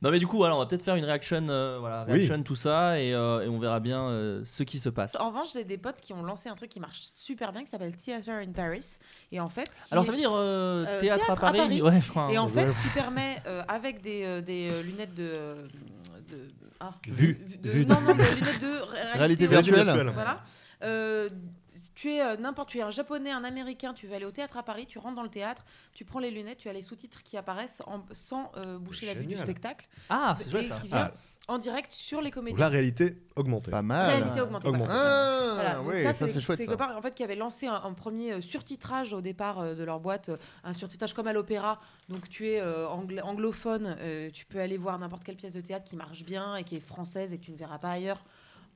[SPEAKER 1] Non, mais du coup, voilà, on va peut-être faire une reaction, euh, voilà,
[SPEAKER 2] Oui.
[SPEAKER 1] reaction, tout ça, et, euh, et on verra bien euh, ce qui se passe.
[SPEAKER 4] En revanche, j'ai des potes qui ont lancé un truc qui marche super bien qui s'appelle Theater in Paris. Et en fait. qui
[SPEAKER 1] Alors,
[SPEAKER 4] est-
[SPEAKER 1] ça veut dire euh,
[SPEAKER 4] Euh,
[SPEAKER 1] théâtre, à
[SPEAKER 4] théâtre à
[SPEAKER 1] Paris,
[SPEAKER 4] Paris.
[SPEAKER 1] Ouais, je crois.
[SPEAKER 4] Et
[SPEAKER 1] hein.
[SPEAKER 4] en fait, ce qui permet, euh, avec des, euh, des euh, lunettes de. euh, de- ah.
[SPEAKER 1] Vue.
[SPEAKER 4] De-
[SPEAKER 1] Vue.
[SPEAKER 4] Non, non, de lunettes de ré-
[SPEAKER 3] Réalité
[SPEAKER 4] réalité
[SPEAKER 3] virtuelle.
[SPEAKER 4] Voilà. Euh, tu es euh, n'importe, tu es un japonais, un américain, tu vas aller au théâtre à Paris, tu rentres dans le théâtre, tu prends les lunettes, tu as les sous-titres qui apparaissent en- sans euh, boucher la vue du
[SPEAKER 2] Génial.
[SPEAKER 4] spectacle
[SPEAKER 1] Ah,
[SPEAKER 4] et
[SPEAKER 1] c'est chouette. ça.
[SPEAKER 4] qui vient
[SPEAKER 2] Ah.
[SPEAKER 4] en direct sur les comédies.
[SPEAKER 2] Donc la réalité augmentée.
[SPEAKER 3] Pas mal.
[SPEAKER 4] Réalité augmentée.
[SPEAKER 2] Augmentée.
[SPEAKER 4] voilà.
[SPEAKER 3] Ah,
[SPEAKER 4] Voilà, donc
[SPEAKER 3] ouais,
[SPEAKER 4] ça,
[SPEAKER 3] ça c'est chouette.
[SPEAKER 4] C'est
[SPEAKER 3] ça.
[SPEAKER 4] copains, en fait, qui avaient lancé un, un premier euh, surtitrage au départ euh, de leur boîte, euh, un surtitrage comme à l'opéra. Donc, tu es euh, angl- anglophone, euh, tu peux aller voir n'importe quelle pièce de théâtre qui marche bien et qui est française et que tu ne verras pas ailleurs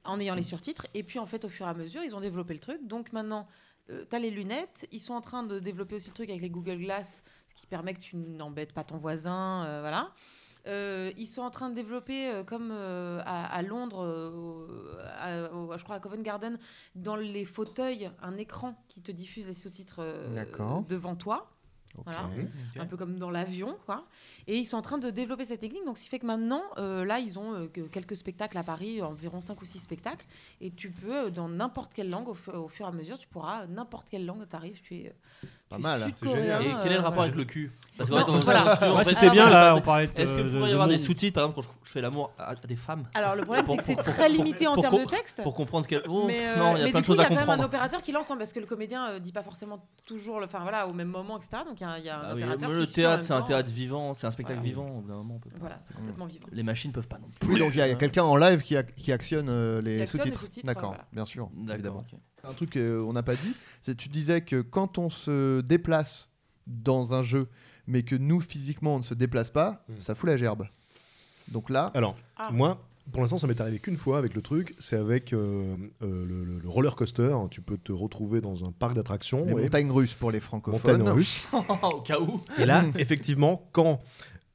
[SPEAKER 4] en ayant les
[SPEAKER 3] Mm.
[SPEAKER 4] surtitres. Et puis, en fait, au fur et à mesure, ils ont développé le truc. Donc, maintenant, tu as Euh, les lunettes. Ils sont en train de développer aussi le truc avec les Google Glass, ce qui permet que tu n'embêtes pas ton voisin. euh, voilà. Euh, ils sont en train de développer, euh, comme euh, à, à Londres, euh, au- à- au- je crois à Covent Garden, dans les fauteuils un écran qui te diffuse les sous-titres euh,
[SPEAKER 3] D'accord.
[SPEAKER 4] devant toi,
[SPEAKER 3] Ok.
[SPEAKER 4] Voilà.
[SPEAKER 3] Mmh.
[SPEAKER 4] un peu comme dans l'avion, quoi. Et ils sont en train de développer cette technique, donc ce qui fait que maintenant, euh, là, ils ont euh, que- quelques spectacles à Paris, environ 5 ou 6 spectacles, et tu peux, euh, dans n'importe quelle langue, au, fu- au fur et à mesure, tu pourras, euh, n'importe quelle langue, t'arrives, tu es,
[SPEAKER 3] Pas mal, hein,
[SPEAKER 2] c'est génial.
[SPEAKER 4] sud-coréen.
[SPEAKER 1] Et quel est le
[SPEAKER 4] euh,
[SPEAKER 1] rapport avec le cul Parce qu'en
[SPEAKER 4] Non,
[SPEAKER 1] fait, on-
[SPEAKER 4] voilà.
[SPEAKER 1] on- en
[SPEAKER 5] Ouais,
[SPEAKER 1] fait,
[SPEAKER 5] C'était Euh,
[SPEAKER 4] alors,
[SPEAKER 5] bien là,
[SPEAKER 1] voilà.
[SPEAKER 5] on parlait de.
[SPEAKER 1] Est-ce que
[SPEAKER 5] de-
[SPEAKER 1] pourrait y
[SPEAKER 5] de
[SPEAKER 1] avoir des
[SPEAKER 5] monde.
[SPEAKER 1] sous-titres, par exemple, quand je- je fais l'amour à, à des femmes
[SPEAKER 4] Alors le problème,
[SPEAKER 1] Pour-
[SPEAKER 4] c'est que c'est
[SPEAKER 1] pour-
[SPEAKER 4] très
[SPEAKER 1] pour-
[SPEAKER 4] limité en
[SPEAKER 1] pour-
[SPEAKER 4] termes de
[SPEAKER 1] pour-
[SPEAKER 4] texte.
[SPEAKER 1] pour comprendre ce qu'elle. Oh, non, il y
[SPEAKER 4] Mais, euh, mais
[SPEAKER 1] a plein de
[SPEAKER 4] du coup,
[SPEAKER 1] choses
[SPEAKER 4] il y
[SPEAKER 1] à
[SPEAKER 4] a quand même un
[SPEAKER 1] comprendre.
[SPEAKER 4] opérateur qui lance, hein, parce que le comédien euh, dit pas forcément toujours, le- enfin voilà, au même moment, etc. Donc il y a, il y a un
[SPEAKER 1] Ah oui,
[SPEAKER 4] opérateur.
[SPEAKER 1] mais
[SPEAKER 4] qui
[SPEAKER 1] le
[SPEAKER 4] suit en
[SPEAKER 1] théâtre,
[SPEAKER 4] même
[SPEAKER 1] c'est un
[SPEAKER 4] temps.
[SPEAKER 1] théâtre Ah vivant, c'est un spectacle
[SPEAKER 4] Voilà.
[SPEAKER 1] vivant. Au bout d'un moment, on peut pas.
[SPEAKER 4] Voilà, c'est complètement vivant.
[SPEAKER 1] Les machines peuvent pas non plus.
[SPEAKER 3] Oui, donc il y a, il y a quelqu'un en live qui, ac- qui actionne euh, les
[SPEAKER 4] Qui actionne les
[SPEAKER 3] sous-titres.
[SPEAKER 4] sous-titres,
[SPEAKER 3] D'accord,
[SPEAKER 4] voilà.
[SPEAKER 3] bien sûr.
[SPEAKER 1] D'accord.
[SPEAKER 3] Évidemment.
[SPEAKER 1] ok.
[SPEAKER 3] Un truc qu'on n'a pas dit, c'est que tu disais que quand on se déplace dans un jeu, mais que nous physiquement on ne se déplace pas,
[SPEAKER 2] Hmm.
[SPEAKER 3] ça fout la gerbe. Donc là,
[SPEAKER 2] Alors,
[SPEAKER 4] Ah.
[SPEAKER 2] moi, pour l'instant, ça m'est arrivé qu'une fois avec le truc. C'est avec euh, euh, le, le- le roller coaster. Tu peux te retrouver dans un parc d'attractions.
[SPEAKER 3] les
[SPEAKER 2] et-
[SPEAKER 3] montagnes russes pour les francophones.
[SPEAKER 2] montagne russe.
[SPEAKER 1] Au cas où.
[SPEAKER 2] Et là, effectivement, quand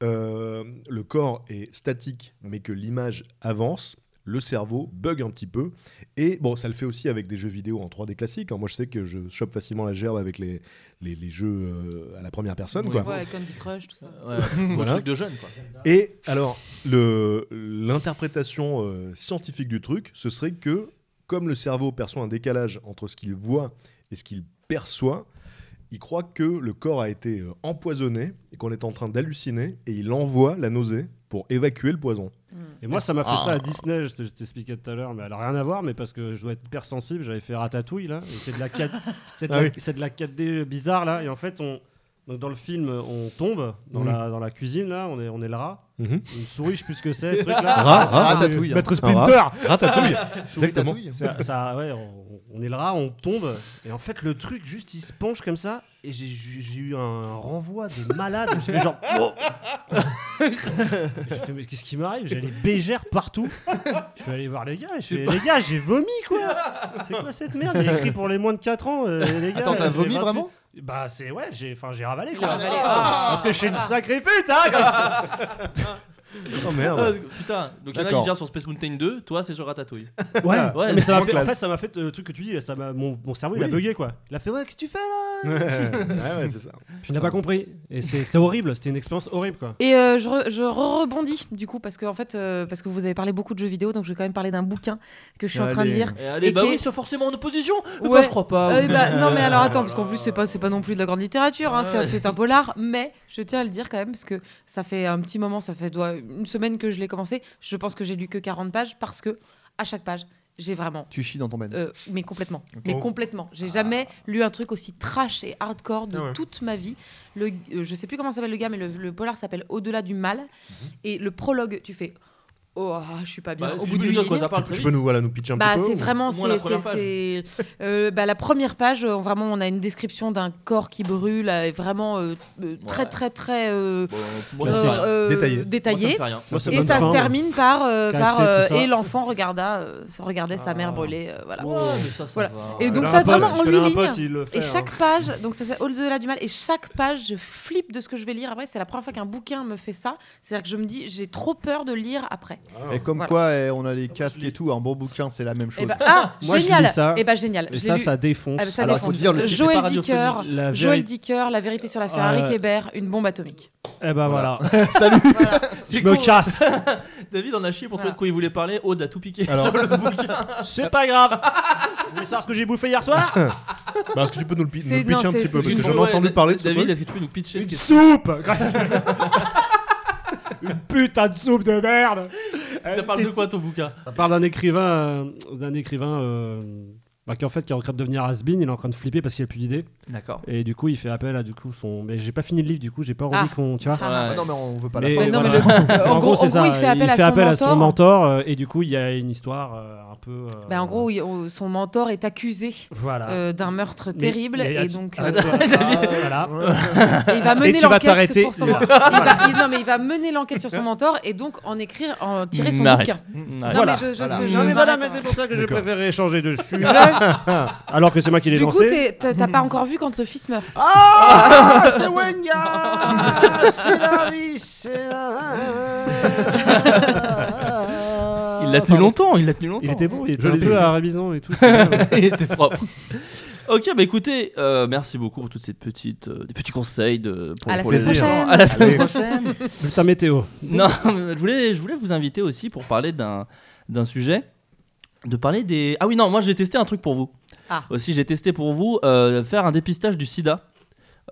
[SPEAKER 2] euh, le corps est statique, mais que l'image avance, le cerveau bug un petit peu. Et bon, ça le fait aussi avec des jeux vidéo en 3D classique. hein. Moi, je sais que je chope facilement la gerbe avec les, les, les jeux euh, à la première personne.
[SPEAKER 1] Oui,
[SPEAKER 2] quoi.
[SPEAKER 4] Ouais, Candy Crush, tout ça.
[SPEAKER 1] Ouais, gros
[SPEAKER 2] Voilà.
[SPEAKER 1] truc de jeune, quoi.
[SPEAKER 2] Et alors, le- l'interprétation euh, scientifique du truc, ce serait que, comme le cerveau perçoit un décalage entre ce qu'il voit et ce qu'il perçoit, il croit que le corps a été euh, empoisonné et qu'on est en train d'halluciner et il envoie la nausée pour évacuer le poison.
[SPEAKER 4] Hmm.
[SPEAKER 5] Et moi, ça m'a fait
[SPEAKER 3] Ah.
[SPEAKER 5] ça à Disney, je te- je t'expliquais tout à l'heure, mais alors rien à voir, mais parce que je dois être hyper sensible, j'avais fait Ratatouille, là, et c'est de la 4 c'est de
[SPEAKER 2] Ah
[SPEAKER 5] la-
[SPEAKER 2] oui.
[SPEAKER 5] c'est de la 4D bizarre, là, et en fait, on, donc dans le film, on tombe dans,
[SPEAKER 2] Mhm.
[SPEAKER 5] la, dans la cuisine, là, on est, on est le rat, une souris, je sais plus ce que c'est, ce truc-là.
[SPEAKER 2] Rat, rat,
[SPEAKER 3] ratatouille, hein.
[SPEAKER 5] Maître
[SPEAKER 2] Un rat.
[SPEAKER 5] Splinter
[SPEAKER 2] Ah, Ratatouille Exactement.
[SPEAKER 3] Ratatouille.
[SPEAKER 5] Ça- ça- ouais, on, on est le rat, on tombe, et en fait, le truc, juste, il se penche comme ça, et j'ai- j'ai j'ai eu un renvoi de malade, j'ai fait genre... Oh j'ai fait, mais qu'est-ce qui m'arrive J'ai les bégères partout. Je suis allé voir les gars, et je fais, les gars, j'ai vomi, quoi C'est quoi cette merde Il y a écrit pour les moins de 4 ans, euh, les gars...
[SPEAKER 3] Attends, t'as
[SPEAKER 5] j'ai
[SPEAKER 3] vomi
[SPEAKER 5] 28.
[SPEAKER 3] vraiment
[SPEAKER 5] Bah, c'est... Ouais, j'ai enfin, j'ai ravalé,
[SPEAKER 4] Il a
[SPEAKER 5] quoi.
[SPEAKER 4] ravalé.
[SPEAKER 5] Parce que je suis une sacrée pute, hein quand-
[SPEAKER 2] Oh
[SPEAKER 1] Ah,
[SPEAKER 2] merde
[SPEAKER 1] putain, donc il y en a
[SPEAKER 3] D'accord.
[SPEAKER 1] qui gèrent sur Space Mountain 2, toi c'est sur Ratatouille.
[SPEAKER 5] Ouais,
[SPEAKER 1] Ouais,
[SPEAKER 5] mais
[SPEAKER 1] c'est
[SPEAKER 5] ça m'a
[SPEAKER 2] moins
[SPEAKER 5] fait... En
[SPEAKER 2] classe.
[SPEAKER 5] fait, ça m'a fait euh, le truc que tu dis, ça m'a- mon, mon cerveau, il a
[SPEAKER 2] Oui.
[SPEAKER 5] bugué, quoi. Il a fait, ouais, qu'est-ce que tu fais, là
[SPEAKER 2] Ouais, ouais, ouais, c'est ça.
[SPEAKER 5] Je n'ai pas compris. Et c'était c'était horrible, c'était une expérience horrible quoi.
[SPEAKER 4] Et euh, je, re- je re- rebondis du coup parce que en fait euh, parce que vous avez parlé beaucoup de jeux vidéo donc je vais quand même parler d'un bouquin que je suis en train de
[SPEAKER 3] Allez.
[SPEAKER 4] lire.
[SPEAKER 1] Et allez,
[SPEAKER 4] Et
[SPEAKER 1] bah
[SPEAKER 4] qui est-
[SPEAKER 1] oui, c'est forcément en opposition Mais
[SPEAKER 4] Ouais.
[SPEAKER 1] bah, je crois pas.
[SPEAKER 4] Euh,
[SPEAKER 1] oui.
[SPEAKER 4] bah, non mais alors attends
[SPEAKER 5] Oh
[SPEAKER 4] parce qu'en
[SPEAKER 5] là
[SPEAKER 4] plus
[SPEAKER 5] là.
[SPEAKER 4] c'est pas c'est pas non plus de la grande littérature hein, c'est
[SPEAKER 1] Ouais.
[SPEAKER 4] c'est un polar mais je tiens à le dire quand même parce que ça fait un petit moment ça fait doit- une semaine que je l'ai commencé je pense que j'ai lu que 40 pages parce que à chaque page j'ai vraiment
[SPEAKER 3] Tu chies dans ton bain.
[SPEAKER 4] euh, mais complètement mais
[SPEAKER 2] Oh.
[SPEAKER 4] complètement j'ai jamais lu un truc aussi trash et hardcore de
[SPEAKER 2] Ah ouais.
[SPEAKER 4] toute ma vie le euh, je sais plus comment s'appelle le gars mais le, le polar s'appelle au-delà du mal et le prologue tu fais oh ah, je suis pas bien
[SPEAKER 1] Bah,
[SPEAKER 4] au bout du
[SPEAKER 1] excuse-moi, quoi, ça parle
[SPEAKER 2] Tu,
[SPEAKER 1] très
[SPEAKER 2] peux
[SPEAKER 1] vite.
[SPEAKER 2] nous, voilà, nous pitcher un
[SPEAKER 4] bah,
[SPEAKER 2] petit peu
[SPEAKER 4] c'est
[SPEAKER 2] ou-
[SPEAKER 4] vraiment
[SPEAKER 1] Au moins la
[SPEAKER 4] c'est-
[SPEAKER 1] première
[SPEAKER 4] c'est- c'est- euh, bah, la première page euh, vraiment on a une description d'un corps qui brûle euh, vraiment euh, euh, très
[SPEAKER 1] Ouais.
[SPEAKER 4] très très euh,
[SPEAKER 1] Bon, moi, ça
[SPEAKER 4] euh,
[SPEAKER 1] me fait rien. Moi,
[SPEAKER 4] euh,
[SPEAKER 2] Détaillé.
[SPEAKER 1] ça me
[SPEAKER 4] détaillé.
[SPEAKER 1] fait rien.
[SPEAKER 5] Moi, c'est
[SPEAKER 4] et
[SPEAKER 5] bonne
[SPEAKER 4] ça
[SPEAKER 5] fin,
[SPEAKER 4] se
[SPEAKER 5] ouais.
[SPEAKER 4] termine par, euh,
[SPEAKER 5] KFC,
[SPEAKER 4] par euh,
[SPEAKER 5] tout ça.
[SPEAKER 4] et l'enfant regarda euh, regardait sa mère
[SPEAKER 3] Ah.
[SPEAKER 4] brûler euh, voilà
[SPEAKER 1] Ouais, mais ça, ça
[SPEAKER 4] Voilà.
[SPEAKER 1] va.
[SPEAKER 4] Et
[SPEAKER 1] Ouais.
[SPEAKER 4] donc
[SPEAKER 5] Je
[SPEAKER 4] ça,
[SPEAKER 5] connais un
[SPEAKER 4] vraiment,
[SPEAKER 5] pote-
[SPEAKER 4] en
[SPEAKER 5] je connais
[SPEAKER 4] huit
[SPEAKER 5] un pote,
[SPEAKER 4] lignes.
[SPEAKER 5] il le fait,
[SPEAKER 4] Et
[SPEAKER 5] hein.
[SPEAKER 4] chaque page, donc ça c'est au-delà du mal, et chaque page, je flippe de ce que je vais lire après. C'est la première fois qu'un bouquin me fait ça. C'est-à-dire que je me dis, j'ai trop peur de lire après.
[SPEAKER 3] Et comme
[SPEAKER 4] Voilà.
[SPEAKER 3] quoi, eh, on a les casques et tout. Un bon bouquin, c'est la même chose.
[SPEAKER 4] Eh ben, ah,
[SPEAKER 5] Moi, je
[SPEAKER 4] génial.
[SPEAKER 5] lis ça.
[SPEAKER 4] Eh ben, génial.
[SPEAKER 5] Et
[SPEAKER 4] Je
[SPEAKER 5] ça,
[SPEAKER 4] l'ai lu.
[SPEAKER 5] ça défonce.
[SPEAKER 4] Ah, ça
[SPEAKER 3] Alors,
[SPEAKER 4] défonce.
[SPEAKER 3] faut dire, le titre
[SPEAKER 1] est
[SPEAKER 4] Joël
[SPEAKER 1] pas
[SPEAKER 4] Dicker,
[SPEAKER 1] radiophonique.
[SPEAKER 5] La
[SPEAKER 4] Joël
[SPEAKER 5] vérité-
[SPEAKER 4] Dicker, La vérité sur l'affaire Harry
[SPEAKER 5] Euh,
[SPEAKER 4] Kéber, une bombe atomique.
[SPEAKER 5] Eh ben voilà.
[SPEAKER 4] Voilà.
[SPEAKER 5] Je me casse.
[SPEAKER 1] David en a chié pour trouver
[SPEAKER 4] Voilà.
[SPEAKER 1] de quoi il voulait parler. Aude a tout piqué
[SPEAKER 2] Alors.
[SPEAKER 1] sur le bouquin.
[SPEAKER 5] C'est pas grave. Vous voulez savoir ce que j'ai bouffé hier soir
[SPEAKER 2] Bah, Est-ce que tu peux nous le pi- nous
[SPEAKER 4] C'est-
[SPEAKER 2] le pitcher
[SPEAKER 4] non,
[SPEAKER 2] un
[SPEAKER 4] c'est-
[SPEAKER 2] petit peu
[SPEAKER 4] c'est
[SPEAKER 2] Parce
[SPEAKER 1] une-
[SPEAKER 2] que j'en ai
[SPEAKER 1] ouais,
[SPEAKER 2] entendu
[SPEAKER 1] Da-
[SPEAKER 2] parler de ce
[SPEAKER 1] David,
[SPEAKER 2] truc.
[SPEAKER 1] est-ce que tu peux nous pitcher ce
[SPEAKER 7] Une
[SPEAKER 1] qu'est-
[SPEAKER 7] soupe Une putain de soupe de merde
[SPEAKER 1] Ça parle de quoi ton bouquin
[SPEAKER 5] On parle d'un écrivain, euh, d'un écrivain euh, bah, qui en fait qui est en train de devenir has il est en train de flipper parce qu'il a plus d'idées
[SPEAKER 1] D'accord.
[SPEAKER 5] et du coup il fait appel à du coup son. Mais j'ai pas fini le livre du coup, j'ai pas envie
[SPEAKER 4] Ah.
[SPEAKER 5] qu'on, tu vois.
[SPEAKER 4] Ah.
[SPEAKER 3] Ah non, mais on veut pas la
[SPEAKER 5] Mais-
[SPEAKER 3] fin.
[SPEAKER 5] Mais non,
[SPEAKER 3] voilà.
[SPEAKER 5] mais le-
[SPEAKER 4] En gros, en
[SPEAKER 5] c'est
[SPEAKER 4] gros,
[SPEAKER 5] ça.
[SPEAKER 4] il fait appel à son mentor.
[SPEAKER 5] mentor, euh, et du coup il y a une histoire euh, un peu. euh,
[SPEAKER 4] Bah, en gros, il- on- son mentor est accusé
[SPEAKER 5] voilà.
[SPEAKER 4] euh, d'un meurtre
[SPEAKER 5] Ah. Mais-
[SPEAKER 4] terrible
[SPEAKER 5] mais-
[SPEAKER 4] et donc
[SPEAKER 5] Ah,
[SPEAKER 4] euh,
[SPEAKER 5] voilà.
[SPEAKER 4] et il va
[SPEAKER 5] Et
[SPEAKER 4] mener
[SPEAKER 5] tu vas
[SPEAKER 4] l'enquête
[SPEAKER 5] t'arrêter.
[SPEAKER 4] pour son
[SPEAKER 5] là.
[SPEAKER 4] mentor. Il va- il- non mais il va mener l'enquête sur son mentor et donc en écrire, en tirer son
[SPEAKER 1] M'arrête.
[SPEAKER 4] bouquin.
[SPEAKER 1] Mm,
[SPEAKER 4] Non,
[SPEAKER 1] ouais.
[SPEAKER 5] Voilà.
[SPEAKER 4] mais je- je-
[SPEAKER 3] Voilà.
[SPEAKER 4] je- je
[SPEAKER 5] Ah, Non, mais voilà, mais
[SPEAKER 4] m'arrête, hein.
[SPEAKER 5] c'est pour ça que j'ai
[SPEAKER 2] D'accord.
[SPEAKER 5] préféré changer de sujet. alors que c'est moi qui l'ai
[SPEAKER 4] Du coup,
[SPEAKER 5] lancé.
[SPEAKER 4] t'es- t'as t'as pas encore vu quand le fils meurt.
[SPEAKER 5] Ah, c'est Wenga C'est la vie, c'est la...
[SPEAKER 1] Il l'a tenu longtemps, il l'a tenu longtemps.
[SPEAKER 5] Il était bon, il était
[SPEAKER 2] Je
[SPEAKER 5] un
[SPEAKER 2] l'ai vu.
[SPEAKER 5] peu à Rabizon et tout. c'était bien, ouais.
[SPEAKER 1] Il était propre. Ok, bah écoutez, euh, merci beaucoup pour toutes ces petites, euh, des petits conseils de, pour,
[SPEAKER 4] À la
[SPEAKER 1] pour les
[SPEAKER 4] semaine
[SPEAKER 1] gens.
[SPEAKER 4] prochaine.
[SPEAKER 1] À la semaine
[SPEAKER 2] Allez.
[SPEAKER 1] prochaine.
[SPEAKER 5] Bulletin météo.
[SPEAKER 1] Non, mais je voulais, je voulais vous inviter aussi pour parler d'un d'un sujet, de parler des. Ah oui, non, moi j'ai testé un truc pour vous.
[SPEAKER 4] Ah.
[SPEAKER 1] Aussi, j'ai testé pour vous euh, faire un dépistage du SIDA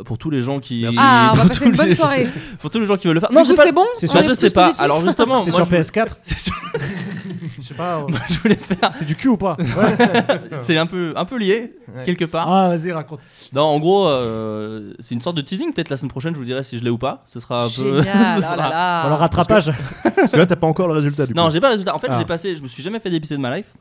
[SPEAKER 1] euh, pour tous les gens qui.
[SPEAKER 2] Merci.
[SPEAKER 4] Ah, on va
[SPEAKER 1] pour
[SPEAKER 4] passer
[SPEAKER 1] tous
[SPEAKER 4] une bonne
[SPEAKER 1] les-
[SPEAKER 4] soirée.
[SPEAKER 1] Pour tous les gens qui veulent le faire.
[SPEAKER 4] Non,
[SPEAKER 1] j'ai
[SPEAKER 4] c'est bon.
[SPEAKER 5] c'est
[SPEAKER 4] On
[SPEAKER 5] sûr,
[SPEAKER 4] est
[SPEAKER 1] je
[SPEAKER 4] plus
[SPEAKER 1] sais pas.
[SPEAKER 4] positif
[SPEAKER 1] Alors justement,
[SPEAKER 5] C'est
[SPEAKER 1] moi,
[SPEAKER 5] sur
[SPEAKER 1] je,
[SPEAKER 5] PS4
[SPEAKER 1] c'est sur-
[SPEAKER 5] Je sais pas,
[SPEAKER 1] moi, je voulais faire.
[SPEAKER 5] c'est du cul ou pas
[SPEAKER 1] C'est un peu, un peu lié
[SPEAKER 3] Ouais.
[SPEAKER 1] quelque part.
[SPEAKER 7] Ah, vas-y, raconte.
[SPEAKER 1] Non, en gros, euh, c'est une sorte de teasing. Peut-être la semaine prochaine, je vous dirai si je l'ai ou pas. Ce sera Ah, un peu.
[SPEAKER 4] Génial.
[SPEAKER 1] ce
[SPEAKER 4] oh là
[SPEAKER 1] sera-
[SPEAKER 4] là.
[SPEAKER 5] Alors rattrapage.
[SPEAKER 2] Parce que là, t'as pas encore le résultat du coup.
[SPEAKER 1] Non, j'ai pas le résultat. En fait,
[SPEAKER 2] Ah.
[SPEAKER 1] j'ai passé. Je me suis jamais fait dépister de ma life.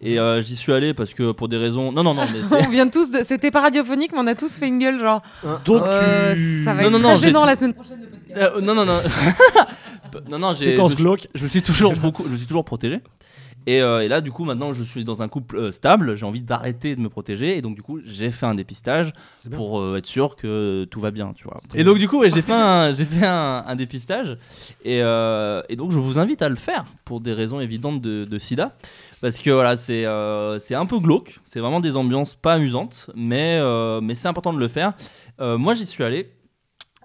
[SPEAKER 1] Et euh, j'y suis allé parce que pour des raisons. Non, non, non. Mais c'est-
[SPEAKER 4] on vient tous de. C'était pas radiophonique, mais on a tous fait une gueule genre.
[SPEAKER 5] Donc
[SPEAKER 4] euh, ça va
[SPEAKER 1] Non,
[SPEAKER 4] être
[SPEAKER 1] non,
[SPEAKER 4] très
[SPEAKER 1] non, j'ai-
[SPEAKER 4] gênant la semaine prochaine. le podcast.
[SPEAKER 1] Euh, non, non, non. non, non.
[SPEAKER 5] tu...
[SPEAKER 1] J'ai. Je, me
[SPEAKER 5] Séquence
[SPEAKER 1] suis-
[SPEAKER 5] glauque.
[SPEAKER 1] je me suis toujours beaucoup. Je me suis toujours protégé. Et, euh, et là, du coup, maintenant, je suis dans un couple euh, stable. J'ai envie d'arrêter de me protéger. Et donc, du coup, j'ai fait un dépistage pour euh, être sûr que tout va bien, tu vois. Et donc, du coup, ouais, j'ai fait un, j'ai fait un, un dépistage. Et, euh, et donc, je vous invite à le faire pour des raisons évidentes de, de sida. Parce que voilà, c'est euh, c'est un peu glauque. C'est vraiment des ambiances pas amusantes. Mais, euh, mais c'est important de le faire. Euh, moi, j'y suis allé.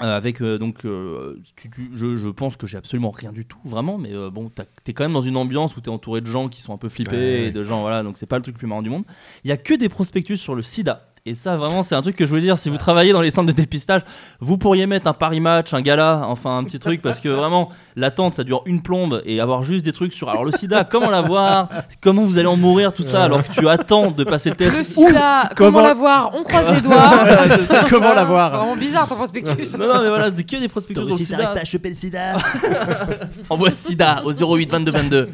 [SPEAKER 1] euh, avec euh, donc, euh, tu- tu- je, je pense que j'ai absolument rien du tout vraiment, mais euh, bon, t'as- t'es quand même dans une ambiance où t'es entouré de gens qui sont un peu flippés
[SPEAKER 2] Ouais,
[SPEAKER 1] et
[SPEAKER 2] ouais.
[SPEAKER 1] de gens voilà, donc c'est pas le truc le plus marrant du monde. Il y a que des prospectus sur le sida. Et ça, vraiment, c'est un truc que je voulais dire. Si vous travaillez dans les centres de dépistage, vous pourriez mettre un pari match, un gala, enfin un petit truc, parce que vraiment, l'attente, ça dure une plombe. Et avoir juste des trucs sur. Alors, le sida, comment l'avoir Comment vous allez en mourir, tout ça, alors que tu attends de passer le test.
[SPEAKER 4] Le sida, comment
[SPEAKER 5] comment-
[SPEAKER 4] l'avoir On croise les doigts.
[SPEAKER 5] Comment l'avoir
[SPEAKER 4] Vraiment bizarre ton prospectus.
[SPEAKER 1] Non, non, mais voilà, c'est que des prospectus sur le sida. Envoie sida au 08 22 22.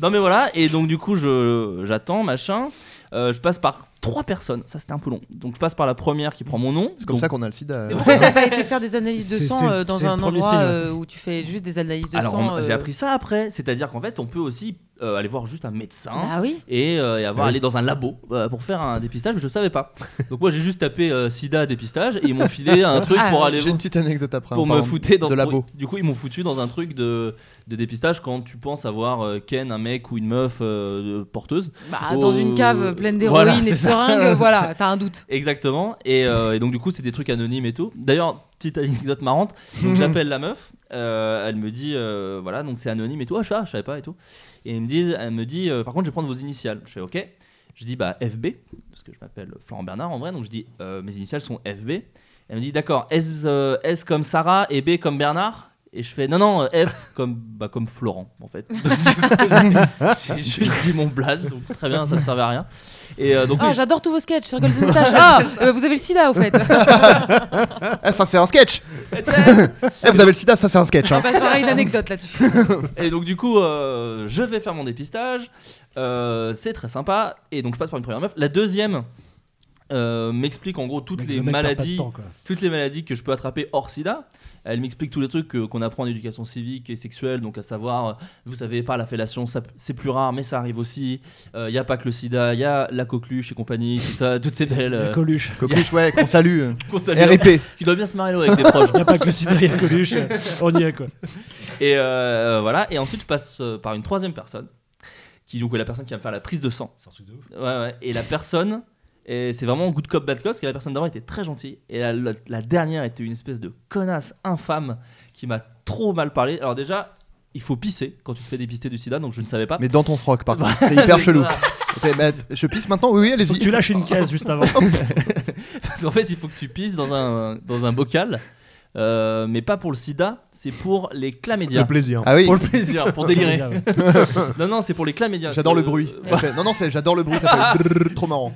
[SPEAKER 1] Non mais voilà, et donc du coup je j'attends, machin. Euh, je passe par trois personnes, ça c'était un peu long. Donc je passe par la première qui prend mon nom.
[SPEAKER 3] C'est comme ça qu'on a le sida.
[SPEAKER 1] Et
[SPEAKER 4] Pourquoi t'as pas été faire des analyses de
[SPEAKER 5] C'est-
[SPEAKER 4] sang
[SPEAKER 5] c'est-
[SPEAKER 4] euh, dans
[SPEAKER 5] c'est le
[SPEAKER 4] un
[SPEAKER 5] premier
[SPEAKER 4] endroit
[SPEAKER 5] signe.
[SPEAKER 4] euh, où tu fais juste des analyses de
[SPEAKER 1] Alors
[SPEAKER 4] sang
[SPEAKER 1] on-
[SPEAKER 4] euh,
[SPEAKER 1] j'ai appris ça après, c'est-à-dire qu'en fait on peut aussi euh, aller voir juste un médecin.
[SPEAKER 4] Bah oui.
[SPEAKER 1] et, euh, et avoir
[SPEAKER 2] Ah oui.
[SPEAKER 1] aller dans un labo euh, pour faire un dépistage, mais je savais pas. Donc moi j'ai juste tapé euh, sida dépistage et ils m'ont filé un truc
[SPEAKER 4] Ah,
[SPEAKER 1] pour aller
[SPEAKER 3] J'ai une petite anecdote après.
[SPEAKER 1] pour
[SPEAKER 3] hein,
[SPEAKER 1] me
[SPEAKER 3] pardon,
[SPEAKER 1] foutre dans
[SPEAKER 3] de labo.
[SPEAKER 1] Du coup ils m'ont foutu dans un truc de, de dépistage quand tu penses avoir euh, ken un mec ou une meuf euh, de- porteuse.
[SPEAKER 4] Bah, dans
[SPEAKER 1] Oh,
[SPEAKER 4] une cave pleine d'héroïne
[SPEAKER 1] voilà,
[SPEAKER 4] et de
[SPEAKER 1] c'est ça.
[SPEAKER 4] seringues, euh, voilà, t'as un doute.
[SPEAKER 1] Exactement. Et, euh, et donc du coup c'est des trucs anonymes et tout. D'ailleurs petite anecdote marrante. Donc j'appelle la meuf. euh, elle me dit euh, voilà donc c'est anonyme et tout. Ah je, ah, je savais pas et tout. Et ils me disent, elle me dit euh, par contre je vais prendre vos initiales. Je fais ok. Je dis bah FB parce que je m'appelle Florent Bernard en vrai donc je dis euh, mes initiales sont FB. Elle me dit d'accord S, euh, S comme Sarah et B comme Bernard. Et je fais non non euh, F comme bah comme Florent en fait. Donc, j'ai j'ai juste dit mon blaze donc très bien ça ne servait à rien. Et euh, donc
[SPEAKER 4] Ah,
[SPEAKER 1] oui,
[SPEAKER 4] j'adore tous vos sketchs sur Golden Moustache. Ah, euh, vous avez le sida, au fait.
[SPEAKER 3] Ah, ça c'est un sketch Eh, Vous avez le sida, ça c'est un sketch. hein.
[SPEAKER 4] bah, j'aurais une anecdote là-dessus.
[SPEAKER 1] Et donc du coup, euh, je vais faire mon dépistage. Euh, c'est très sympa. Et donc je passe par une première meuf. La deuxième euh, m'explique en gros toutes les maladies, toutes les maladies que je peux attraper hors SIDA. Elle m'explique tous les trucs que- qu'on apprend en éducation civique et sexuelle, donc à savoir, euh, vous savez, par la fellation, ça- c'est plus rare, mais ça arrive aussi. Il n'y a pas que le sida, il y a la coqueluche et compagnie, tout ça, toutes ces belles. euh,
[SPEAKER 5] Coluche.
[SPEAKER 3] Coqueluche, ouais, qu'on salue. euh,
[SPEAKER 1] qu'on salue.
[SPEAKER 3] RIP.
[SPEAKER 1] Tu dois bien se marier avec des proches.
[SPEAKER 5] Y a pas que le sida, y a Coluche. On y est quoi.
[SPEAKER 1] Et euh, voilà. Et ensuite, je passe euh, par une troisième personne, qui donc est la personne qui va me faire la prise de sang.
[SPEAKER 2] C'est un truc de ouf.
[SPEAKER 1] Ouais, ouais. Et la personne, et c'est vraiment good cop, bad cop, parce que la personne d'avant était très gentille. Et la, la- la dernière était une espèce de connasse infâme qui m'a trop mal parlé. Alors, déjà, il faut pisser quand tu te fais dépister du sida, donc je ne savais pas.
[SPEAKER 3] Mais dans ton froc, par
[SPEAKER 1] Bah,
[SPEAKER 3] contre, c'est hyper
[SPEAKER 1] c'est
[SPEAKER 3] chelou.
[SPEAKER 1] ça.
[SPEAKER 3] Fait, mais att- je pisse maintenant Oui, oui,
[SPEAKER 5] Faut
[SPEAKER 3] allez-y.
[SPEAKER 5] que tu lâches une caisse juste avant.
[SPEAKER 1] Parce qu'en fait, il faut que tu pisses dans un, dans un bocal. Euh, mais pas pour le sida, c'est pour les
[SPEAKER 2] Le
[SPEAKER 1] chlamydia.
[SPEAKER 2] plaisir.
[SPEAKER 3] Ah oui,
[SPEAKER 1] Pour le plaisir, pour délirer.
[SPEAKER 5] Ouais.
[SPEAKER 1] Non, non, c'est pour les chlamydia.
[SPEAKER 3] j'adore le
[SPEAKER 1] Euh,
[SPEAKER 3] bruit.
[SPEAKER 1] voilà.
[SPEAKER 3] Fait, Non, non, c'est j'adore le bruit, ça fait drrrr, trop marrant.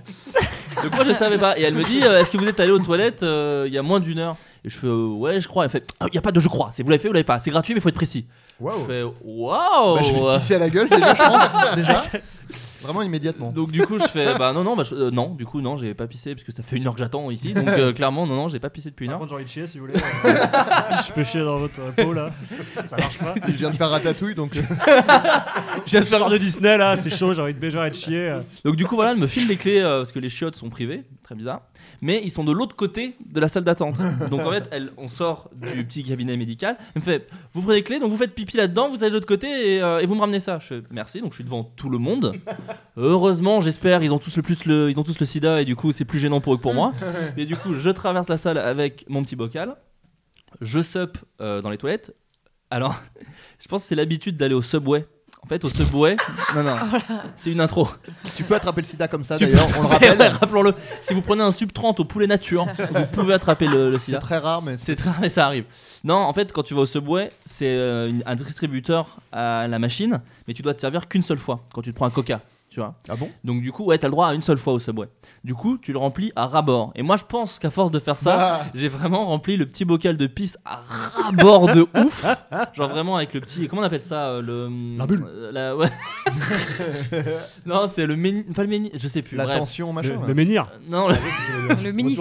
[SPEAKER 1] Donc moi je savais pas. Et elle me dit euh, Est-ce que vous êtes allé aux toilettes euh, il y a moins d'une heure Et je fais euh, Ouais, je crois. Elle fait Ah, Il y a pas de je crois. C'est vous l'avez fait ou vous l'avez pas. C'est gratuit, mais faut être précis. Je fais Waouh
[SPEAKER 3] Bah, je vais te pisser à la gueule déjà, je pense, déjà. Vraiment immédiatement.
[SPEAKER 1] Donc du coup je fais Bah non, non, bah, je- euh, non, du coup non, j'ai pas pissé parce que ça fait une heure que j'attends ici. Donc euh, clairement, non, non, j'ai pas pissé depuis une
[SPEAKER 5] Par
[SPEAKER 1] heure.
[SPEAKER 5] contre, j'ai envie de chier si vous voulez. Je peux chier dans votre euh, peau là. Ça marche pas.
[SPEAKER 3] Tu viens de faire ratatouille, donc euh,
[SPEAKER 5] J'ai de de Disney là, c'est chaud, j'ai envie de beiger et de chier. euh.
[SPEAKER 1] Donc du coup voilà, elle me file les clés euh, parce que les chiottes sont privées, très bizarre. Mais ils sont de l'autre côté de la salle d'attente. Donc en fait, elle, on sort du petit cabinet médical. Elle me fait, vous prenez les clés, donc vous faites pipi là-dedans, vous allez de l'autre côté et, euh, et vous me ramenez ça. Je fais merci. Donc je suis devant tout le monde. Heureusement, j'espère, ils ont tous le plus le, ils ont tous le sida et du coup c'est plus gênant pour eux que pour moi. Mais du coup, je traverse la salle avec mon petit bocal. Je sup euh, dans les toilettes. Alors, je pense que c'est l'habitude d'aller au subway. En fait, au subway, non non, c'est une intro.
[SPEAKER 3] tu peux attraper le sida comme ça
[SPEAKER 1] Tu
[SPEAKER 3] d'ailleurs, on le
[SPEAKER 1] Ouais,
[SPEAKER 3] rappelle.
[SPEAKER 1] Rappelons-le. Si vous prenez un sub 30 au poulet nature, vous pouvez attraper le, le
[SPEAKER 3] C'est
[SPEAKER 1] sida.
[SPEAKER 3] très rare, mais
[SPEAKER 1] C'est très mais ça arrive. Non, en fait, quand tu vas au Subway, c'est euh, une- un distributeur à la machine, mais tu dois te servir qu'une seule fois quand tu te prends un Coca, tu vois.
[SPEAKER 3] Ah bon
[SPEAKER 1] Donc du coup, ouais, t'as le droit à une seule fois au Subway. Du coup, tu le remplis à rabord. Et moi, je pense qu'à force de faire ça,
[SPEAKER 3] Ah.
[SPEAKER 1] j'ai vraiment rempli le petit bocal de pisse à rabord de ouf. Genre vraiment avec le petit. Comment on appelle ça euh, le,
[SPEAKER 2] La bulle.
[SPEAKER 1] euh, la- ouais. non, c'est le mini. Pas le mini. Je sais plus.
[SPEAKER 3] la
[SPEAKER 1] bref.
[SPEAKER 3] tension,
[SPEAKER 5] Le,
[SPEAKER 3] machin.
[SPEAKER 5] le menhir.
[SPEAKER 1] Euh, Non, le-
[SPEAKER 4] Le ménis.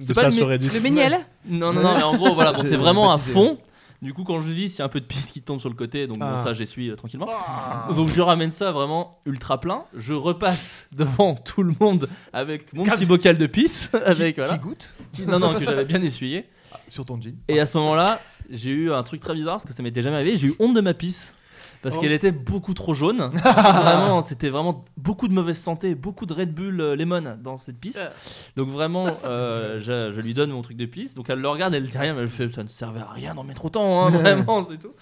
[SPEAKER 1] C'est pas le mé-
[SPEAKER 4] Le méniel
[SPEAKER 1] non, non, non, mais en gros, voilà, bon, c'est vraiment à
[SPEAKER 3] Baptisé.
[SPEAKER 1] fond. Du coup, quand je vis, s'il y a un peu de pisse qui tombe sur le côté, donc bon,
[SPEAKER 2] Ah.
[SPEAKER 1] ça, j'essuie euh, tranquillement.
[SPEAKER 3] Ah.
[SPEAKER 1] Donc, je ramène ça vraiment ultra plein. Je repasse devant tout le monde avec mon petit bocal de pisse. Avec, voilà.
[SPEAKER 3] Qui goûte
[SPEAKER 1] Non, non, que j'avais bien essuyé.
[SPEAKER 3] sur ton jean.
[SPEAKER 1] Et à ce moment-là, j'ai eu un truc très bizarre parce que ça m'était jamais arrivé. J'ai eu honte de ma pisse. Parce
[SPEAKER 2] Oh.
[SPEAKER 1] qu'elle était beaucoup trop jaune. vraiment, c'était vraiment beaucoup de mauvaise santé, beaucoup de Red Bull euh, Lemon dans cette pisse.
[SPEAKER 3] Euh.
[SPEAKER 1] Donc vraiment, euh, je, je lui donne mon truc de pisse. Donc elle le regarde, elle dit rien, mais elle fait ça ne servait à rien d'en mettre autant, hein, vraiment, c'est tout.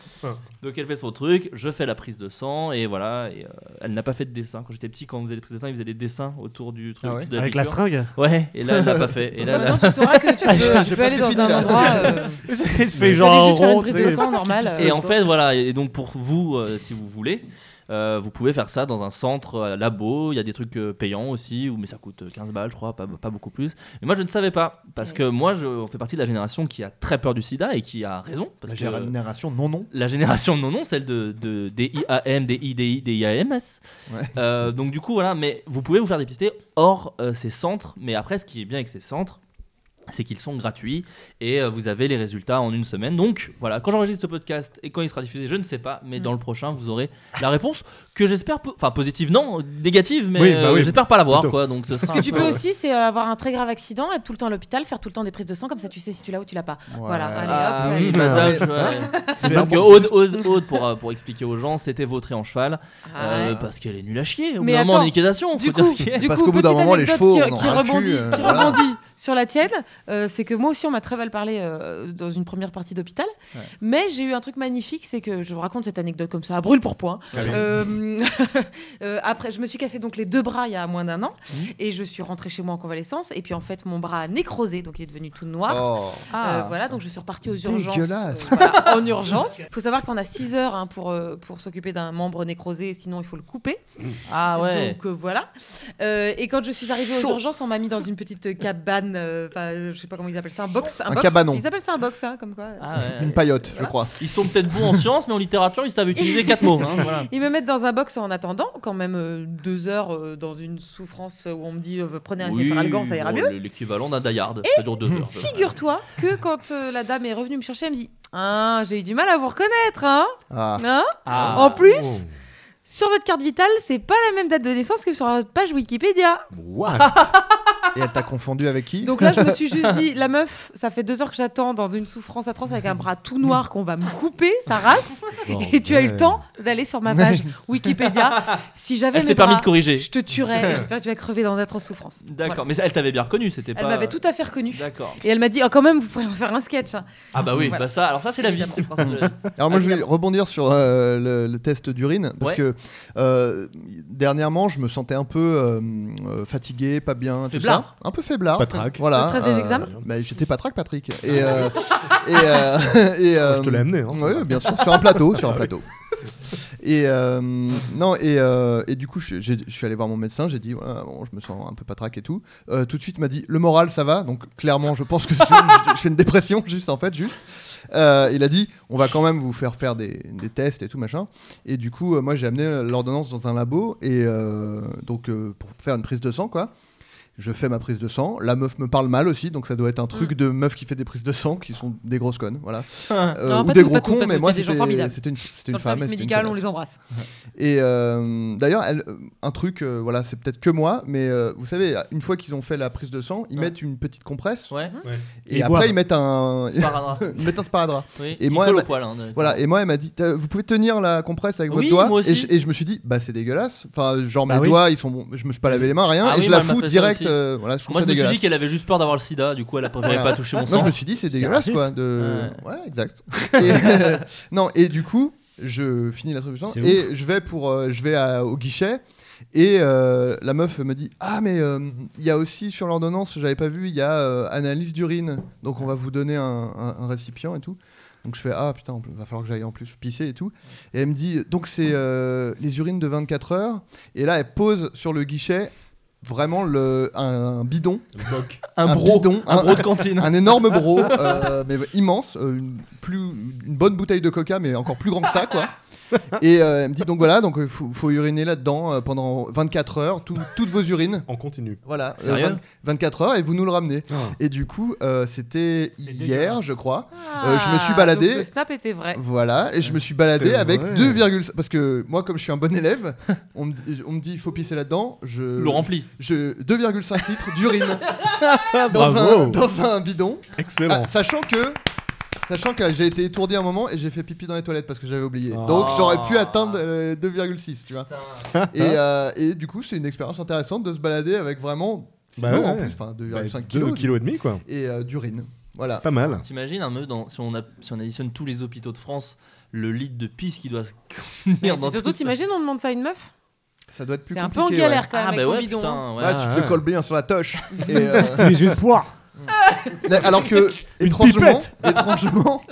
[SPEAKER 1] Donc elle fait son truc, je fais la prise de sang et voilà. Et, euh, elle n'a pas fait de dessin. Quand j'étais petit, quand on faisait des prises de sang, ils faisaient des dessins autour du truc.
[SPEAKER 3] Ah ouais
[SPEAKER 1] de
[SPEAKER 5] Avec la
[SPEAKER 1] piqûre.
[SPEAKER 5] seringue.
[SPEAKER 1] Ouais. Et là, elle l'a pas fait. Et là, Ah, elle a-
[SPEAKER 4] Maintenant, tu sauras que tu peux, tu peux aller dans
[SPEAKER 3] fini,
[SPEAKER 4] un
[SPEAKER 3] là.
[SPEAKER 4] endroit. euh,
[SPEAKER 5] Tu fais
[SPEAKER 4] Genre
[SPEAKER 5] genre un
[SPEAKER 4] juste faire une
[SPEAKER 5] rond.
[SPEAKER 4] prise
[SPEAKER 5] tu
[SPEAKER 4] de
[SPEAKER 5] sais.
[SPEAKER 4] sang normale.
[SPEAKER 1] Et
[SPEAKER 4] euh,
[SPEAKER 1] en fait, voilà, et donc pour vous, euh, si vous voulez, euh, vous pouvez faire ça dans un centre euh, labo. Il y a des trucs euh, payants aussi, ou- mais ça coûte euh, 15 balles, je crois, pas, pas beaucoup plus. Mais moi, je ne savais pas, parce que moi, je, on fait partie de la génération qui a très peur du sida et qui a raison. Parce
[SPEAKER 3] La
[SPEAKER 1] que
[SPEAKER 3] génération, non, non.
[SPEAKER 1] la génération non non celle de, de des IAM des IDI des IAMS
[SPEAKER 3] Ouais.
[SPEAKER 1] Euh, donc du coup voilà mais vous pouvez vous faire dépister hors euh, ces centres mais après ce qui est bien avec ces centres c'est qu'ils sont gratuits et euh, vous avez les résultats en une semaine. Donc voilà, quand j'enregistre ce podcast et quand il sera diffusé, je ne sais pas, mais
[SPEAKER 4] Mm.
[SPEAKER 1] dans le prochain, vous aurez la réponse que j'espère, po- enfin positive non, négative, mais
[SPEAKER 2] Oui, bah
[SPEAKER 1] euh,
[SPEAKER 2] oui.
[SPEAKER 1] j'espère pas l'avoir
[SPEAKER 2] Plutôt.
[SPEAKER 1] quoi. Donc ce sera
[SPEAKER 4] Ce que
[SPEAKER 1] un
[SPEAKER 4] tu
[SPEAKER 1] peu-
[SPEAKER 4] peux aussi, c'est euh, avoir un très grave accident, être tout le temps à l'hôpital, faire tout le temps des prises de sang, comme ça tu sais si tu l'as ou tu l'as pas. Voilà,
[SPEAKER 3] Ouais.
[SPEAKER 4] allez,
[SPEAKER 1] Ah
[SPEAKER 4] hop,
[SPEAKER 1] oui,
[SPEAKER 4] allez.
[SPEAKER 1] madame,
[SPEAKER 3] Mais-
[SPEAKER 1] je- ouais.
[SPEAKER 3] C'est
[SPEAKER 1] Parce que
[SPEAKER 3] vraiment-
[SPEAKER 1] Aude, Aude- Aude, pour, euh, pour expliquer aux gens, c'était vautré en cheval. Euh,
[SPEAKER 4] Ah,
[SPEAKER 1] parce qu'elle est nulle à chier. Au
[SPEAKER 4] Mais
[SPEAKER 1] bout d'un moment, on est
[SPEAKER 4] attends,
[SPEAKER 1] en liquidation, faut dire
[SPEAKER 4] Du coup,
[SPEAKER 1] ce qui est.
[SPEAKER 4] du
[SPEAKER 3] Parce
[SPEAKER 4] coup,
[SPEAKER 3] qu'au bout d'un
[SPEAKER 4] petite
[SPEAKER 3] moment, les
[SPEAKER 4] anecdote
[SPEAKER 3] chevaux,
[SPEAKER 4] qui,
[SPEAKER 3] on en
[SPEAKER 4] qui
[SPEAKER 3] rend le cul,
[SPEAKER 4] rebondit,
[SPEAKER 3] euh,
[SPEAKER 4] qui
[SPEAKER 3] voilà.
[SPEAKER 4] rebondit sur la tienne, euh, c'est que moi aussi on m'a très mal parlé euh, dans une première partie d'hôpital,
[SPEAKER 1] Ouais.
[SPEAKER 4] mais j'ai eu un truc magnifique, c'est que je vous raconte cette anecdote comme ça, à brûle pour point.
[SPEAKER 3] Très bien.
[SPEAKER 4] Euh, euh, après, je me suis cassé donc les deux bras il y a moins d'un an,
[SPEAKER 3] Mmh.
[SPEAKER 4] et je suis rentrée chez moi en convalescence, et puis en fait mon bras a nécrosé, donc il est devenu tout noir.
[SPEAKER 3] Oh.
[SPEAKER 4] Euh,
[SPEAKER 1] Ah.
[SPEAKER 4] voilà, donc je suis repartie aux urgences.
[SPEAKER 3] Dégueulasse.
[SPEAKER 4] euh, voilà, en urgence. Il faut savoir qu'on a 6 heures hein, pour, euh, pour s'occuper d'un membre nécrosé, sinon il faut le couper.
[SPEAKER 1] Ah ouais.
[SPEAKER 4] Donc euh, voilà. Euh, et quand je suis arrivée aux urgences, on m'a mis dans une petite cabane, euh, enfin, je sais pas comment ils appellent ça, un box.
[SPEAKER 3] Un
[SPEAKER 4] box.
[SPEAKER 3] cabanon.
[SPEAKER 4] Ils appellent ça un box, hein, comme quoi.
[SPEAKER 1] Ah ouais.
[SPEAKER 3] Une paillote, je crois.
[SPEAKER 1] Ils sont peut-être bons en sciences, mais en littérature, ils savent utiliser quatre mots. hein, voilà.
[SPEAKER 4] Ils me mettent dans un box en attendant, quand même euh, deux heures euh, dans une souffrance où on me dit euh, prenez un Algan, ça ira
[SPEAKER 1] bon,
[SPEAKER 4] mieux.
[SPEAKER 1] L'équivalent d'un Dayard. Ça dure deux heures.
[SPEAKER 4] Figure-toi que quand euh, la dame est revenue me chercher, elle me dit Ah, j'ai eu du mal à vous reconnaître, hein,
[SPEAKER 3] Ah.
[SPEAKER 4] hein
[SPEAKER 1] Ah.
[SPEAKER 4] En plus,
[SPEAKER 2] Oh,
[SPEAKER 4] sur votre carte vitale, c'est pas la même date de naissance que sur votre page Wikipédia.
[SPEAKER 2] What
[SPEAKER 3] Et elle t'a confondu avec qui
[SPEAKER 4] Donc là, je me suis juste dit, la meuf, ça fait deux heures que j'attends dans une souffrance atroce avec un bras tout noir qu'on va me couper, sa race. Et tu as eu le temps d'aller sur ma page Wikipédia. Si j'avais
[SPEAKER 1] Elle
[SPEAKER 4] mes
[SPEAKER 1] s'est permis
[SPEAKER 4] bras,
[SPEAKER 1] de corriger.
[SPEAKER 4] je te tuerais. et J'espère que tu vas crever dans d'atroces souffrances.
[SPEAKER 1] D'accord, mais elle t'avait bien reconnu, c'était
[SPEAKER 4] Voilà.
[SPEAKER 1] pas.
[SPEAKER 4] Elle m'avait tout à fait reconnue.
[SPEAKER 1] D'accord.
[SPEAKER 4] Et elle m'a dit, oh, quand même, vous pourriez en faire un sketch. hein.
[SPEAKER 1] Ah bah oui,
[SPEAKER 4] Voilà.
[SPEAKER 1] bah ça, alors ça c'est la vie,
[SPEAKER 4] Évidemment.
[SPEAKER 1] c'est le principe de la vie.
[SPEAKER 3] Alors moi je vais rebondir sur euh, le, le test d'urine parce
[SPEAKER 1] Ouais.
[SPEAKER 3] que euh, dernièrement je me sentais un peu euh, euh, fatigué, pas bien, tout
[SPEAKER 1] Faiblard.
[SPEAKER 3] ça, un peu faiblard.
[SPEAKER 2] Patraque.
[SPEAKER 3] Voilà.
[SPEAKER 4] Le stress des
[SPEAKER 3] euh,
[SPEAKER 4] examens Ah,
[SPEAKER 3] bah, J'étais pas trac Patrick. Et, euh, et, euh, et, euh,
[SPEAKER 2] Je te l'ai amené. hein, ça
[SPEAKER 3] ouais,
[SPEAKER 2] va. Ah
[SPEAKER 3] bien sûr, sur un plateau, sur un plateau. Et euh, non et, euh, et du coup je, j'ai- je suis allé voir mon médecin, j'ai dit voilà bon, je me sens un peu patraque et tout. Euh, tout de suite il m'a dit le moral ça va donc clairement je pense que je, je fais une dépression juste en fait juste. Euh, il a dit on va quand même vous faire faire des, des tests et tout machin et du coup euh, moi j'ai amené l'ordonnance dans un labo et euh, donc euh, pour faire une prise de sang quoi. Je fais ma prise de sang, la meuf me parle mal aussi donc ça doit être un truc de meuf qui fait des prises de sang qui sont des grosses connes voilà. Euh,
[SPEAKER 4] Non,
[SPEAKER 3] ou
[SPEAKER 4] pas
[SPEAKER 3] des
[SPEAKER 4] tous,
[SPEAKER 3] gros
[SPEAKER 4] pas tous,
[SPEAKER 3] cons,
[SPEAKER 4] pas
[SPEAKER 3] mais
[SPEAKER 4] tous,
[SPEAKER 3] moi
[SPEAKER 4] il y a des gens
[SPEAKER 3] c'était
[SPEAKER 4] formidables.
[SPEAKER 3] c'était une, c'était
[SPEAKER 4] Dans
[SPEAKER 3] une
[SPEAKER 4] le
[SPEAKER 3] femme. et
[SPEAKER 4] service
[SPEAKER 3] c'était une
[SPEAKER 4] médical, on
[SPEAKER 3] connasse.
[SPEAKER 4] les embrasse.
[SPEAKER 3] Et euh, d'ailleurs, elle- euh, un truc, euh, voilà, c'est peut-être que moi, mais euh, vous savez, une fois qu'ils ont fait la prise de sang, ils
[SPEAKER 1] Ouais.
[SPEAKER 3] mettent une petite compresse
[SPEAKER 1] Ouais,
[SPEAKER 4] Hein
[SPEAKER 3] et,
[SPEAKER 5] Ils
[SPEAKER 3] après
[SPEAKER 5] boivent.
[SPEAKER 3] ils mettent un,
[SPEAKER 1] sparadrap.
[SPEAKER 3] ils mettent un sparadrap.
[SPEAKER 1] Oui.
[SPEAKER 3] Et
[SPEAKER 1] qui
[SPEAKER 3] moi,
[SPEAKER 1] colle au
[SPEAKER 3] bah-
[SPEAKER 1] poil. hein, de-
[SPEAKER 3] Voilà. Et moi, elle m'a dit, T'as- vous pouvez tenir la compresse avec votre
[SPEAKER 1] Oui,
[SPEAKER 3] doigt.
[SPEAKER 1] moi
[SPEAKER 3] Et,
[SPEAKER 1] aussi.
[SPEAKER 3] je, et je me suis dit, bah c'est dégueulasse. Enfin, genre
[SPEAKER 5] Bah
[SPEAKER 3] mes
[SPEAKER 5] oui.
[SPEAKER 3] doigts, ils sont, bons. je me suis pas lavé les mains, rien,
[SPEAKER 1] Ah
[SPEAKER 3] et
[SPEAKER 1] oui,
[SPEAKER 3] je
[SPEAKER 1] moi,
[SPEAKER 3] la
[SPEAKER 1] elle m'a
[SPEAKER 3] fous
[SPEAKER 1] fait ça
[SPEAKER 3] direct.
[SPEAKER 1] aussi.
[SPEAKER 3] euh, voilà, je trouve
[SPEAKER 1] Moi
[SPEAKER 3] ça
[SPEAKER 1] je me suis
[SPEAKER 3] dégueulasse.
[SPEAKER 1] dit qu'elle avait juste peur d'avoir le sida, du coup elle préféré
[SPEAKER 3] Voilà.
[SPEAKER 1] pas toucher mon
[SPEAKER 3] Moi, je
[SPEAKER 1] sang.
[SPEAKER 3] me suis dit, c'est dégueulasse,
[SPEAKER 5] raciste.
[SPEAKER 3] quoi. De... Ouais, exact. Et, euh, non, et du coup, je finis la traduction
[SPEAKER 5] C'est
[SPEAKER 3] et je vais, pour, euh, je vais à- au guichet. Et euh, la meuf me dit Ah, mais euh, il y a aussi sur l'ordonnance, j'avais pas vu, il y a euh, analyse d'urine. Donc on va vous donner un, un- un récipient et tout. Donc je fais Ah putain, il va falloir que j'aille en plus pisser et tout. Et elle me dit Donc c'est euh, les urines de 24 heures. Et là, elle pose sur le guichet vraiment le, un, bidon.
[SPEAKER 1] Un
[SPEAKER 3] un
[SPEAKER 1] bro,
[SPEAKER 3] bidon,
[SPEAKER 1] un
[SPEAKER 3] un-
[SPEAKER 1] bro de cantine.
[SPEAKER 3] Un énorme bro, euh, mais immense, euh, une, plus, une bonne bouteille de coca, mais encore plus grand que ça, quoi. Et euh, elle me dit donc voilà, donc euh, faut, faut uriner là-dedans euh, pendant 24 heures, tout- toutes vos urines,
[SPEAKER 2] On continue.
[SPEAKER 3] voilà,
[SPEAKER 1] Sérieux
[SPEAKER 3] 20 24 heures et vous nous le ramenez.
[SPEAKER 2] Ah.
[SPEAKER 3] Et du coup, euh, c'était
[SPEAKER 7] C'est
[SPEAKER 3] hier,
[SPEAKER 7] dégueulasse.
[SPEAKER 3] je crois. Euh, je me suis baladé.
[SPEAKER 4] Le Ah, snap était vrai.
[SPEAKER 3] Voilà, et je me suis baladé
[SPEAKER 2] C'est
[SPEAKER 3] avec
[SPEAKER 2] vrai.
[SPEAKER 3] 2,5 parce que moi, comme je suis un bon élève, on me dit, on me dit, il faut pisser là-dedans. Je
[SPEAKER 1] Le rempli.
[SPEAKER 3] je 2,5 litres d'urine Ah, dans,
[SPEAKER 2] Bravo.
[SPEAKER 3] un- dans un bidon.
[SPEAKER 2] Excellent.
[SPEAKER 3] Ah, sachant que sachant que j'ai été étourdi un moment et j'ai fait pipi dans les toilettes parce que j'avais oublié.
[SPEAKER 2] Ah.
[SPEAKER 3] Donc j'aurais pu atteindre euh, 2,6, tu vois. Et, euh, et du coup, c'est une expérience intéressante de se balader avec vraiment c'est
[SPEAKER 2] Bah
[SPEAKER 3] lourd
[SPEAKER 2] ouais.
[SPEAKER 3] en plus, enfin 2,5
[SPEAKER 2] Bah, deux
[SPEAKER 3] kilos
[SPEAKER 2] kilos et demi, quoi.
[SPEAKER 3] et euh, d'urine. Voilà.
[SPEAKER 2] Pas mal.
[SPEAKER 1] T'imagines un meuf, dans, si, on a, si on additionne tous les hôpitaux de France, le litre de pisse qui doit se contenir dans
[SPEAKER 4] Et Surtout,
[SPEAKER 1] tout ça.
[SPEAKER 4] t'imagines, on demande ça à une meuf
[SPEAKER 3] Ça doit être plus
[SPEAKER 4] T'es un
[SPEAKER 3] compliqué.
[SPEAKER 4] peu en galère
[SPEAKER 3] ouais.
[SPEAKER 4] quand même
[SPEAKER 1] Ah
[SPEAKER 4] avec
[SPEAKER 1] bah
[SPEAKER 4] ton
[SPEAKER 1] ouais,
[SPEAKER 4] bidon. hein.
[SPEAKER 1] putain, ouais.
[SPEAKER 3] Là, tu te le
[SPEAKER 2] ouais.
[SPEAKER 3] colles bien sur la toche. Et, euh,
[SPEAKER 5] Mais une poire
[SPEAKER 3] Mais Alors que,
[SPEAKER 5] Une
[SPEAKER 3] étrangement,
[SPEAKER 5] pipette.
[SPEAKER 3] étrangement,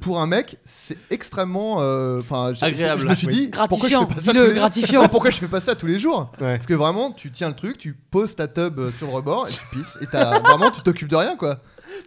[SPEAKER 3] pour un mec, c'est extrêmement. euh, Enfin, j'ai-
[SPEAKER 1] Agréable,
[SPEAKER 3] Je me suis
[SPEAKER 2] oui.
[SPEAKER 3] dit, pourquoi je
[SPEAKER 4] hein. Gratifiant,
[SPEAKER 3] fais pas ça
[SPEAKER 4] dis-le,
[SPEAKER 3] tous les-
[SPEAKER 4] gratifiant.
[SPEAKER 3] Ah, Pourquoi je fais pas ça tous les jours
[SPEAKER 2] Ouais.
[SPEAKER 3] Parce que vraiment, tu tiens le truc, tu poses ta tub euh, sur le rebord et tu pisses. Et t'as- vraiment, tu t'occupes de rien, quoi.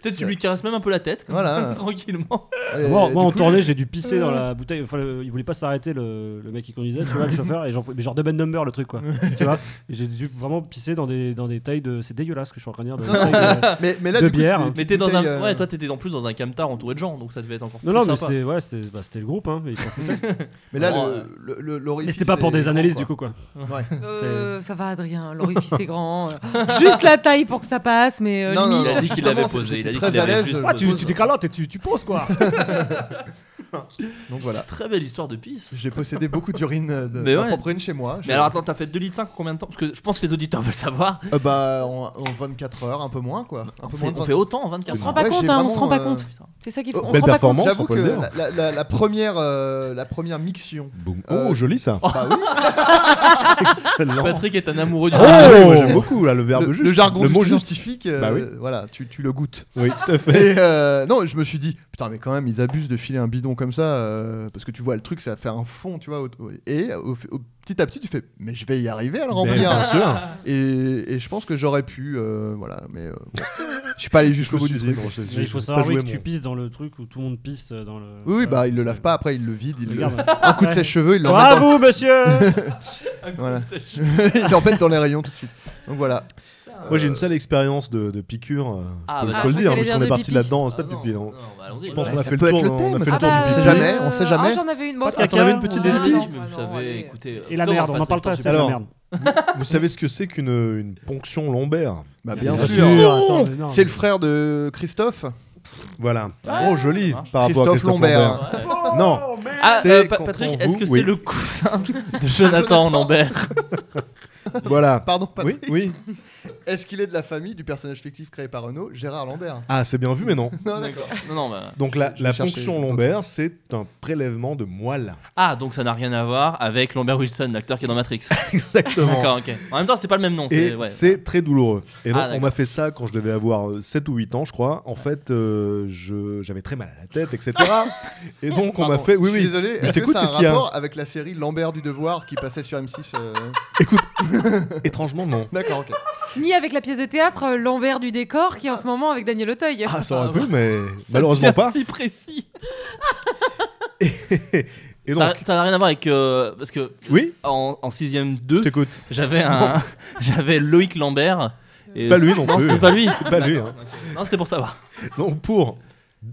[SPEAKER 1] Peut-être tu lui caresses même un peu la tête, comme
[SPEAKER 3] Voilà.
[SPEAKER 1] tranquillement.
[SPEAKER 3] Et
[SPEAKER 5] Moi,
[SPEAKER 3] du
[SPEAKER 5] moi, en
[SPEAKER 3] coup,
[SPEAKER 5] tournée, j'ai dû pisser dans la bouteille. Enfin, le- il voulait pas s'arrêter, le, le mec qui conduisait, tu vois, le chauffeur. Et genre, mais genre double number, le truc, quoi. tu vois Et J'ai dû vraiment pisser dans des, dans des tailles de. C'est dégueulasse ce que je suis en train de dire. dans des tailles de-
[SPEAKER 3] j'ai- Mais, mais là,
[SPEAKER 5] de
[SPEAKER 3] du coup, c'est
[SPEAKER 5] bière.
[SPEAKER 3] des
[SPEAKER 5] Mais
[SPEAKER 1] Mais
[SPEAKER 3] petites
[SPEAKER 1] t'es dans un.
[SPEAKER 3] bouteilles, euh,
[SPEAKER 1] Ouais, toi t'étais en plus dans un camtar entouré de gens, donc ça devait être encore
[SPEAKER 5] Non, non,
[SPEAKER 1] plus
[SPEAKER 5] mais
[SPEAKER 1] sympa.
[SPEAKER 5] c'était voilà, c'était- bah, c'était le groupe. Hein, mais ils s'en foutaient.
[SPEAKER 3] Mais là,
[SPEAKER 1] Bon,
[SPEAKER 3] le-
[SPEAKER 1] euh,
[SPEAKER 3] le- le- l'orifice
[SPEAKER 5] mais c'était pas pour
[SPEAKER 3] est
[SPEAKER 5] des
[SPEAKER 3] grand,
[SPEAKER 5] analyses,
[SPEAKER 3] quoi.
[SPEAKER 5] du coup, quoi.
[SPEAKER 4] Euh, ça va, Adrien, l'orifice est grand. Juste la taille pour que ça passe, mais euh,
[SPEAKER 3] Non, non,
[SPEAKER 4] limite.
[SPEAKER 1] Il a dit qu'il
[SPEAKER 3] justement,
[SPEAKER 1] l'avait
[SPEAKER 3] c'est-
[SPEAKER 1] posé, il a
[SPEAKER 3] j'étais
[SPEAKER 1] dit
[SPEAKER 3] très
[SPEAKER 1] qu'il
[SPEAKER 3] à
[SPEAKER 1] l'avait
[SPEAKER 3] l'aise.
[SPEAKER 1] juste
[SPEAKER 3] je
[SPEAKER 2] Bah,
[SPEAKER 1] Ah,
[SPEAKER 7] tu,
[SPEAKER 3] pose.
[SPEAKER 7] tu décalotes et tu, tu poses quoi.
[SPEAKER 3] Donc voilà.
[SPEAKER 1] Très belle histoire de pisse.
[SPEAKER 3] J'ai possédé beaucoup d'urine euh, de
[SPEAKER 1] Mais
[SPEAKER 3] ma
[SPEAKER 1] ouais.
[SPEAKER 3] propre urine chez moi.
[SPEAKER 1] Mais alors attends, t'as fait 2 litres 5 combien de temps Parce que je pense que les auditeurs veulent savoir.
[SPEAKER 3] Euh, bah, en, en 24 heures, un peu moins, quoi. Un
[SPEAKER 1] On
[SPEAKER 3] peu
[SPEAKER 1] fait,
[SPEAKER 3] moins de
[SPEAKER 1] on fait autant en 24
[SPEAKER 4] On se rend
[SPEAKER 1] heures.
[SPEAKER 4] pas
[SPEAKER 3] Ouais,
[SPEAKER 4] compte,
[SPEAKER 3] j'ai
[SPEAKER 4] hein, on se rend
[SPEAKER 3] vraiment,
[SPEAKER 4] pas compte.
[SPEAKER 3] euh,
[SPEAKER 1] Putain.
[SPEAKER 4] C'est ça qu'il
[SPEAKER 3] Oh,
[SPEAKER 4] faut. On se
[SPEAKER 2] belle
[SPEAKER 4] rend pas compte.
[SPEAKER 2] performance.
[SPEAKER 3] J'avoue
[SPEAKER 2] on peut
[SPEAKER 3] que
[SPEAKER 2] le dire.
[SPEAKER 3] la, la- la- la première, euh, la première mixion.
[SPEAKER 2] Boum.
[SPEAKER 3] Euh,
[SPEAKER 2] Oh, joli ça.
[SPEAKER 3] Bah oui,
[SPEAKER 2] Excellent.
[SPEAKER 1] Patrick est un amoureux du.
[SPEAKER 2] Ah ouais, moi, j'aime beaucoup là, le verbe
[SPEAKER 3] Oh. le,
[SPEAKER 2] juste.
[SPEAKER 3] le jargon
[SPEAKER 2] le mot
[SPEAKER 3] justi-
[SPEAKER 2] juste.
[SPEAKER 3] scientifique, euh,
[SPEAKER 2] Bah oui.
[SPEAKER 3] voilà, tu, tu le goûtes.
[SPEAKER 2] Oui, tout à fait.
[SPEAKER 3] Et euh, non, je me suis dit, putain, mais quand même, ils abusent de filer un bidon comme ça, euh, parce que tu vois le truc, ça va faire un fond, tu vois. au- et au- au- petit à petit, tu fais, mais je vais y arriver à le
[SPEAKER 2] Ben, bien
[SPEAKER 3] remplir.
[SPEAKER 2] sûr.
[SPEAKER 3] Et, et je pense que j'aurais pu, euh, voilà, mais euh, bon. je suis pas allé jusqu'au bout du truc.
[SPEAKER 5] Mais il faut savoir oui, que tu pisses dans le truc où tout le monde pisse euh, dans le.
[SPEAKER 3] Oui, oui,
[SPEAKER 5] voilà.
[SPEAKER 3] bah, ils le lavent pas, après, ils le vident, ils le-
[SPEAKER 5] Regarde.
[SPEAKER 3] un coup de
[SPEAKER 5] Ouais.
[SPEAKER 3] sèche-cheveux, ils le remettent dans-
[SPEAKER 5] Bravo, monsieur
[SPEAKER 1] Ah,
[SPEAKER 3] Voilà. ils l'embêtent dans les rayons tout de suite. Donc voilà.
[SPEAKER 2] Moi, j'ai une sale expérience de, de piqûre. euh, Je
[SPEAKER 1] Ah, bah,
[SPEAKER 2] peux- je peux
[SPEAKER 4] je
[SPEAKER 2] le
[SPEAKER 4] crois
[SPEAKER 2] dire,
[SPEAKER 4] qu'elle
[SPEAKER 2] parce
[SPEAKER 4] est
[SPEAKER 2] qu'on
[SPEAKER 4] de
[SPEAKER 2] est parti
[SPEAKER 4] pipi.
[SPEAKER 2] là-dedans. C'est pas
[SPEAKER 1] Ah
[SPEAKER 2] de pipi. hein.
[SPEAKER 1] allons-y.
[SPEAKER 2] Je pense
[SPEAKER 3] Ouais,
[SPEAKER 2] qu'on a
[SPEAKER 3] ça
[SPEAKER 2] fait
[SPEAKER 3] peut
[SPEAKER 2] le tour
[SPEAKER 3] être le
[SPEAKER 2] on a fait
[SPEAKER 3] thème, ça.
[SPEAKER 2] le tour
[SPEAKER 4] Ah bah,
[SPEAKER 2] du
[SPEAKER 3] sait
[SPEAKER 2] pipi.
[SPEAKER 4] euh,
[SPEAKER 3] jamais, on sait jamais.
[SPEAKER 4] Ah, j'en avais une
[SPEAKER 5] Pas
[SPEAKER 4] bonne.
[SPEAKER 5] de caca.
[SPEAKER 3] T'en avais une petite
[SPEAKER 4] Ah,
[SPEAKER 3] délice
[SPEAKER 4] non,
[SPEAKER 1] mais vous
[SPEAKER 4] non,
[SPEAKER 1] savez,
[SPEAKER 4] allez.
[SPEAKER 1] écoutez.
[SPEAKER 5] Et la
[SPEAKER 1] commence
[SPEAKER 5] merde,
[SPEAKER 1] pas,
[SPEAKER 5] on n'en
[SPEAKER 1] Patrick,
[SPEAKER 5] parle pas,
[SPEAKER 1] on
[SPEAKER 5] c'est
[SPEAKER 1] sait
[SPEAKER 5] la
[SPEAKER 2] Alors,
[SPEAKER 5] merde.
[SPEAKER 2] Vous savez ce que c'est qu'une une ponction lombaire
[SPEAKER 3] Bah,
[SPEAKER 5] Bien
[SPEAKER 3] bien,
[SPEAKER 5] sûr.
[SPEAKER 3] sûr.
[SPEAKER 2] Oh,
[SPEAKER 5] Attends, mais non,
[SPEAKER 3] C'est
[SPEAKER 5] mais-
[SPEAKER 3] le frère de Christophe
[SPEAKER 2] Voilà.
[SPEAKER 1] Ah,
[SPEAKER 2] oh, joli
[SPEAKER 1] marche.
[SPEAKER 2] par rapport à
[SPEAKER 3] Christophe
[SPEAKER 2] Christophe
[SPEAKER 3] Lambert. Oh,
[SPEAKER 2] Lambert. Non,
[SPEAKER 1] Ah,
[SPEAKER 2] C'est
[SPEAKER 1] euh, Pa-
[SPEAKER 2] qu'on
[SPEAKER 1] Patrick,
[SPEAKER 2] prend
[SPEAKER 1] est-ce
[SPEAKER 2] vous,
[SPEAKER 1] que
[SPEAKER 2] oui.
[SPEAKER 1] c'est le cousin de Jonathan Lambert
[SPEAKER 2] voilà.
[SPEAKER 3] Pardon,
[SPEAKER 2] Oui,
[SPEAKER 3] Patrick.
[SPEAKER 2] oui.
[SPEAKER 3] Est-ce qu'il est de la famille du personnage fictif créé par Renault, Gérard Lambert
[SPEAKER 2] Ah, c'est bien vu, mais non.
[SPEAKER 3] Non, d'accord.
[SPEAKER 1] Non, non, bah-
[SPEAKER 2] Donc la,
[SPEAKER 3] Je vais
[SPEAKER 2] la
[SPEAKER 3] chercher.
[SPEAKER 2] ponction lombaire, c'est un prélèvement de moelle.
[SPEAKER 1] Ah, donc ça n'a rien à voir avec Lambert Wilson, l'acteur qui est dans Matrix.
[SPEAKER 2] Exactement.
[SPEAKER 1] D'accord, ok. En même temps, c'est pas le même nom.
[SPEAKER 2] Et
[SPEAKER 1] c'est- ouais.
[SPEAKER 2] c'est très douloureux. Et
[SPEAKER 1] Ah,
[SPEAKER 2] donc, on
[SPEAKER 1] d'accord.
[SPEAKER 2] m'a fait ça quand je devais avoir euh, 7 ou 8 ans, je crois. En fait, euh, je- j'avais très mal à la tête, etc. et donc, on m'a
[SPEAKER 3] Pardon,
[SPEAKER 2] fait. Oui,
[SPEAKER 3] je suis
[SPEAKER 2] oui.
[SPEAKER 3] désolé. Est-ce que
[SPEAKER 2] t'écoute,
[SPEAKER 3] ça a un
[SPEAKER 2] qu'est-ce qu'il y a
[SPEAKER 3] rapport avec la série Lambert du Devoir qui passait sur M6 euh,
[SPEAKER 2] Écoute, étrangement, non.
[SPEAKER 3] D'accord, ok.
[SPEAKER 4] Ni avec la pièce de théâtre euh, L'envers du décor qui est en ce moment avec Daniel Auteuil.
[SPEAKER 2] Ah, ça
[SPEAKER 1] Ah,
[SPEAKER 2] aurait pu, mais
[SPEAKER 1] Ça
[SPEAKER 2] malheureusement
[SPEAKER 1] devient
[SPEAKER 2] pas.
[SPEAKER 1] si précis.
[SPEAKER 2] Et donc,
[SPEAKER 1] Ça ça n'a rien à voir avec. euh, parce que
[SPEAKER 2] oui,
[SPEAKER 1] en, en 6ème
[SPEAKER 2] je
[SPEAKER 1] 2,
[SPEAKER 2] t'écoute.
[SPEAKER 1] j'avais un. J'avais Loïc Lambert. et-
[SPEAKER 2] C'est pas lui non
[SPEAKER 1] Non,
[SPEAKER 2] plus.
[SPEAKER 1] c'est pas lui.
[SPEAKER 2] C'est pas lui, hein.
[SPEAKER 1] D'accord, ok. Non, c'était pour savoir.
[SPEAKER 2] Donc, pour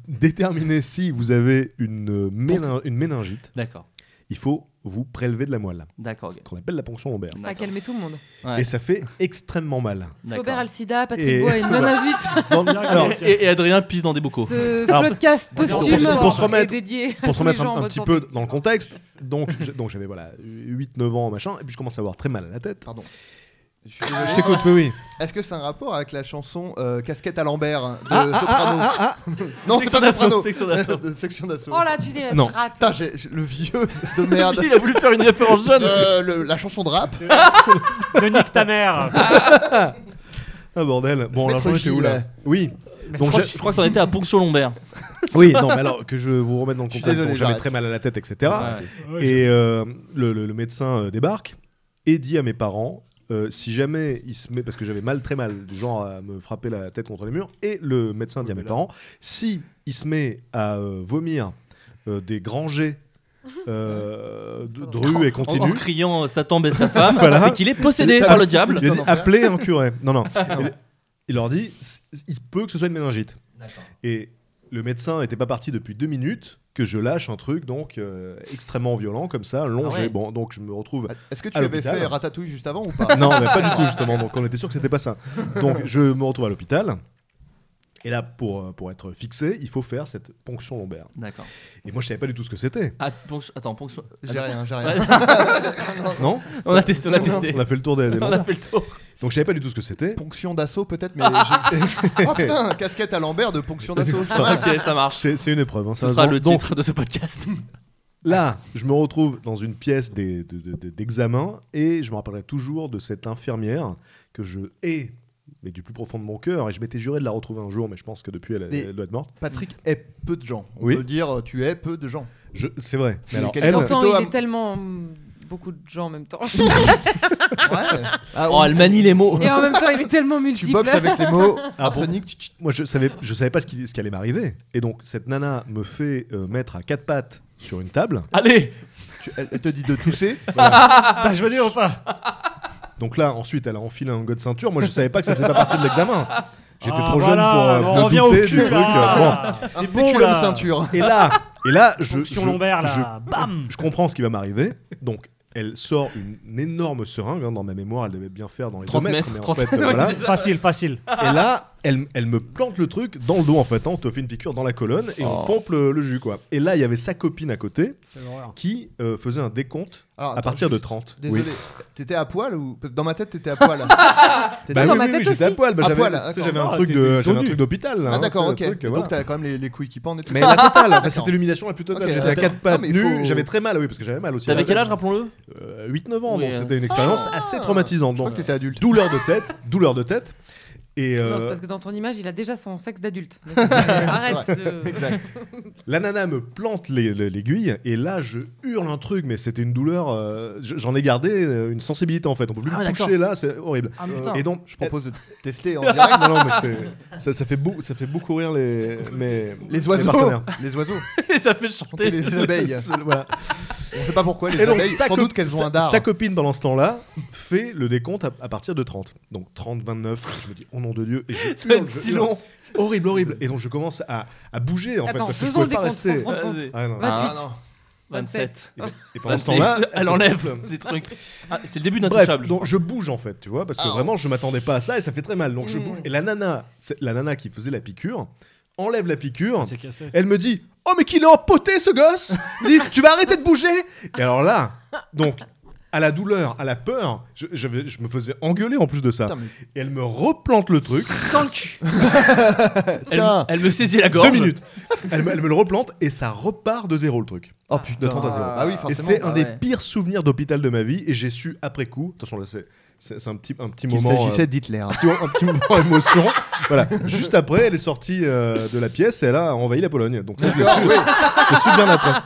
[SPEAKER 2] déterminer si vous avez une, euh, ménin- une méningite,
[SPEAKER 1] D'accord.
[SPEAKER 2] il faut vous prélever de la moelle,
[SPEAKER 1] D'accord,
[SPEAKER 2] ce
[SPEAKER 1] ok.
[SPEAKER 2] qu'on appelle la ponction lombaire.
[SPEAKER 4] Ça a calmé tout le monde.
[SPEAKER 1] Ouais,
[SPEAKER 2] Et ça fait extrêmement mal.
[SPEAKER 4] Robert
[SPEAKER 1] d'accord.
[SPEAKER 4] Alcida, Patrick
[SPEAKER 2] Et-
[SPEAKER 4] Bois et une agite.
[SPEAKER 2] Dans- alors,
[SPEAKER 1] Et, et- et Adrien pisse dans des bocaux.
[SPEAKER 4] Ce
[SPEAKER 2] Alors,
[SPEAKER 4] podcast
[SPEAKER 2] pour-
[SPEAKER 4] posthume
[SPEAKER 2] pour- pour se remettre-
[SPEAKER 4] est dédié à
[SPEAKER 2] pour se
[SPEAKER 4] tous les
[SPEAKER 2] remettre
[SPEAKER 4] gens en
[SPEAKER 2] un, un
[SPEAKER 4] bonne
[SPEAKER 2] petit
[SPEAKER 4] santé.
[SPEAKER 2] peu dans le contexte, donc je- donc j'avais voilà 8-9 ans, machin, et puis je commence à avoir très mal à la tête.
[SPEAKER 3] Pardon. Je suis
[SPEAKER 2] Je
[SPEAKER 3] désolé.
[SPEAKER 2] t'écoute, oui, oui.
[SPEAKER 3] Est-ce que c'est un rapport avec la chanson euh, Casquette à Lambert de
[SPEAKER 2] Ah, ah,
[SPEAKER 3] Soprano
[SPEAKER 2] ah, ah, ah.
[SPEAKER 3] Non, c'est
[SPEAKER 1] Section
[SPEAKER 3] pas
[SPEAKER 1] d'assaut,
[SPEAKER 3] Soprano.
[SPEAKER 1] section d'assaut.
[SPEAKER 3] De section d'assaut.
[SPEAKER 4] Oh là, tu t'es
[SPEAKER 2] Non.
[SPEAKER 4] tu rates.
[SPEAKER 3] Putain, j'ai- j'ai- le vieux de
[SPEAKER 1] Puis,
[SPEAKER 3] merde.
[SPEAKER 1] Il a voulu faire une référence jeune.
[SPEAKER 3] Euh, le- la chanson de rap.
[SPEAKER 7] Le nique ta mère.
[SPEAKER 2] Ah, bordel. Bon,
[SPEAKER 3] Maître
[SPEAKER 2] alors j'étais où là
[SPEAKER 3] Gilles.
[SPEAKER 2] Oui.
[SPEAKER 1] je,
[SPEAKER 2] Donc
[SPEAKER 1] crois,
[SPEAKER 2] j'ai-
[SPEAKER 1] je crois que t'en étais à ponction lombaire.
[SPEAKER 2] oui, non, mais alors que je vous remette dans le
[SPEAKER 3] Je suis
[SPEAKER 2] contexte,
[SPEAKER 3] désolé,
[SPEAKER 2] donc j'avais
[SPEAKER 3] j'arrête.
[SPEAKER 2] très mal à la tête, etc.
[SPEAKER 1] Ouais.
[SPEAKER 2] Et euh, le, le- le médecin euh, débarque et dit à mes parents euh, si jamais il se met, parce que j'avais mal, très mal, du genre à me frapper la tête contre les murs, et le médecin dit à mes parents si il se met à euh, vomir euh, des grands jets euh, de, de rue et
[SPEAKER 1] En-
[SPEAKER 2] continue.
[SPEAKER 1] En, criant euh, Satan baisse ta femme,
[SPEAKER 2] Voilà.
[SPEAKER 1] c'est qu'il est possédé
[SPEAKER 2] C'est-
[SPEAKER 1] par le
[SPEAKER 2] Ah,
[SPEAKER 1] diable.
[SPEAKER 2] Il a dit,
[SPEAKER 3] Putain, non.
[SPEAKER 2] appelez un curé. Non, non. Il- Il leur dit c- il se peut que ce soit une méningite. Et le médecin n'était pas parti depuis deux minutes que je lâche un truc donc euh, extrêmement violent comme ça, longé.
[SPEAKER 1] Ah ouais.
[SPEAKER 2] Bon, donc je me retrouve.
[SPEAKER 3] Est-ce que tu
[SPEAKER 2] À
[SPEAKER 3] avais
[SPEAKER 2] l'hôpital. hein.
[SPEAKER 3] fait Ratatouille juste avant ou pas
[SPEAKER 2] Non, mais pas du tout justement. Donc on était sûr que c'était pas ça. Donc je me retrouve à l'hôpital. Et là, pour, euh, pour être fixé, il faut faire cette ponction lombaire.
[SPEAKER 1] D'accord.
[SPEAKER 2] Et moi, je savais pas du tout ce que c'était.
[SPEAKER 1] Ah, ponction- Attends, ponction.
[SPEAKER 3] J'ai rien, j'ai rien.
[SPEAKER 1] Ouais,
[SPEAKER 2] Non
[SPEAKER 1] on a testé, on a testé.
[SPEAKER 2] On a fait le tour des, des
[SPEAKER 1] On a
[SPEAKER 2] lombaires.
[SPEAKER 1] fait le tour.
[SPEAKER 2] Donc je savais pas du tout ce que c'était.
[SPEAKER 3] Ponction d'assaut peut-être, mais j'ai- oh putain, casquette à Lambert de ponction d'assaut. c'est pas mal.
[SPEAKER 1] ok, ça marche.
[SPEAKER 2] C'est c'est une épreuve. hein,
[SPEAKER 1] Ce sera
[SPEAKER 2] sérieusement.
[SPEAKER 1] le
[SPEAKER 2] Donc,
[SPEAKER 1] titre de ce podcast.
[SPEAKER 2] Là, je me retrouve dans une pièce des- de- de- de- d'examen et je me rappellerai toujours de cette infirmière que je hais, mais du plus profond de mon cœur. Et je m'étais juré de la retrouver un jour, mais je pense que depuis, elle,
[SPEAKER 3] Et-
[SPEAKER 2] elle doit être morte.
[SPEAKER 3] Patrick est peu de gens. On
[SPEAKER 2] Oui.
[SPEAKER 3] peut le dire, tu es peu de gens.
[SPEAKER 2] Je- C'est vrai. Mais
[SPEAKER 3] Mais
[SPEAKER 2] alors,
[SPEAKER 3] quel-
[SPEAKER 2] elle,
[SPEAKER 3] Dans-
[SPEAKER 4] Pourtant,
[SPEAKER 3] Plutôt
[SPEAKER 4] il
[SPEAKER 3] à-
[SPEAKER 4] est tellement mm, beaucoup de gens en même temps.
[SPEAKER 3] Ouais. Ah,
[SPEAKER 1] Oh,
[SPEAKER 3] on-
[SPEAKER 1] elle manie les mots.
[SPEAKER 4] Et en même temps, il est tellement
[SPEAKER 3] tu
[SPEAKER 4] multiple.
[SPEAKER 3] boxes avec les mots.
[SPEAKER 2] Ah bon
[SPEAKER 3] Arsenic, tch, tch,
[SPEAKER 2] moi, je savais, je savais pas ce qui, ce qui allait m'arriver. Et donc, cette nana me fait euh, mettre à quatre pattes sur une table.
[SPEAKER 1] Allez
[SPEAKER 3] tu- elle elle te dit de tousser. Ah,
[SPEAKER 7] T'as joué ou pas
[SPEAKER 2] Donc là, ensuite, elle a enfilé un god ceinture. Moi, je savais pas que ça faisait pas partie de l'examen. J'étais
[SPEAKER 7] Ah,
[SPEAKER 2] trop
[SPEAKER 7] voilà,
[SPEAKER 2] jeune pour euh,
[SPEAKER 7] On
[SPEAKER 2] me
[SPEAKER 7] revient au
[SPEAKER 2] douter du
[SPEAKER 7] cul
[SPEAKER 2] truc, euh, bon.
[SPEAKER 7] là.
[SPEAKER 3] Un
[SPEAKER 7] C'est bon
[SPEAKER 3] spéculum
[SPEAKER 7] là.
[SPEAKER 3] ceinture.
[SPEAKER 2] Et là, et là, je,
[SPEAKER 7] Ponction
[SPEAKER 2] je-
[SPEAKER 7] lombaire
[SPEAKER 2] je-
[SPEAKER 7] là. Bam.
[SPEAKER 2] je comprends ce qui va m'arriver. Donc, elle sort une énorme seringue. hein, dans ma mémoire, elle devait bien faire dans les
[SPEAKER 1] 30
[SPEAKER 2] deux mètres.
[SPEAKER 1] mètres,
[SPEAKER 2] mais en
[SPEAKER 1] 30
[SPEAKER 2] fait, euh,
[SPEAKER 1] mètres,
[SPEAKER 2] voilà.
[SPEAKER 7] Facile, facile.
[SPEAKER 2] Et là, elle, elle me plante le truc dans le dos. En fait, hein. on te fait une piqûre dans la colonne et on
[SPEAKER 1] Oh.
[SPEAKER 2] pompe le, le jus. quoi. Et là, il y avait sa copine à côté
[SPEAKER 7] Quelle horreur.
[SPEAKER 2] qui euh, faisait un décompte
[SPEAKER 3] Alors,
[SPEAKER 2] à
[SPEAKER 3] attends,
[SPEAKER 2] partir de
[SPEAKER 3] juste-
[SPEAKER 2] 30.
[SPEAKER 3] Désolé,
[SPEAKER 2] Oui.
[SPEAKER 3] t'étais à poil ou parce que Dans ma tête, t'étais à poil. T'étais
[SPEAKER 2] Bah
[SPEAKER 3] à
[SPEAKER 2] oui,
[SPEAKER 4] Dans
[SPEAKER 3] poil.
[SPEAKER 2] oui,
[SPEAKER 4] ma
[SPEAKER 2] oui,
[SPEAKER 4] tête
[SPEAKER 2] j'étais à
[SPEAKER 4] aussi.
[SPEAKER 2] poil. Bah,
[SPEAKER 3] À
[SPEAKER 2] j'avais
[SPEAKER 3] poil,
[SPEAKER 2] tu sais,
[SPEAKER 3] d'accord.
[SPEAKER 2] j'avais un
[SPEAKER 7] Ah,
[SPEAKER 2] truc
[SPEAKER 7] t'es-
[SPEAKER 2] de-
[SPEAKER 7] t'es
[SPEAKER 2] j'avais un
[SPEAKER 7] tenu.
[SPEAKER 2] truc d'hôpital. là,
[SPEAKER 3] Ah
[SPEAKER 2] hein,
[SPEAKER 3] d'accord,
[SPEAKER 2] c'est le
[SPEAKER 3] ok.
[SPEAKER 2] truc,
[SPEAKER 3] Et
[SPEAKER 2] voilà.
[SPEAKER 3] Donc t'as quand même les, les couilles qui pendent et tout.
[SPEAKER 2] Mais la totale, enfin, c'était
[SPEAKER 3] D'accord.
[SPEAKER 2] l'humiliation la plus totale.
[SPEAKER 3] Ok,
[SPEAKER 2] J'étais à
[SPEAKER 3] attends.
[SPEAKER 2] quatre pattes
[SPEAKER 3] Non, mais il
[SPEAKER 2] nues,
[SPEAKER 3] faut-
[SPEAKER 2] j'avais très mal, ah oui, parce que j'avais mal aussi.
[SPEAKER 1] T'avais quel âge,
[SPEAKER 2] Euh,
[SPEAKER 1] rappelons-le
[SPEAKER 2] euh, 8-9 ans,
[SPEAKER 1] Oui,
[SPEAKER 2] donc
[SPEAKER 1] euh.
[SPEAKER 2] c'était une expérience
[SPEAKER 3] Ah.
[SPEAKER 2] assez traumatisante.
[SPEAKER 3] Je crois
[SPEAKER 2] Donc,
[SPEAKER 3] que t'étais adulte.
[SPEAKER 2] douleur de tête, douleur de tête. Et
[SPEAKER 4] Non, c'est
[SPEAKER 2] euh,
[SPEAKER 4] parce que dans ton image, il a déjà son sexe d'adulte. Mais Arrête de.
[SPEAKER 3] Exact.
[SPEAKER 2] la nana me plante les- les- l'aiguille et là je hurle un truc, mais c'était une douleur. euh, je- J'en ai gardé euh, une sensibilité en fait. On peut plus
[SPEAKER 1] Ah,
[SPEAKER 2] me
[SPEAKER 1] d'accord.
[SPEAKER 2] toucher là, c'est horrible.
[SPEAKER 1] Ah
[SPEAKER 3] putain.
[SPEAKER 2] Et donc
[SPEAKER 3] Euh, Je propose de tester en direct.
[SPEAKER 2] Non, non, mais c'est- ça, ça fait beau, ça fait beaucoup rire les mes-
[SPEAKER 3] Les
[SPEAKER 2] mes
[SPEAKER 3] oiseaux.
[SPEAKER 2] partenaires.
[SPEAKER 3] Les oiseaux.
[SPEAKER 1] Et ça fait
[SPEAKER 3] Chanter
[SPEAKER 1] chanter.
[SPEAKER 3] les abeilles.
[SPEAKER 2] Voilà.
[SPEAKER 3] On sait pas pourquoi les
[SPEAKER 2] Et donc
[SPEAKER 3] abeilles.
[SPEAKER 2] sa,
[SPEAKER 3] Sans
[SPEAKER 2] co-
[SPEAKER 3] doute qu'elles ont
[SPEAKER 2] sa-
[SPEAKER 3] un dard.
[SPEAKER 2] sa copine dans l'instant-là fait le décompte à, à partir de 30. Donc 30, 29. Je me dis, oh nom de Dieu. Et je
[SPEAKER 1] Ça va
[SPEAKER 2] hurle,
[SPEAKER 1] être
[SPEAKER 2] je
[SPEAKER 1] si
[SPEAKER 2] hurle.
[SPEAKER 1] long.
[SPEAKER 2] Horrible, horrible. Et donc je commence à, à bouger en fait.
[SPEAKER 4] Attends,
[SPEAKER 2] parce que je
[SPEAKER 4] faisons
[SPEAKER 2] pouvais
[SPEAKER 4] le
[SPEAKER 2] pas
[SPEAKER 4] décompte,
[SPEAKER 2] rester.
[SPEAKER 4] faisons le décompte.
[SPEAKER 1] Vas-y.
[SPEAKER 2] Ah non.
[SPEAKER 4] Vingt-huit.
[SPEAKER 3] non.
[SPEAKER 1] 27.
[SPEAKER 2] Et pendant ce
[SPEAKER 1] 26.
[SPEAKER 2] temps-là,
[SPEAKER 1] Ah, Elle enlève des trucs. Ah, c'est le début d'un
[SPEAKER 2] Bref,
[SPEAKER 1] touchable.
[SPEAKER 2] donc je bouge en fait, tu vois, parce que
[SPEAKER 3] Ah.
[SPEAKER 2] vraiment je m'attendais pas à ça et ça fait très mal. Donc je
[SPEAKER 3] Mm.
[SPEAKER 2] bouge. Et la nana, c'est- la nana qui faisait la piqûre, enlève la piqûre.
[SPEAKER 5] Ah, C'est cassé.
[SPEAKER 2] Elle me dit Oh, mais qu'il est empoté ce gosse Dis, Tu vas arrêter de bouger Et alors là, donc, à la douleur, à la peur, je, je vais- je me faisais engueuler en plus de ça.
[SPEAKER 3] Putain, mais-
[SPEAKER 2] Et elle me replante le truc.
[SPEAKER 4] Dans le cul.
[SPEAKER 1] Elle,
[SPEAKER 3] Tiens.
[SPEAKER 1] elle me saisit la gorge.
[SPEAKER 2] Deux minutes elle, me- elle me le replante et ça repart de zéro le truc.
[SPEAKER 3] Oh putain.
[SPEAKER 2] De 30 à zéro.
[SPEAKER 3] Ah oui,
[SPEAKER 1] Et
[SPEAKER 2] Et
[SPEAKER 3] forcément.
[SPEAKER 2] c'est un
[SPEAKER 1] Ah
[SPEAKER 2] des
[SPEAKER 1] ouais.
[SPEAKER 2] pires souvenirs d'hôpital de ma vie. Et j'ai su après coup. Attention, là, c'est, c'est- c'est un petit, un petit
[SPEAKER 3] Il
[SPEAKER 2] moment. euh,
[SPEAKER 3] s'agissait d'Hitler.
[SPEAKER 2] petit- un petit moment émotion. Voilà. Juste après, elle est sortie euh, de la pièce et elle a envahi la Pologne. Donc ça, je l'ai su, je suis bien après.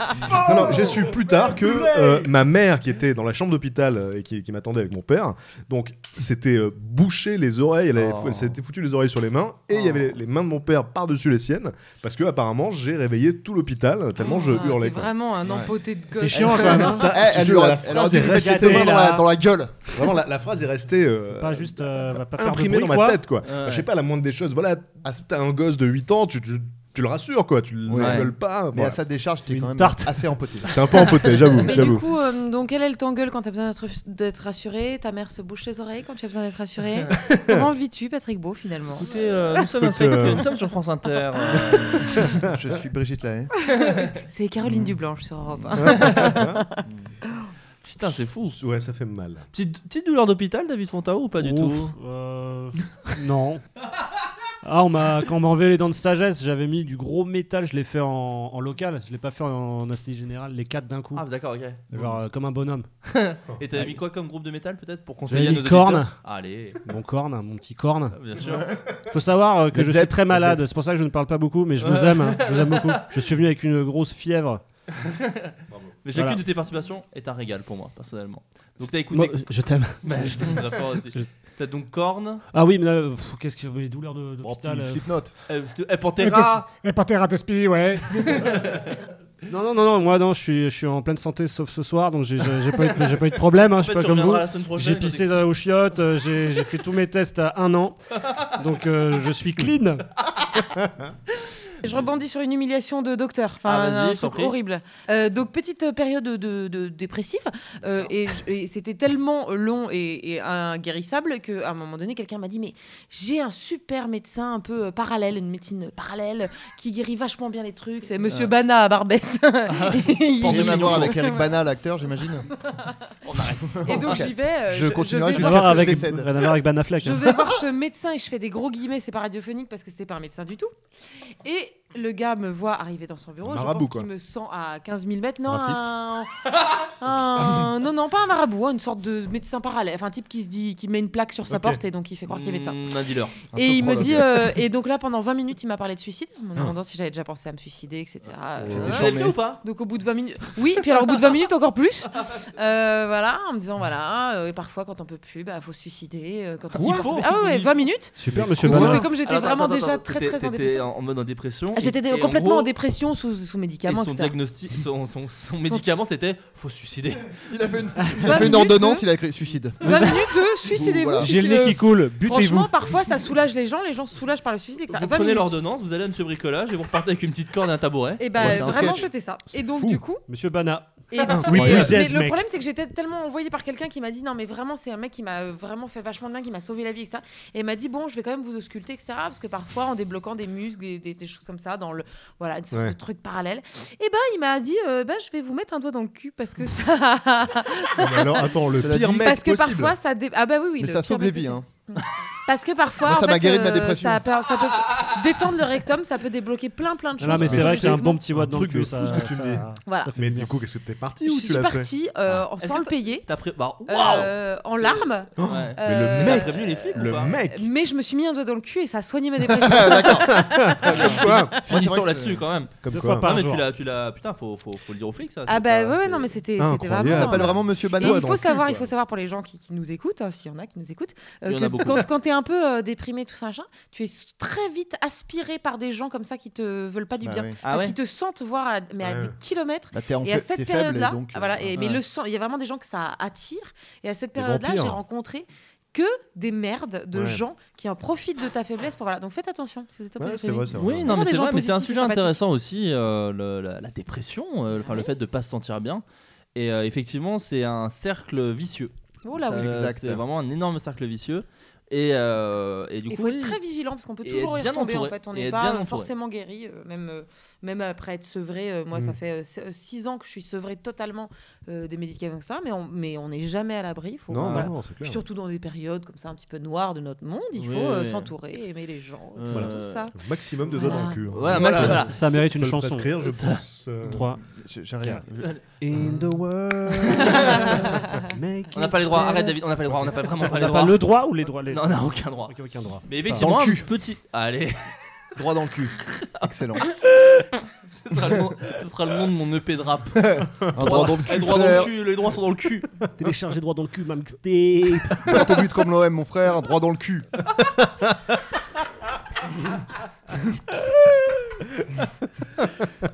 [SPEAKER 2] Non, non, j'ai su plus tard que euh, ma mère, qui était dans la chambre d'hôpital euh, et qui, qui m'attendait avec mon père, donc c'était bouché les oreilles. Elle, avait-
[SPEAKER 3] Oh.
[SPEAKER 2] elle s'était foutu les oreilles sur les mains et il y avait les, les mains de mon père par-dessus les siennes parce que apparemment j'ai réveillé tout l'hôpital tellement je
[SPEAKER 4] Ah,
[SPEAKER 2] hurlais.
[SPEAKER 4] T'es
[SPEAKER 2] quoi.
[SPEAKER 4] vraiment un
[SPEAKER 3] Ouais.
[SPEAKER 4] empoté de
[SPEAKER 5] T'es
[SPEAKER 4] gauche.
[SPEAKER 5] chiant quand même. hein.
[SPEAKER 2] Ça,
[SPEAKER 3] Eh,
[SPEAKER 2] si
[SPEAKER 3] elle
[SPEAKER 2] tu
[SPEAKER 3] lui
[SPEAKER 2] veux,
[SPEAKER 3] aurait,
[SPEAKER 2] la
[SPEAKER 3] elle aurait
[SPEAKER 2] phrase
[SPEAKER 3] dû
[SPEAKER 2] est
[SPEAKER 3] lui mettre
[SPEAKER 2] restée
[SPEAKER 3] tes mains dans la,
[SPEAKER 5] là.
[SPEAKER 3] dans la gueule.
[SPEAKER 2] Vraiment, la, la phrase est restée. euh,
[SPEAKER 5] Pas juste, euh, va pas faire de
[SPEAKER 2] imprimée
[SPEAKER 5] bruit
[SPEAKER 2] dans ma
[SPEAKER 5] quoi.
[SPEAKER 2] tête, quoi.
[SPEAKER 1] Bah,
[SPEAKER 2] Enfin, je sais pas, la moindre des choses. Voilà,
[SPEAKER 3] Ah,
[SPEAKER 2] t'as un gosse de 8 ans, tu, tu- tu le rassures, quoi. Tu ne
[SPEAKER 3] Ouais.
[SPEAKER 2] gueules pas.
[SPEAKER 3] Mais
[SPEAKER 2] voilà.
[SPEAKER 3] à sa décharge, t'es
[SPEAKER 5] Une
[SPEAKER 3] quand même
[SPEAKER 5] tarte.
[SPEAKER 3] assez empoté.
[SPEAKER 2] T'es un peu empoté, j'avoue.
[SPEAKER 4] Mais du
[SPEAKER 2] j'avoue.
[SPEAKER 4] coup, euh, donc elle, elle t'engueule quand t'as besoin d'être- d'être rassuré. Ta mère se bouche les oreilles quand tu as besoin d'être rassuré. Comment le vis-tu, Patrick Beau, finalement
[SPEAKER 1] Écoutez, euh, nous, sommes un
[SPEAKER 2] Écoute, euh,
[SPEAKER 1] secte, nous sommes sur France Inter. euh,
[SPEAKER 3] Je suis Brigitte Lahaye.
[SPEAKER 4] C'est Caroline Dublanche sur Europe. hein.
[SPEAKER 1] Putain, c'est fou.
[SPEAKER 2] Ouais, ça fait mal.
[SPEAKER 1] Petite, petite douleur d'hôpital, David Fontao, ou pas du
[SPEAKER 5] Ouf,
[SPEAKER 1] tout
[SPEAKER 5] euh, Non. Ah, on m'a quand on m'a enlevé les dents de sagesse, j'avais mis du gros métal, je l'ai fait en, en local, je l'ai pas fait en, en anesthésie générale, les quatre d'un coup,
[SPEAKER 1] Ah, d'accord, ok.
[SPEAKER 5] genre euh, comme un bonhomme.
[SPEAKER 1] Et t'avais mis quoi comme groupe de métal, peut-être, pour conseiller à
[SPEAKER 5] mis
[SPEAKER 1] nos auditeurs
[SPEAKER 5] Korn.
[SPEAKER 1] Allez, euh,
[SPEAKER 5] Mon corne, hein, mon petit corne.
[SPEAKER 1] bien sûr.
[SPEAKER 5] Faut savoir euh, que
[SPEAKER 2] Mais
[SPEAKER 5] je
[SPEAKER 2] peut-être-
[SPEAKER 5] suis très malade, c'est pour ça que je ne parle pas beaucoup, mais je vous aime, hein, je vous aime beaucoup. Je suis venu avec une grosse fièvre.
[SPEAKER 1] Mais chacune
[SPEAKER 5] Voilà.
[SPEAKER 1] de tes participations est un régal pour moi, personnellement. Donc t'as
[SPEAKER 5] Moi,
[SPEAKER 1] écouté.
[SPEAKER 5] je t'aime.
[SPEAKER 1] Bah, je t'aime très fort aussi.
[SPEAKER 5] Je-
[SPEAKER 1] T'as donc Korn,
[SPEAKER 5] Ah oui, mais là, pff, qu'est-ce que les douleurs de
[SPEAKER 3] Oh,
[SPEAKER 5] d'hôpital.
[SPEAKER 3] petit
[SPEAKER 5] euh,
[SPEAKER 3] Slipknot.
[SPEAKER 1] euh, c'était- eh, Pantera,
[SPEAKER 7] Et pas terre à spi, ouais.
[SPEAKER 5] Non, non, non, non, moi non, je suis, je suis en pleine santé sauf ce soir, donc j'ai j'ai- j'ai pas, eu de- j'ai pas eu de problème, hein, je
[SPEAKER 1] en fait, tu
[SPEAKER 5] suis pas comme vous.
[SPEAKER 1] reviendras la semaine prochaine.
[SPEAKER 5] J'ai
[SPEAKER 1] quand
[SPEAKER 5] pissé euh, aux chiottes, euh, j'ai j'ai fait tous mes tests à un an, donc euh, je suis clean.
[SPEAKER 4] Je rebondis sur une humiliation de docteur, enfin
[SPEAKER 1] Ah, vas-y,
[SPEAKER 4] un
[SPEAKER 1] je t'en
[SPEAKER 4] truc
[SPEAKER 1] prie.
[SPEAKER 4] horrible. Euh, donc petite euh, période de, de- dépressive euh, et, j- et c'était tellement long et, et inguérissable qu'à un moment donné quelqu'un m'a dit mais j'ai un super médecin un peu euh, parallèle, une médecine parallèle qui guérit vachement bien les trucs, c'est Monsieur
[SPEAKER 1] Ah.
[SPEAKER 4] Bana à Barbès. Et-
[SPEAKER 3] Pour rien à voir avec Eric Bana, l'acteur, j'imagine.
[SPEAKER 1] On arrête.
[SPEAKER 4] et donc
[SPEAKER 3] Ok.
[SPEAKER 4] j'y vais. euh,
[SPEAKER 3] Je
[SPEAKER 4] vais
[SPEAKER 3] continuerai
[SPEAKER 4] voir-
[SPEAKER 5] Rien à
[SPEAKER 3] jusqu'à ce
[SPEAKER 5] voir
[SPEAKER 3] que Ah, je
[SPEAKER 5] avec,
[SPEAKER 3] décède.
[SPEAKER 5] rien à voir avec Ben Affleck.
[SPEAKER 4] Je
[SPEAKER 5] hein.
[SPEAKER 4] vais voir ce médecin et je fais des gros guillemets, c'est pas radiophonique parce que c'était pas un médecin du tout. Et le gars me voit arriver dans son bureau,
[SPEAKER 2] Marabout,
[SPEAKER 4] je pense
[SPEAKER 2] quoi.
[SPEAKER 4] qu'il me sent à 15 000 mètres. Non,
[SPEAKER 3] Raciste.
[SPEAKER 4] un- un- non, non, pas un marabout, hein, une sorte de médecin parallèle, enfin un type qui se dit, qui met une plaque sur sa
[SPEAKER 2] Ok.
[SPEAKER 4] porte et donc il fait croire qu'il est médecin.
[SPEAKER 1] Mm, Un dealer.
[SPEAKER 3] Mmh. Un
[SPEAKER 4] Et il me
[SPEAKER 3] sophrologue. Ah.
[SPEAKER 4] dit, euh, et donc là pendant 20 minutes, il m'a parlé de suicide, en me demandant si j'avais déjà pensé à me suicider, etc. Euh,
[SPEAKER 3] C'était
[SPEAKER 1] Vous
[SPEAKER 3] chaud.
[SPEAKER 1] avez le fait ou pas
[SPEAKER 4] donc au bout de 20 minutes, oui, puis alors au bout de 20 minutes encore plus, Euh, voilà, en me disant voilà, euh, et parfois quand on peut plus, bah faut se suicider, euh, quand on
[SPEAKER 1] Il
[SPEAKER 4] supporte
[SPEAKER 1] faut.
[SPEAKER 4] plus- ah ouais, ouais, 20 minutes.
[SPEAKER 5] Super, monsieur
[SPEAKER 4] Donc,
[SPEAKER 3] Bah
[SPEAKER 5] Bana.
[SPEAKER 4] sauf que comme j'étais
[SPEAKER 1] Alors,
[SPEAKER 4] vraiment
[SPEAKER 1] attends,
[SPEAKER 4] déjà
[SPEAKER 1] attends,
[SPEAKER 4] très
[SPEAKER 1] t'étais-
[SPEAKER 4] très en
[SPEAKER 1] t'étais
[SPEAKER 4] dépression,
[SPEAKER 1] en mode en dépression.
[SPEAKER 4] Ah, j'étais
[SPEAKER 1] et- et
[SPEAKER 4] complètement en,
[SPEAKER 1] gros,
[SPEAKER 4] dépression sous, sous
[SPEAKER 1] Et
[SPEAKER 4] médicaments,
[SPEAKER 1] son
[SPEAKER 4] etc.
[SPEAKER 1] diagnostic, son, son, son médicament, c'était faut se suicider.
[SPEAKER 3] Il a fait une, il a
[SPEAKER 4] 20
[SPEAKER 3] fait une
[SPEAKER 4] minutes
[SPEAKER 3] ordonnance,
[SPEAKER 4] de-
[SPEAKER 3] il a écrit suicide.
[SPEAKER 4] 20 minutes de suicidez-vous.
[SPEAKER 3] Voilà.
[SPEAKER 5] J'ai le nez
[SPEAKER 4] suicidez-vous.
[SPEAKER 5] qui coule, butez-vous.
[SPEAKER 4] Franchement, parfois ça soulage les gens, les gens se soulagent par le suicide, etc.
[SPEAKER 1] Vous
[SPEAKER 4] 20
[SPEAKER 1] prenez
[SPEAKER 4] minutes.
[SPEAKER 1] l'ordonnance, vous allez à Monsieur Bricolage et vous repartez avec une petite corde et un tabouret.
[SPEAKER 4] Et bah
[SPEAKER 3] Ouais, c'est un
[SPEAKER 4] vraiment
[SPEAKER 3] sketch.
[SPEAKER 4] c'était ça. Et donc
[SPEAKER 5] fou.
[SPEAKER 4] du coup,
[SPEAKER 5] Monsieur Bana.
[SPEAKER 4] et-
[SPEAKER 3] Ah,
[SPEAKER 5] Oui,
[SPEAKER 4] et-
[SPEAKER 5] vous
[SPEAKER 4] mais
[SPEAKER 5] êtes,
[SPEAKER 4] le
[SPEAKER 5] mec.
[SPEAKER 4] problème c'est que j'étais tellement envoyée par quelqu'un qui m'a dit non mais vraiment c'est un mec qui m'a euh, vraiment fait vachement de bien, qui m'a sauvé la vie, etc. Et il m'a dit bon je vais quand même vous ausculter, etc. Parce que parfois en débloquant des muscles, des, des- des choses comme ça dans le voilà une sorte
[SPEAKER 2] Ouais.
[SPEAKER 4] de truc parallèle. Et ben il m'a dit euh, bah je vais vous mettre un doigt dans le cul parce que ça
[SPEAKER 2] Non, mais alors, attends, le
[SPEAKER 3] Cela
[SPEAKER 2] pire
[SPEAKER 3] dit-
[SPEAKER 2] mec
[SPEAKER 4] Parce que
[SPEAKER 2] possible.
[SPEAKER 4] parfois ça dé- ah bah oui oui
[SPEAKER 3] Mais
[SPEAKER 4] le
[SPEAKER 3] ça
[SPEAKER 4] pire
[SPEAKER 3] sauve des
[SPEAKER 4] mec
[SPEAKER 3] vies.
[SPEAKER 4] possible.
[SPEAKER 3] Hein.
[SPEAKER 4] Parce que parfois
[SPEAKER 3] Moi, ça
[SPEAKER 4] en fait,
[SPEAKER 3] m'a guéri de ma
[SPEAKER 4] euh,
[SPEAKER 3] dépression.
[SPEAKER 4] ça, peut, ça peut détendre le rectum, ça peut débloquer plein plein de choses.
[SPEAKER 5] Non, mais c'est
[SPEAKER 2] Mais
[SPEAKER 5] vrai que
[SPEAKER 2] c'est
[SPEAKER 5] c'est un
[SPEAKER 4] physiquement.
[SPEAKER 5] bon petit doigt
[SPEAKER 2] un
[SPEAKER 5] dans le
[SPEAKER 2] truc de
[SPEAKER 5] cul,
[SPEAKER 2] fou,
[SPEAKER 5] ça.
[SPEAKER 2] ce que tu me
[SPEAKER 5] ça-
[SPEAKER 2] dis.
[SPEAKER 4] Voilà.
[SPEAKER 5] ça fait
[SPEAKER 2] Mais
[SPEAKER 5] du bien.
[SPEAKER 2] du coup, qu'est-ce que t'es parti
[SPEAKER 4] Je
[SPEAKER 2] ou tu
[SPEAKER 4] suis
[SPEAKER 2] l'as fait
[SPEAKER 4] partie euh, en
[SPEAKER 1] Est-ce
[SPEAKER 4] sans
[SPEAKER 1] que
[SPEAKER 4] le payer,
[SPEAKER 1] T'as pris. Bah, waouh
[SPEAKER 4] euh, en
[SPEAKER 1] C'est-
[SPEAKER 4] larmes.
[SPEAKER 1] Ouais.
[SPEAKER 2] Mais le
[SPEAKER 4] euh,
[SPEAKER 2] mec,
[SPEAKER 1] T'as prévenu les flics ou
[SPEAKER 2] Oh, Le
[SPEAKER 1] pas
[SPEAKER 2] mec
[SPEAKER 4] Mais je me suis mis un doigt dans le cul et ça a soigné ma dépression.
[SPEAKER 3] Ah,
[SPEAKER 2] quoi
[SPEAKER 3] c'est vrai
[SPEAKER 1] Finissons
[SPEAKER 3] que
[SPEAKER 1] là-dessus
[SPEAKER 3] c'est-
[SPEAKER 1] quand même.
[SPEAKER 2] Comme
[SPEAKER 5] Deux
[SPEAKER 2] quoi.
[SPEAKER 5] fois
[SPEAKER 1] Ah
[SPEAKER 5] par
[SPEAKER 1] mais
[SPEAKER 5] jour.
[SPEAKER 1] tu l'as, tu l'as. Putain, faut, faut, faut le dire aux flics ça.
[SPEAKER 4] ah
[SPEAKER 1] c'est
[SPEAKER 4] bah
[SPEAKER 1] pas-
[SPEAKER 4] ouais, ouais,
[SPEAKER 1] c'est-
[SPEAKER 4] non mais c'était
[SPEAKER 2] Ah, incroyable.
[SPEAKER 4] c'était vraiment.
[SPEAKER 3] Ça
[SPEAKER 2] Ça
[SPEAKER 3] s'appelle vraiment Monsieur
[SPEAKER 4] Et
[SPEAKER 3] Bana.
[SPEAKER 4] il
[SPEAKER 2] dans le
[SPEAKER 4] faut
[SPEAKER 2] cul,
[SPEAKER 4] savoir,
[SPEAKER 2] quoi.
[SPEAKER 4] il faut savoir pour les gens qui, qui nous écoutent, hein, s'il y en a qui nous écoutent, euh,
[SPEAKER 1] Il y en
[SPEAKER 4] que
[SPEAKER 1] a beaucoup.
[SPEAKER 4] quand, quand t'es un peu euh, déprimé, tout ça, machin, tu es très vite aspiré par des gens comme ça qui te veulent pas du
[SPEAKER 3] Bah
[SPEAKER 4] bien.
[SPEAKER 3] ouais.
[SPEAKER 1] Ah
[SPEAKER 4] Parce
[SPEAKER 1] ouais.
[SPEAKER 4] qu'ils te sentent voir à, mais à
[SPEAKER 2] Ouais.
[SPEAKER 4] des kilomètres.
[SPEAKER 3] Bah, t'es en
[SPEAKER 4] Et à
[SPEAKER 3] fait- t'es
[SPEAKER 4] cette
[SPEAKER 3] faible, et
[SPEAKER 4] période-là, ah,
[SPEAKER 3] donc. euh,
[SPEAKER 4] voilà, et- mais
[SPEAKER 1] ouais.
[SPEAKER 4] le sang, il y a vraiment des gens que ça attire. Et à cette période-là,
[SPEAKER 2] vampires.
[SPEAKER 4] j'ai rencontré que des merdes de
[SPEAKER 2] Ouais.
[SPEAKER 4] gens qui en profitent de ta faiblesse pour voilà. Donc faites attention. Si vous êtes
[SPEAKER 2] Ouais,
[SPEAKER 4] opposé
[SPEAKER 2] c'est vrai, c'est vrai.
[SPEAKER 1] Oui,
[SPEAKER 4] Vraiment
[SPEAKER 1] non, mais
[SPEAKER 4] des
[SPEAKER 1] c'est
[SPEAKER 4] gens
[SPEAKER 1] vrai, mais c'est un
[SPEAKER 4] positifs et
[SPEAKER 1] sujet
[SPEAKER 4] sympathiques.
[SPEAKER 1] intéressant aussi, euh, le- la, la dépression, euh, enfin le fait de pas se sentir bien. Et euh, effectivement, c'est un cercle vicieux.
[SPEAKER 4] Oh là
[SPEAKER 1] Ça,
[SPEAKER 4] oui.
[SPEAKER 1] euh,
[SPEAKER 3] Exact.
[SPEAKER 1] C'est vraiment un énorme cercle vicieux. Et, euh, et du
[SPEAKER 4] Il
[SPEAKER 1] coup,
[SPEAKER 4] faut
[SPEAKER 1] oui.
[SPEAKER 4] être très vigilant parce qu'on peut
[SPEAKER 1] Et
[SPEAKER 4] toujours
[SPEAKER 1] être
[SPEAKER 4] y
[SPEAKER 1] bien
[SPEAKER 4] retomber
[SPEAKER 1] entouré.
[SPEAKER 4] en fait. On
[SPEAKER 1] Et
[SPEAKER 4] n'est
[SPEAKER 1] être
[SPEAKER 4] pas
[SPEAKER 1] bien
[SPEAKER 4] euh,
[SPEAKER 1] entouré.
[SPEAKER 4] forcément guéri, euh, même, euh, même après être sevré. euh, moi, ça
[SPEAKER 2] Mm.
[SPEAKER 4] fait 6 ans que je suis sevré totalement euh, des médicaments, etc. Mais on mais on n'est jamais à l'abri. Faut
[SPEAKER 2] Non,
[SPEAKER 4] voilà.
[SPEAKER 2] non, non, c'est
[SPEAKER 4] Puis
[SPEAKER 2] clair.
[SPEAKER 4] surtout dans des périodes comme ça un petit peu noires de notre monde, il
[SPEAKER 1] Oui,
[SPEAKER 4] faut euh,
[SPEAKER 1] oui.
[SPEAKER 4] s'entourer, aimer les gens,
[SPEAKER 1] Euh,
[SPEAKER 4] voilà. tout ça.
[SPEAKER 2] Maximum de
[SPEAKER 4] Voilà.
[SPEAKER 2] doigts dans le cul. hein.
[SPEAKER 1] Voilà, Max,
[SPEAKER 3] Voilà.
[SPEAKER 1] voilà.
[SPEAKER 5] Ça mérite une
[SPEAKER 2] Faut le
[SPEAKER 5] chanson.
[SPEAKER 2] prescrire, je
[SPEAKER 1] Ça-
[SPEAKER 2] pense. euh,
[SPEAKER 5] 3.
[SPEAKER 3] J'ai j'ai rien.
[SPEAKER 5] In the world. make
[SPEAKER 1] On n'a
[SPEAKER 5] it
[SPEAKER 1] pas les droits,
[SPEAKER 5] better.
[SPEAKER 1] arrête David, on n'a pas les droits, on n'a pas vraiment
[SPEAKER 5] On
[SPEAKER 1] pas les
[SPEAKER 5] n'a
[SPEAKER 1] droits.
[SPEAKER 5] pas le droit ou les droits les...
[SPEAKER 1] Non, on n'a aucun droit.
[SPEAKER 5] Ok, aucun droit.
[SPEAKER 1] Mais effectivement,
[SPEAKER 3] Dans le
[SPEAKER 1] un
[SPEAKER 3] cul.
[SPEAKER 1] petit. Allez,
[SPEAKER 3] Droit dans le cul. Excellent.
[SPEAKER 1] ce sera le nom, ce sera le nom de mon EP de rap.
[SPEAKER 3] Un droit dans le
[SPEAKER 1] Les
[SPEAKER 3] cul.
[SPEAKER 1] droits dans
[SPEAKER 3] frère.
[SPEAKER 1] le cul, les droits sont dans le cul.
[SPEAKER 5] Télécharger droit dans le cul, ma mixtape.
[SPEAKER 3] Bat au but comme l'OM, mon frère. Un droit dans le cul.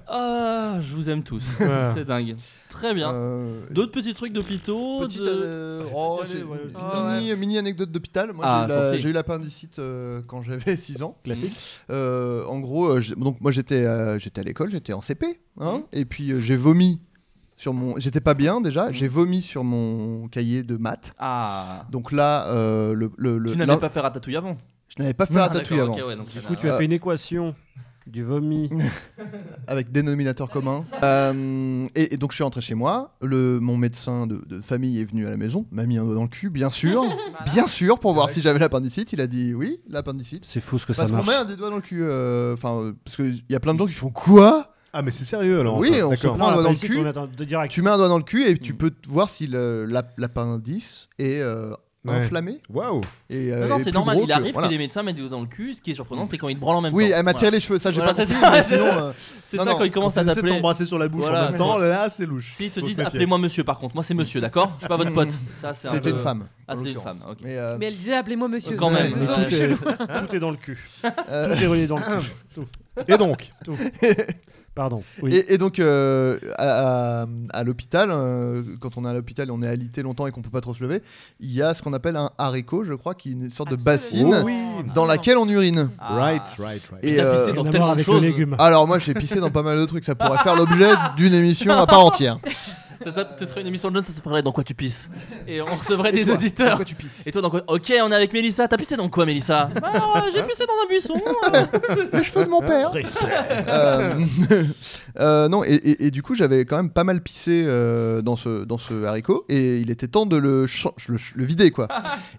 [SPEAKER 1] Ah, je vous aime tous.
[SPEAKER 2] Ouais.
[SPEAKER 1] C'est dingue. Très bien.
[SPEAKER 3] Euh,
[SPEAKER 1] D'autres petits trucs d'hôpitaux
[SPEAKER 3] Petite
[SPEAKER 1] de-
[SPEAKER 3] euh, oh,
[SPEAKER 2] Ah, je vais
[SPEAKER 3] j'ai-
[SPEAKER 2] pas y aller, ouais.
[SPEAKER 4] Ah ouais.
[SPEAKER 3] mini, mini anecdote d'hôpital. Moi,
[SPEAKER 1] Ah,
[SPEAKER 3] j'ai eu la-
[SPEAKER 1] compris.
[SPEAKER 3] j'ai eu l'appendicite euh, quand j'avais 6 ans.
[SPEAKER 5] Classique.
[SPEAKER 3] Euh, en gros, euh, j'ai- donc moi j'étais euh, j'étais à l'école, j'étais en CP, hein, et puis euh, j'ai vomi sur mon, j'étais pas bien déjà, j'ai vomi sur mon cahier de maths.
[SPEAKER 1] Ah.
[SPEAKER 3] Donc là, euh, le, le, le-
[SPEAKER 1] tu n'avais
[SPEAKER 3] l'in-
[SPEAKER 1] pas fait ratatouille avant.
[SPEAKER 3] je n'avais pas fait
[SPEAKER 1] Ah,
[SPEAKER 3] un
[SPEAKER 1] d'accord,
[SPEAKER 3] tatouage avant,
[SPEAKER 1] ok, ouais, donc ça
[SPEAKER 5] Du coup,
[SPEAKER 1] n'a-
[SPEAKER 3] euh,
[SPEAKER 5] tu as fait une équation du vomi.
[SPEAKER 3] avec dénominateur commun. Euh, et, et donc je suis rentré chez moi, le, mon médecin de, de famille est venu à la maison, m'a mis un doigt dans le cul, bien sûr, bien sûr, pour voir si j'avais l'appendicite. Il a dit oui, l'appendicite.
[SPEAKER 5] C'est fou ce que
[SPEAKER 3] Parce
[SPEAKER 5] ça
[SPEAKER 3] qu'on
[SPEAKER 5] marche.
[SPEAKER 3] met un des doigts dans le cul, euh, enfin, euh, parce qu'il y a plein de gens qui font quoi
[SPEAKER 2] Ah, mais c'est sérieux alors.
[SPEAKER 3] Oui,
[SPEAKER 2] en
[SPEAKER 3] on
[SPEAKER 2] fait.
[SPEAKER 3] se
[SPEAKER 2] D'accord.
[SPEAKER 3] prend un doigt dans le
[SPEAKER 5] ici, tu
[SPEAKER 3] cul.
[SPEAKER 5] mets dans- de direct.
[SPEAKER 3] Tu mets un doigt dans le cul et tu
[SPEAKER 1] Mm.
[SPEAKER 3] peux t- voir si le- la- l'appendice est euh,
[SPEAKER 2] Ouais.
[SPEAKER 3] inflammé.
[SPEAKER 2] Waouh.
[SPEAKER 3] Et, euh,
[SPEAKER 1] Non, non,
[SPEAKER 3] est
[SPEAKER 1] c'est
[SPEAKER 3] plus
[SPEAKER 1] normal.
[SPEAKER 3] gros
[SPEAKER 1] Il arrive que,
[SPEAKER 3] voilà. Mm.
[SPEAKER 1] des médecins mettent des doigts dans le cul. Ce qui est surprenant, c'est quand ils te branlent en même
[SPEAKER 3] Oui,
[SPEAKER 1] temps.
[SPEAKER 3] elle m'a tiré
[SPEAKER 1] Voilà.
[SPEAKER 3] les cheveux, ça j'ai
[SPEAKER 1] Voilà,
[SPEAKER 3] pas
[SPEAKER 1] c'est
[SPEAKER 3] compris,
[SPEAKER 1] ça,
[SPEAKER 3] mais
[SPEAKER 1] c'est
[SPEAKER 3] sinon,
[SPEAKER 1] ça.
[SPEAKER 3] euh,
[SPEAKER 1] C'est
[SPEAKER 3] non,
[SPEAKER 1] ça
[SPEAKER 3] non,
[SPEAKER 1] quand ils commencent à
[SPEAKER 2] Ils essaient de
[SPEAKER 1] t'appeler.
[SPEAKER 2] t'embrasser sur la bouche
[SPEAKER 1] Voilà.
[SPEAKER 2] en même temps, là, c'est louche.
[SPEAKER 1] S'ils te
[SPEAKER 2] Faut se
[SPEAKER 1] disent
[SPEAKER 2] méfier.
[SPEAKER 1] appelez-moi monsieur par contre, moi c'est monsieur, d'accord Je suis pas votre pote. Ça c'est un
[SPEAKER 3] c'était
[SPEAKER 1] peu-
[SPEAKER 3] Mm. une femme.
[SPEAKER 1] Ah,
[SPEAKER 3] en
[SPEAKER 1] c'était une
[SPEAKER 3] l'occurrence.
[SPEAKER 1] femme, ok.
[SPEAKER 3] Mais, euh,
[SPEAKER 4] Mais elle disait appelez-moi monsieur. Euh,
[SPEAKER 1] Quand même.
[SPEAKER 4] Donc,
[SPEAKER 5] Mais
[SPEAKER 1] Ouais,
[SPEAKER 5] tout,
[SPEAKER 1] chelou.
[SPEAKER 5] est, tout est dans le cul.
[SPEAKER 3] euh,
[SPEAKER 5] Tout est relié dans le cul.
[SPEAKER 2] Et donc
[SPEAKER 5] Pardon. Oui.
[SPEAKER 3] Et, et donc euh, à, à- à l'hôpital, euh, quand on est à l'hôpital et on est alité longtemps et qu'on peut pas trop se lever, il y a ce qu'on appelle un haricot, je crois, qui est une sorte de
[SPEAKER 4] Absolument.
[SPEAKER 3] bassine
[SPEAKER 2] Oh oui.
[SPEAKER 3] dans
[SPEAKER 4] Absolument.
[SPEAKER 3] laquelle on urine.
[SPEAKER 1] Ah.
[SPEAKER 2] Right, right, right.
[SPEAKER 1] Et
[SPEAKER 3] Et,
[SPEAKER 1] t'as
[SPEAKER 3] euh,
[SPEAKER 1] pissé
[SPEAKER 5] Rien à
[SPEAKER 1] dans
[SPEAKER 5] voir
[SPEAKER 1] tellement de
[SPEAKER 5] avec le
[SPEAKER 1] choses.
[SPEAKER 5] légume.
[SPEAKER 3] Alors moi j'ai pissé dans pas mal de trucs, ça pourrait faire l'objet d'une émission à part entière.
[SPEAKER 1] Ça, ça- ce serait une émission de jeunes, ça se parlerait dans quoi tu pisses. Et on recevrait
[SPEAKER 3] Et
[SPEAKER 1] des
[SPEAKER 3] toi,
[SPEAKER 1] auditeurs.
[SPEAKER 3] Pourquoi tu pisses
[SPEAKER 1] Et toi dans quoi Ok, on est avec Mélissa. T'as pissé dans quoi, Mélissa Ah, J'ai pissé dans un buisson. hein.
[SPEAKER 3] Les cheveux de mon père Euh, euh, non, et, et- et du coup, j'avais quand même pas mal pissé euh, dans, ce, dans ce haricot, et il était temps de le, chan- le, le vider, quoi.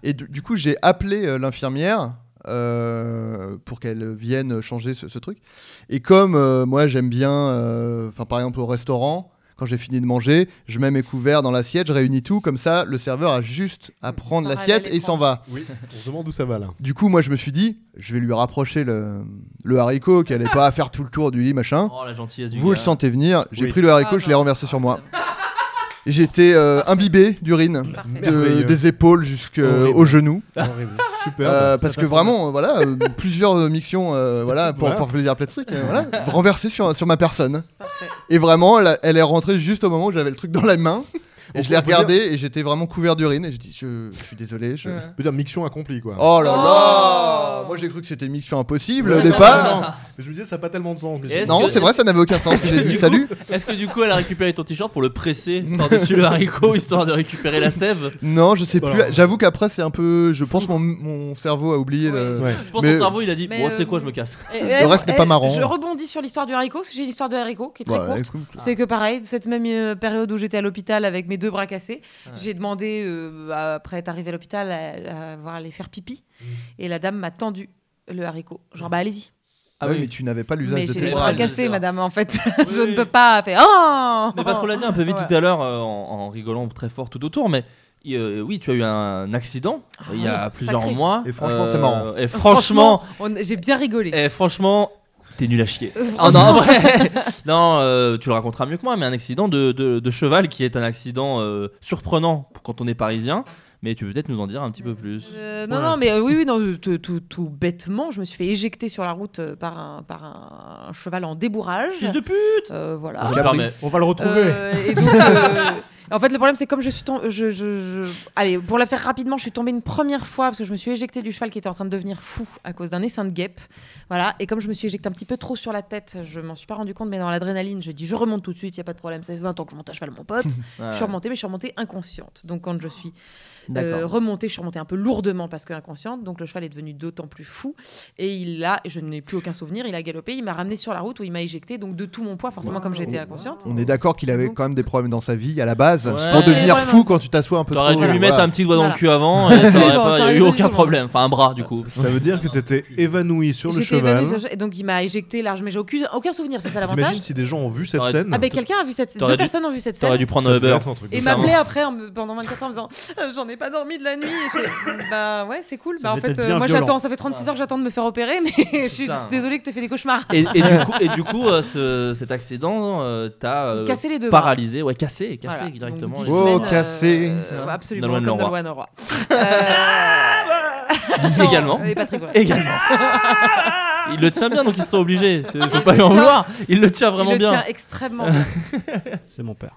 [SPEAKER 3] Et du, du coup, j'ai appelé euh, l'infirmière euh, pour qu'elle vienne changer ce, ce truc. Et comme euh, moi, j'aime bien, euh, enfin par exemple au restaurant, quand j'ai fini de manger, je mets mes couverts dans l'assiette, je réunis tout, comme ça, le serveur a juste à prendre
[SPEAKER 4] Ah,
[SPEAKER 3] l'assiette
[SPEAKER 4] elle
[SPEAKER 3] et il s'en va.
[SPEAKER 2] Oui, on se demande où ça va là.
[SPEAKER 3] Du coup, moi, je me suis dit, je vais lui rapprocher le, le haricot, qu'elle n'allait pas faire tout le tour du lit, machin.
[SPEAKER 1] Oh la gentillesse du
[SPEAKER 3] Vous
[SPEAKER 1] gars.
[SPEAKER 3] le sentez venir, j'ai
[SPEAKER 2] Oui.
[SPEAKER 3] pris le haricot,
[SPEAKER 4] Ah,
[SPEAKER 3] je l'ai
[SPEAKER 4] non.
[SPEAKER 3] renversé sur moi. J'étais euh, imbibé d'urine,
[SPEAKER 4] Parfait.
[SPEAKER 3] de-
[SPEAKER 2] Merveilleux.
[SPEAKER 3] des épaules
[SPEAKER 2] Horrible.
[SPEAKER 3] jusqu'aux genoux.
[SPEAKER 2] Horrible. Super.
[SPEAKER 3] Euh,
[SPEAKER 2] bah,
[SPEAKER 3] parce
[SPEAKER 2] ça
[SPEAKER 3] que
[SPEAKER 2] t'a-
[SPEAKER 3] vraiment, euh, voilà, euh, plusieurs euh, mixtions euh, voilà, pour,
[SPEAKER 2] Voilà.
[SPEAKER 3] pour plaisir plastique, euh, voilà, renversées sur, sur ma personne.
[SPEAKER 4] Parfait.
[SPEAKER 3] Et vraiment, elle, a- elle est rentrée juste au moment où j'avais le truc dans la main. Et
[SPEAKER 2] On
[SPEAKER 3] je
[SPEAKER 2] peut-
[SPEAKER 3] l'ai
[SPEAKER 2] on peut
[SPEAKER 3] regardé et j'étais vraiment couvert d'urine. Et je dis, je, je suis désolé. je-
[SPEAKER 2] Je veux dire, mission accomplie quoi.
[SPEAKER 3] Oh là là
[SPEAKER 4] Oh.
[SPEAKER 3] Moi j'ai cru que c'était une mixture impossible au départ.
[SPEAKER 2] Non, non, mais je me disais, ça n'a pas tellement de sens. mais je
[SPEAKER 1] Et
[SPEAKER 2] me
[SPEAKER 1] est-ce
[SPEAKER 2] disais-
[SPEAKER 3] Non,
[SPEAKER 1] que-
[SPEAKER 3] c'est vrai, ça n'avait aucun sens. J'ai dit,
[SPEAKER 1] Du coup,
[SPEAKER 3] salut.
[SPEAKER 1] Est-ce que du coup elle a récupéré ton t-shirt pour le presser par-dessus le haricot histoire de récupérer la sève
[SPEAKER 3] Non, je sais
[SPEAKER 2] Voilà.
[SPEAKER 3] plus. J'avoue qu'après, c'est un peu. Je pense que mon, mon cerveau a oublié le.
[SPEAKER 2] Ouais.
[SPEAKER 1] Je pense que
[SPEAKER 3] Mais- Ah,
[SPEAKER 1] son cerveau il a dit
[SPEAKER 4] Mais,
[SPEAKER 1] Bon, tu sais
[SPEAKER 4] euh,
[SPEAKER 1] quoi, je me casse.
[SPEAKER 4] Et-
[SPEAKER 3] Le
[SPEAKER 4] et-
[SPEAKER 3] reste n'est pas
[SPEAKER 4] et-
[SPEAKER 3] marrant.
[SPEAKER 4] Je rebondis sur l'histoire du haricot, parce que j'ai une histoire de haricot qui est très
[SPEAKER 3] Ouais,
[SPEAKER 4] courte.
[SPEAKER 3] écoute.
[SPEAKER 1] Ah.
[SPEAKER 4] C'est que pareil, de cette même euh, période où j'étais à l'hôpital avec mes deux bras cassés, j'ai demandé, euh, après être arrivée à l'hôpital, à, à voir aller faire pipi.
[SPEAKER 1] Mmh.
[SPEAKER 4] Et la dame m'a tendu le haricot. Genre, bah allez-y.
[SPEAKER 1] Ah
[SPEAKER 3] Ouais,
[SPEAKER 1] oui.
[SPEAKER 3] mais tu n'avais pas l'usage
[SPEAKER 4] Mais
[SPEAKER 3] de
[SPEAKER 4] j'ai
[SPEAKER 3] tes
[SPEAKER 4] les
[SPEAKER 3] bras.
[SPEAKER 4] bras
[SPEAKER 1] mais-
[SPEAKER 4] cassés, madame, en fait. je
[SPEAKER 1] hein. Oui,
[SPEAKER 4] ne
[SPEAKER 1] oui.
[SPEAKER 4] peux pas faire. Oh
[SPEAKER 1] Mais parce qu'on l'a dit un peu vite
[SPEAKER 4] Voilà.
[SPEAKER 1] tout à l'heure euh, en, en rigolant très fort tout autour, mais euh, oui, tu as eu un accident
[SPEAKER 4] Ah
[SPEAKER 1] il y a
[SPEAKER 4] oui,
[SPEAKER 1] plusieurs
[SPEAKER 4] sacré.
[SPEAKER 1] mois. Euh,
[SPEAKER 3] Et franchement, c'est marrant.
[SPEAKER 1] Et franchement,
[SPEAKER 4] on- j'ai bien rigolé.
[SPEAKER 1] et franchement, t'es nul à chier.
[SPEAKER 4] Euh,
[SPEAKER 1] Ah non,
[SPEAKER 4] franchement.
[SPEAKER 1] en vrai. non, euh, tu le raconteras mieux que moi, mais un accident de, de- de cheval qui est un accident euh, surprenant quand on est parisien. Mais tu peux peut-être nous en dire un petit peu plus.
[SPEAKER 4] Euh, non,
[SPEAKER 1] Voilà.
[SPEAKER 4] non, mais euh, oui, oui, non, euh, tout, tout- tout bêtement, je me suis fait éjecter sur la route euh, par un, par un, un cheval en débourrage.
[SPEAKER 1] Fils de pute Ah,
[SPEAKER 4] Euh, voilà.
[SPEAKER 1] Je me permets.
[SPEAKER 5] On va le retrouver.
[SPEAKER 4] Euh, et donc, euh, En fait, le problème, c'est comme je suis tombée. Je, je- je- Allez, pour la faire rapidement, je suis tombée une première fois parce que je me suis éjectée du cheval qui était en train de devenir fou à cause d'un essaim de guêpe. Voilà. Et comme je me suis éjectée un petit peu trop sur la tête, je m'en suis pas rendu compte, mais dans l'adrénaline, je dis je remonte tout de suite, il y a pas de problème. Ça fait 20 ans que je monte à cheval, mon pote. Je suis remontée, mais je suis remontée inconsciente. Donc quand je suis euh,
[SPEAKER 1] D'accord.
[SPEAKER 4] remontée, je suis remontée un peu lourdement parce que inconsciente. Donc le cheval est devenu d'autant plus fou. Et il a, je n'ai plus aucun souvenir, il a galopé, il m'a ramené sur la route où il m'a éjectée. Donc de tout mon poids, forcément, comme j'étais inconsciente.
[SPEAKER 3] On est d'accord qu'il avait
[SPEAKER 4] Donc-
[SPEAKER 3] quand même des problèmes dans sa vie à la base.
[SPEAKER 1] Ouais.
[SPEAKER 3] Pour
[SPEAKER 1] Ouais,
[SPEAKER 3] devenir
[SPEAKER 4] ouais,
[SPEAKER 3] fou
[SPEAKER 4] non.
[SPEAKER 3] quand tu t'assois un peu
[SPEAKER 1] T'aurais
[SPEAKER 3] trop.
[SPEAKER 1] dû lui
[SPEAKER 3] voilà.
[SPEAKER 1] mettre un petit doigt dans
[SPEAKER 4] Voilà.
[SPEAKER 1] le cul avant, et ça aurait
[SPEAKER 4] Bon,
[SPEAKER 1] pas- il y
[SPEAKER 4] ça
[SPEAKER 1] a eu
[SPEAKER 4] résout le
[SPEAKER 1] aucun
[SPEAKER 4] problème.
[SPEAKER 1] problème. Enfin, un bras, du coup.
[SPEAKER 2] Ah, Ça veut dire que t'étais évanoui sur le
[SPEAKER 4] J'étais évanouie
[SPEAKER 2] cheval.
[SPEAKER 4] sur le cheval. Et donc il m'a éjecté large, mais j'ai aucun, aucun souvenir, c'est ça l'avantage.
[SPEAKER 2] T'imagines si des gens ont vu cette
[SPEAKER 1] T'aurais-
[SPEAKER 2] scène
[SPEAKER 4] Ah ben quelqu'un a vu cette scène,
[SPEAKER 1] T'aurais
[SPEAKER 4] deux
[SPEAKER 1] dû-
[SPEAKER 4] personnes ont vu cette
[SPEAKER 1] T'aurais
[SPEAKER 4] scène.
[SPEAKER 1] dû prendre
[SPEAKER 2] Ça
[SPEAKER 1] un
[SPEAKER 2] devait
[SPEAKER 1] Uber.
[SPEAKER 2] être un truc de
[SPEAKER 4] Et
[SPEAKER 2] fou.
[SPEAKER 1] Clairement.
[SPEAKER 4] m'appelait après en me- pendant 24 heures en me disant Euh, j'en ai pas dormi de la nuit. Et j'ai- bah ouais c'est cool.
[SPEAKER 5] Ça
[SPEAKER 4] Bah en
[SPEAKER 5] devait
[SPEAKER 4] fait
[SPEAKER 5] être
[SPEAKER 4] euh,
[SPEAKER 5] bien
[SPEAKER 4] moi
[SPEAKER 5] violent.
[SPEAKER 4] j'attends, ça fait 36 heures que j'attends de me faire opérer, mais je suis
[SPEAKER 1] Putain.
[SPEAKER 4] désolée que t'aies fait des cauchemars.
[SPEAKER 1] Et, et du coup, et du coup euh, ce- cet accident euh, t'a euh,
[SPEAKER 4] Casser les deux. bras.
[SPEAKER 1] paralysé, ouais, cassé, cassé
[SPEAKER 4] Voilà.
[SPEAKER 1] directement.
[SPEAKER 4] Donc, dix
[SPEAKER 1] les-
[SPEAKER 3] Oh,
[SPEAKER 4] semaines, euh,
[SPEAKER 3] cassé.
[SPEAKER 4] euh,
[SPEAKER 1] Hein.
[SPEAKER 4] absolument.
[SPEAKER 1] Nolwenn
[SPEAKER 4] Comme
[SPEAKER 1] Leroy.
[SPEAKER 4] Nolwenn Leroy. Euh,
[SPEAKER 1] Également.
[SPEAKER 4] Et Patrick, ouais.
[SPEAKER 1] Également. il le tient bien, donc ils sont obligés. C'est- Faut pas lui en vouloir. Il le tient vraiment
[SPEAKER 4] Il le
[SPEAKER 1] bien.
[SPEAKER 4] tient extrêmement bien.
[SPEAKER 5] C'est mon père.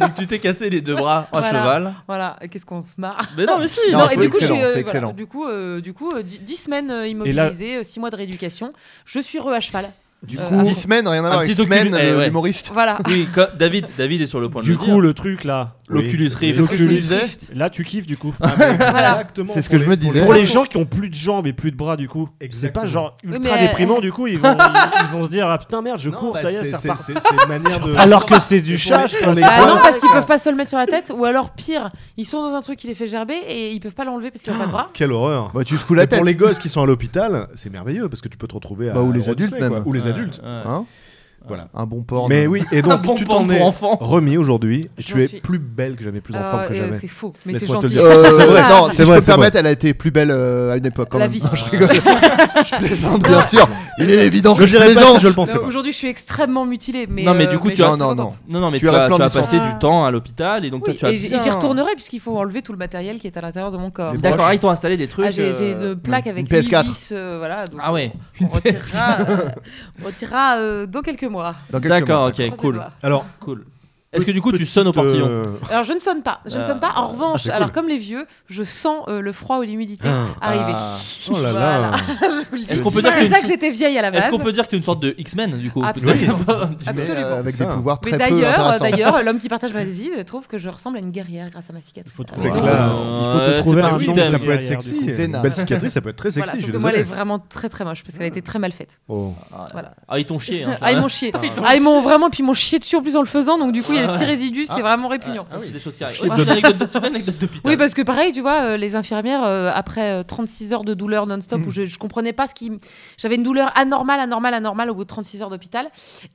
[SPEAKER 1] Donc, tu t'es cassé les deux bras à
[SPEAKER 4] Voilà.
[SPEAKER 1] cheval.
[SPEAKER 4] Voilà. Et Qu'est-ce qu'on se marre.
[SPEAKER 1] Mais non, mais si.
[SPEAKER 3] Non,
[SPEAKER 4] Non,
[SPEAKER 3] c'est
[SPEAKER 4] et du coup, je
[SPEAKER 3] excellent,
[SPEAKER 4] suis, euh,
[SPEAKER 3] c'est
[SPEAKER 4] voilà,
[SPEAKER 3] excellent.
[SPEAKER 4] du coup, euh, du coup, euh, dix- dix semaines euh,
[SPEAKER 5] là-
[SPEAKER 4] immobilisées, euh, six mois de rééducation. Je suis re à cheval.
[SPEAKER 1] Du
[SPEAKER 4] Euh,
[SPEAKER 1] coup,
[SPEAKER 4] ah,
[SPEAKER 3] 10 semaines, rien à voir avec
[SPEAKER 1] petit
[SPEAKER 3] semaine,
[SPEAKER 1] octogone, eh,
[SPEAKER 3] le-
[SPEAKER 1] ouais.
[SPEAKER 3] l'humoriste.
[SPEAKER 4] Voilà.
[SPEAKER 1] oui, co- David, David est sur le point de
[SPEAKER 5] Du
[SPEAKER 1] le
[SPEAKER 5] coup,
[SPEAKER 1] dire.
[SPEAKER 5] le truc là,
[SPEAKER 1] l'Oculus
[SPEAKER 2] Oui.
[SPEAKER 1] Rift.
[SPEAKER 3] C'est ce que je me disais.
[SPEAKER 5] là tu kiffes du coup.
[SPEAKER 2] Exactement.
[SPEAKER 3] C'est ce que je me disais.
[SPEAKER 5] Pour les gens qui ont plus de jambes et plus de bras du coup, c'est
[SPEAKER 2] Exactement.
[SPEAKER 5] pas genre
[SPEAKER 4] Oui,
[SPEAKER 5] ultra
[SPEAKER 4] mais, euh,
[SPEAKER 5] déprimant du coup, ils vont, ils, ils vont se dire ah putain merde, je
[SPEAKER 2] Non,
[SPEAKER 5] cours,
[SPEAKER 2] bah,
[SPEAKER 5] ça y est,
[SPEAKER 2] c'est-
[SPEAKER 5] ça
[SPEAKER 2] c'est-
[SPEAKER 5] repart.
[SPEAKER 2] c'est- C'est une manière de.
[SPEAKER 5] Alors que c'est du chat, je pense.
[SPEAKER 4] Bah non, parce qu'ils peuvent pas se le mettre sur la tête, ou alors pire, ils sont dans un truc qui les fait gerber et ils peuvent pas l'enlever parce qu'ils ont pas de bras.
[SPEAKER 2] Quelle horreur.
[SPEAKER 3] Bah, tu secoues
[SPEAKER 2] Mais
[SPEAKER 3] la tête.
[SPEAKER 2] pour les gosses qui sont à l'hôpital, c'est merveilleux parce que tu peux te retrouver à.
[SPEAKER 3] Bah, ou les
[SPEAKER 2] Walt
[SPEAKER 3] adultes,
[SPEAKER 2] Disney, quoi.
[SPEAKER 3] même.
[SPEAKER 2] Ou les
[SPEAKER 1] Ouais,
[SPEAKER 2] adultes.
[SPEAKER 1] ouais.
[SPEAKER 3] Hein
[SPEAKER 2] Voilà.
[SPEAKER 3] un bon porno.
[SPEAKER 2] Mais oui, et
[SPEAKER 1] Un
[SPEAKER 2] donc
[SPEAKER 1] bon
[SPEAKER 2] tu
[SPEAKER 1] pan
[SPEAKER 2] t'en
[SPEAKER 1] pour
[SPEAKER 2] es
[SPEAKER 1] enfants.
[SPEAKER 2] remis aujourd'hui. Tu
[SPEAKER 4] m'en
[SPEAKER 2] es
[SPEAKER 4] suis-
[SPEAKER 2] plus belle que jamais, plus en
[SPEAKER 4] Euh,
[SPEAKER 2] forme que
[SPEAKER 4] et, euh,
[SPEAKER 2] jamais.
[SPEAKER 4] c'est faux, mais c'est
[SPEAKER 2] Laisse-moi te le
[SPEAKER 4] gentil.
[SPEAKER 2] dire.
[SPEAKER 3] Euh,
[SPEAKER 2] C'est vrai.
[SPEAKER 3] non, si
[SPEAKER 2] C'est
[SPEAKER 3] je
[SPEAKER 2] vrai,
[SPEAKER 3] peux me
[SPEAKER 2] c'est
[SPEAKER 3] permettre, elle a été plus belle euh, à une époque. quand
[SPEAKER 4] La
[SPEAKER 3] même.
[SPEAKER 4] vie.
[SPEAKER 3] Non, je rigole. je plaisante, bien sûr. Il est évident que
[SPEAKER 2] Je
[SPEAKER 3] je
[SPEAKER 2] dirais pas
[SPEAKER 3] plaisante.
[SPEAKER 2] si je le pensais
[SPEAKER 4] Non,
[SPEAKER 2] pas.
[SPEAKER 4] Aujourd'hui, je suis extrêmement mutilée. Mais
[SPEAKER 1] Non, mais
[SPEAKER 4] euh,
[SPEAKER 1] du coup, tu
[SPEAKER 4] je
[SPEAKER 1] as-
[SPEAKER 4] suis
[SPEAKER 3] Non, non,
[SPEAKER 4] contente.
[SPEAKER 3] non.
[SPEAKER 1] Non, non, mais tu,
[SPEAKER 3] Tu es
[SPEAKER 1] as, tu as
[SPEAKER 3] resplendissant.
[SPEAKER 1] passé du temps à l'hôpital et donc toi,
[SPEAKER 4] Oui,
[SPEAKER 1] tu as.
[SPEAKER 4] et j- et
[SPEAKER 1] bien-
[SPEAKER 4] j'y retournerai puisqu'il faut enlever tout le matériel qui est à l'intérieur de mon corps.
[SPEAKER 3] Les
[SPEAKER 1] D'accord,
[SPEAKER 3] proches.
[SPEAKER 1] ah, ils t'ont installé des trucs.
[SPEAKER 4] Ah, j'ai j'ai
[SPEAKER 1] euh,
[SPEAKER 4] une plaque
[SPEAKER 3] une
[SPEAKER 4] avec huit
[SPEAKER 3] PS4.
[SPEAKER 4] vis, euh, voilà, donc
[SPEAKER 1] Ah ouais.
[SPEAKER 4] on retirera, euh, on retirera euh, dans quelques mois.
[SPEAKER 3] Dans quelques
[SPEAKER 1] D'accord,
[SPEAKER 3] mois.
[SPEAKER 1] ok,
[SPEAKER 4] Croisez les
[SPEAKER 1] cool.
[SPEAKER 4] doigts.
[SPEAKER 2] Alors,
[SPEAKER 1] cool. Est-ce que du coup, tu sonnes au portillon
[SPEAKER 2] euh,
[SPEAKER 4] Alors je ne sonne pas, je ne
[SPEAKER 1] Ah.
[SPEAKER 4] sonne pas. En revanche,
[SPEAKER 2] c'est cool.
[SPEAKER 4] alors comme les vieux, je sens euh, le froid ou l'humidité arriver.
[SPEAKER 3] Ah.
[SPEAKER 2] Oh là là.
[SPEAKER 4] Voilà. je vous le dis.
[SPEAKER 1] Est-ce qu'on peut
[SPEAKER 4] C'est
[SPEAKER 1] dire
[SPEAKER 4] pour
[SPEAKER 1] que-
[SPEAKER 4] ça que j'étais vieille à la base. Ah,
[SPEAKER 1] Est-ce qu'on peut dire que t'es une sorte de X-Men du coup
[SPEAKER 4] Absolument.
[SPEAKER 1] Peut-être.
[SPEAKER 3] Mais,
[SPEAKER 4] Absolument.
[SPEAKER 3] euh, avec
[SPEAKER 2] Ça.
[SPEAKER 3] des pouvoirs très
[SPEAKER 4] Mais
[SPEAKER 3] peu
[SPEAKER 4] d'ailleurs, euh,
[SPEAKER 3] intéressants.
[SPEAKER 4] d'ailleurs, l'homme qui partage ma vie euh, trouve que je ressemble à une guerrière grâce à ma cicatrice.
[SPEAKER 5] Faut
[SPEAKER 4] Ah,
[SPEAKER 5] trouver
[SPEAKER 2] C'est
[SPEAKER 4] oui.
[SPEAKER 5] Ouais.
[SPEAKER 2] classe.
[SPEAKER 1] Ouais,
[SPEAKER 5] Il faut te
[SPEAKER 1] c'est
[SPEAKER 5] trouver
[SPEAKER 1] pas
[SPEAKER 5] un
[SPEAKER 1] si
[SPEAKER 5] nom
[SPEAKER 1] thème.
[SPEAKER 5] de
[SPEAKER 2] ça peut être
[SPEAKER 5] guerrière,
[SPEAKER 2] sexy.
[SPEAKER 5] du coup.
[SPEAKER 3] C'est
[SPEAKER 2] Une belle cicatrice, ça peut être très
[SPEAKER 4] Voilà,
[SPEAKER 2] sexy.
[SPEAKER 4] sauf
[SPEAKER 2] je
[SPEAKER 4] que
[SPEAKER 2] suis
[SPEAKER 4] moi, elle est
[SPEAKER 2] désolé.
[SPEAKER 4] vraiment très très moche parce qu'elle a été très mal faite.
[SPEAKER 2] Oh.
[SPEAKER 4] Voilà.
[SPEAKER 1] Ah, ils t'ont chié. hein.
[SPEAKER 4] Ah, ils m'ont chié.
[SPEAKER 1] Ah,
[SPEAKER 4] Ah, ils m'ont vraiment, puis ils m'ont chié dessus en plus en le faisant, donc du coup, il y a des petits résidus, c'est vraiment répugnant.
[SPEAKER 1] Ça, c'est des choses qui arrivent.
[SPEAKER 2] Chier
[SPEAKER 1] Oh, c'est une anecdote- c'est une anecdote d'hôpital.
[SPEAKER 4] Oui, parce que pareil, tu vois, euh, les infirmières, euh, après euh, 36 heures de douleur non-stop, où je, je comprenais pas ce qui. m- J'avais une douleur anormale, anormale, anormale au bout de 36 heures d'hôpital.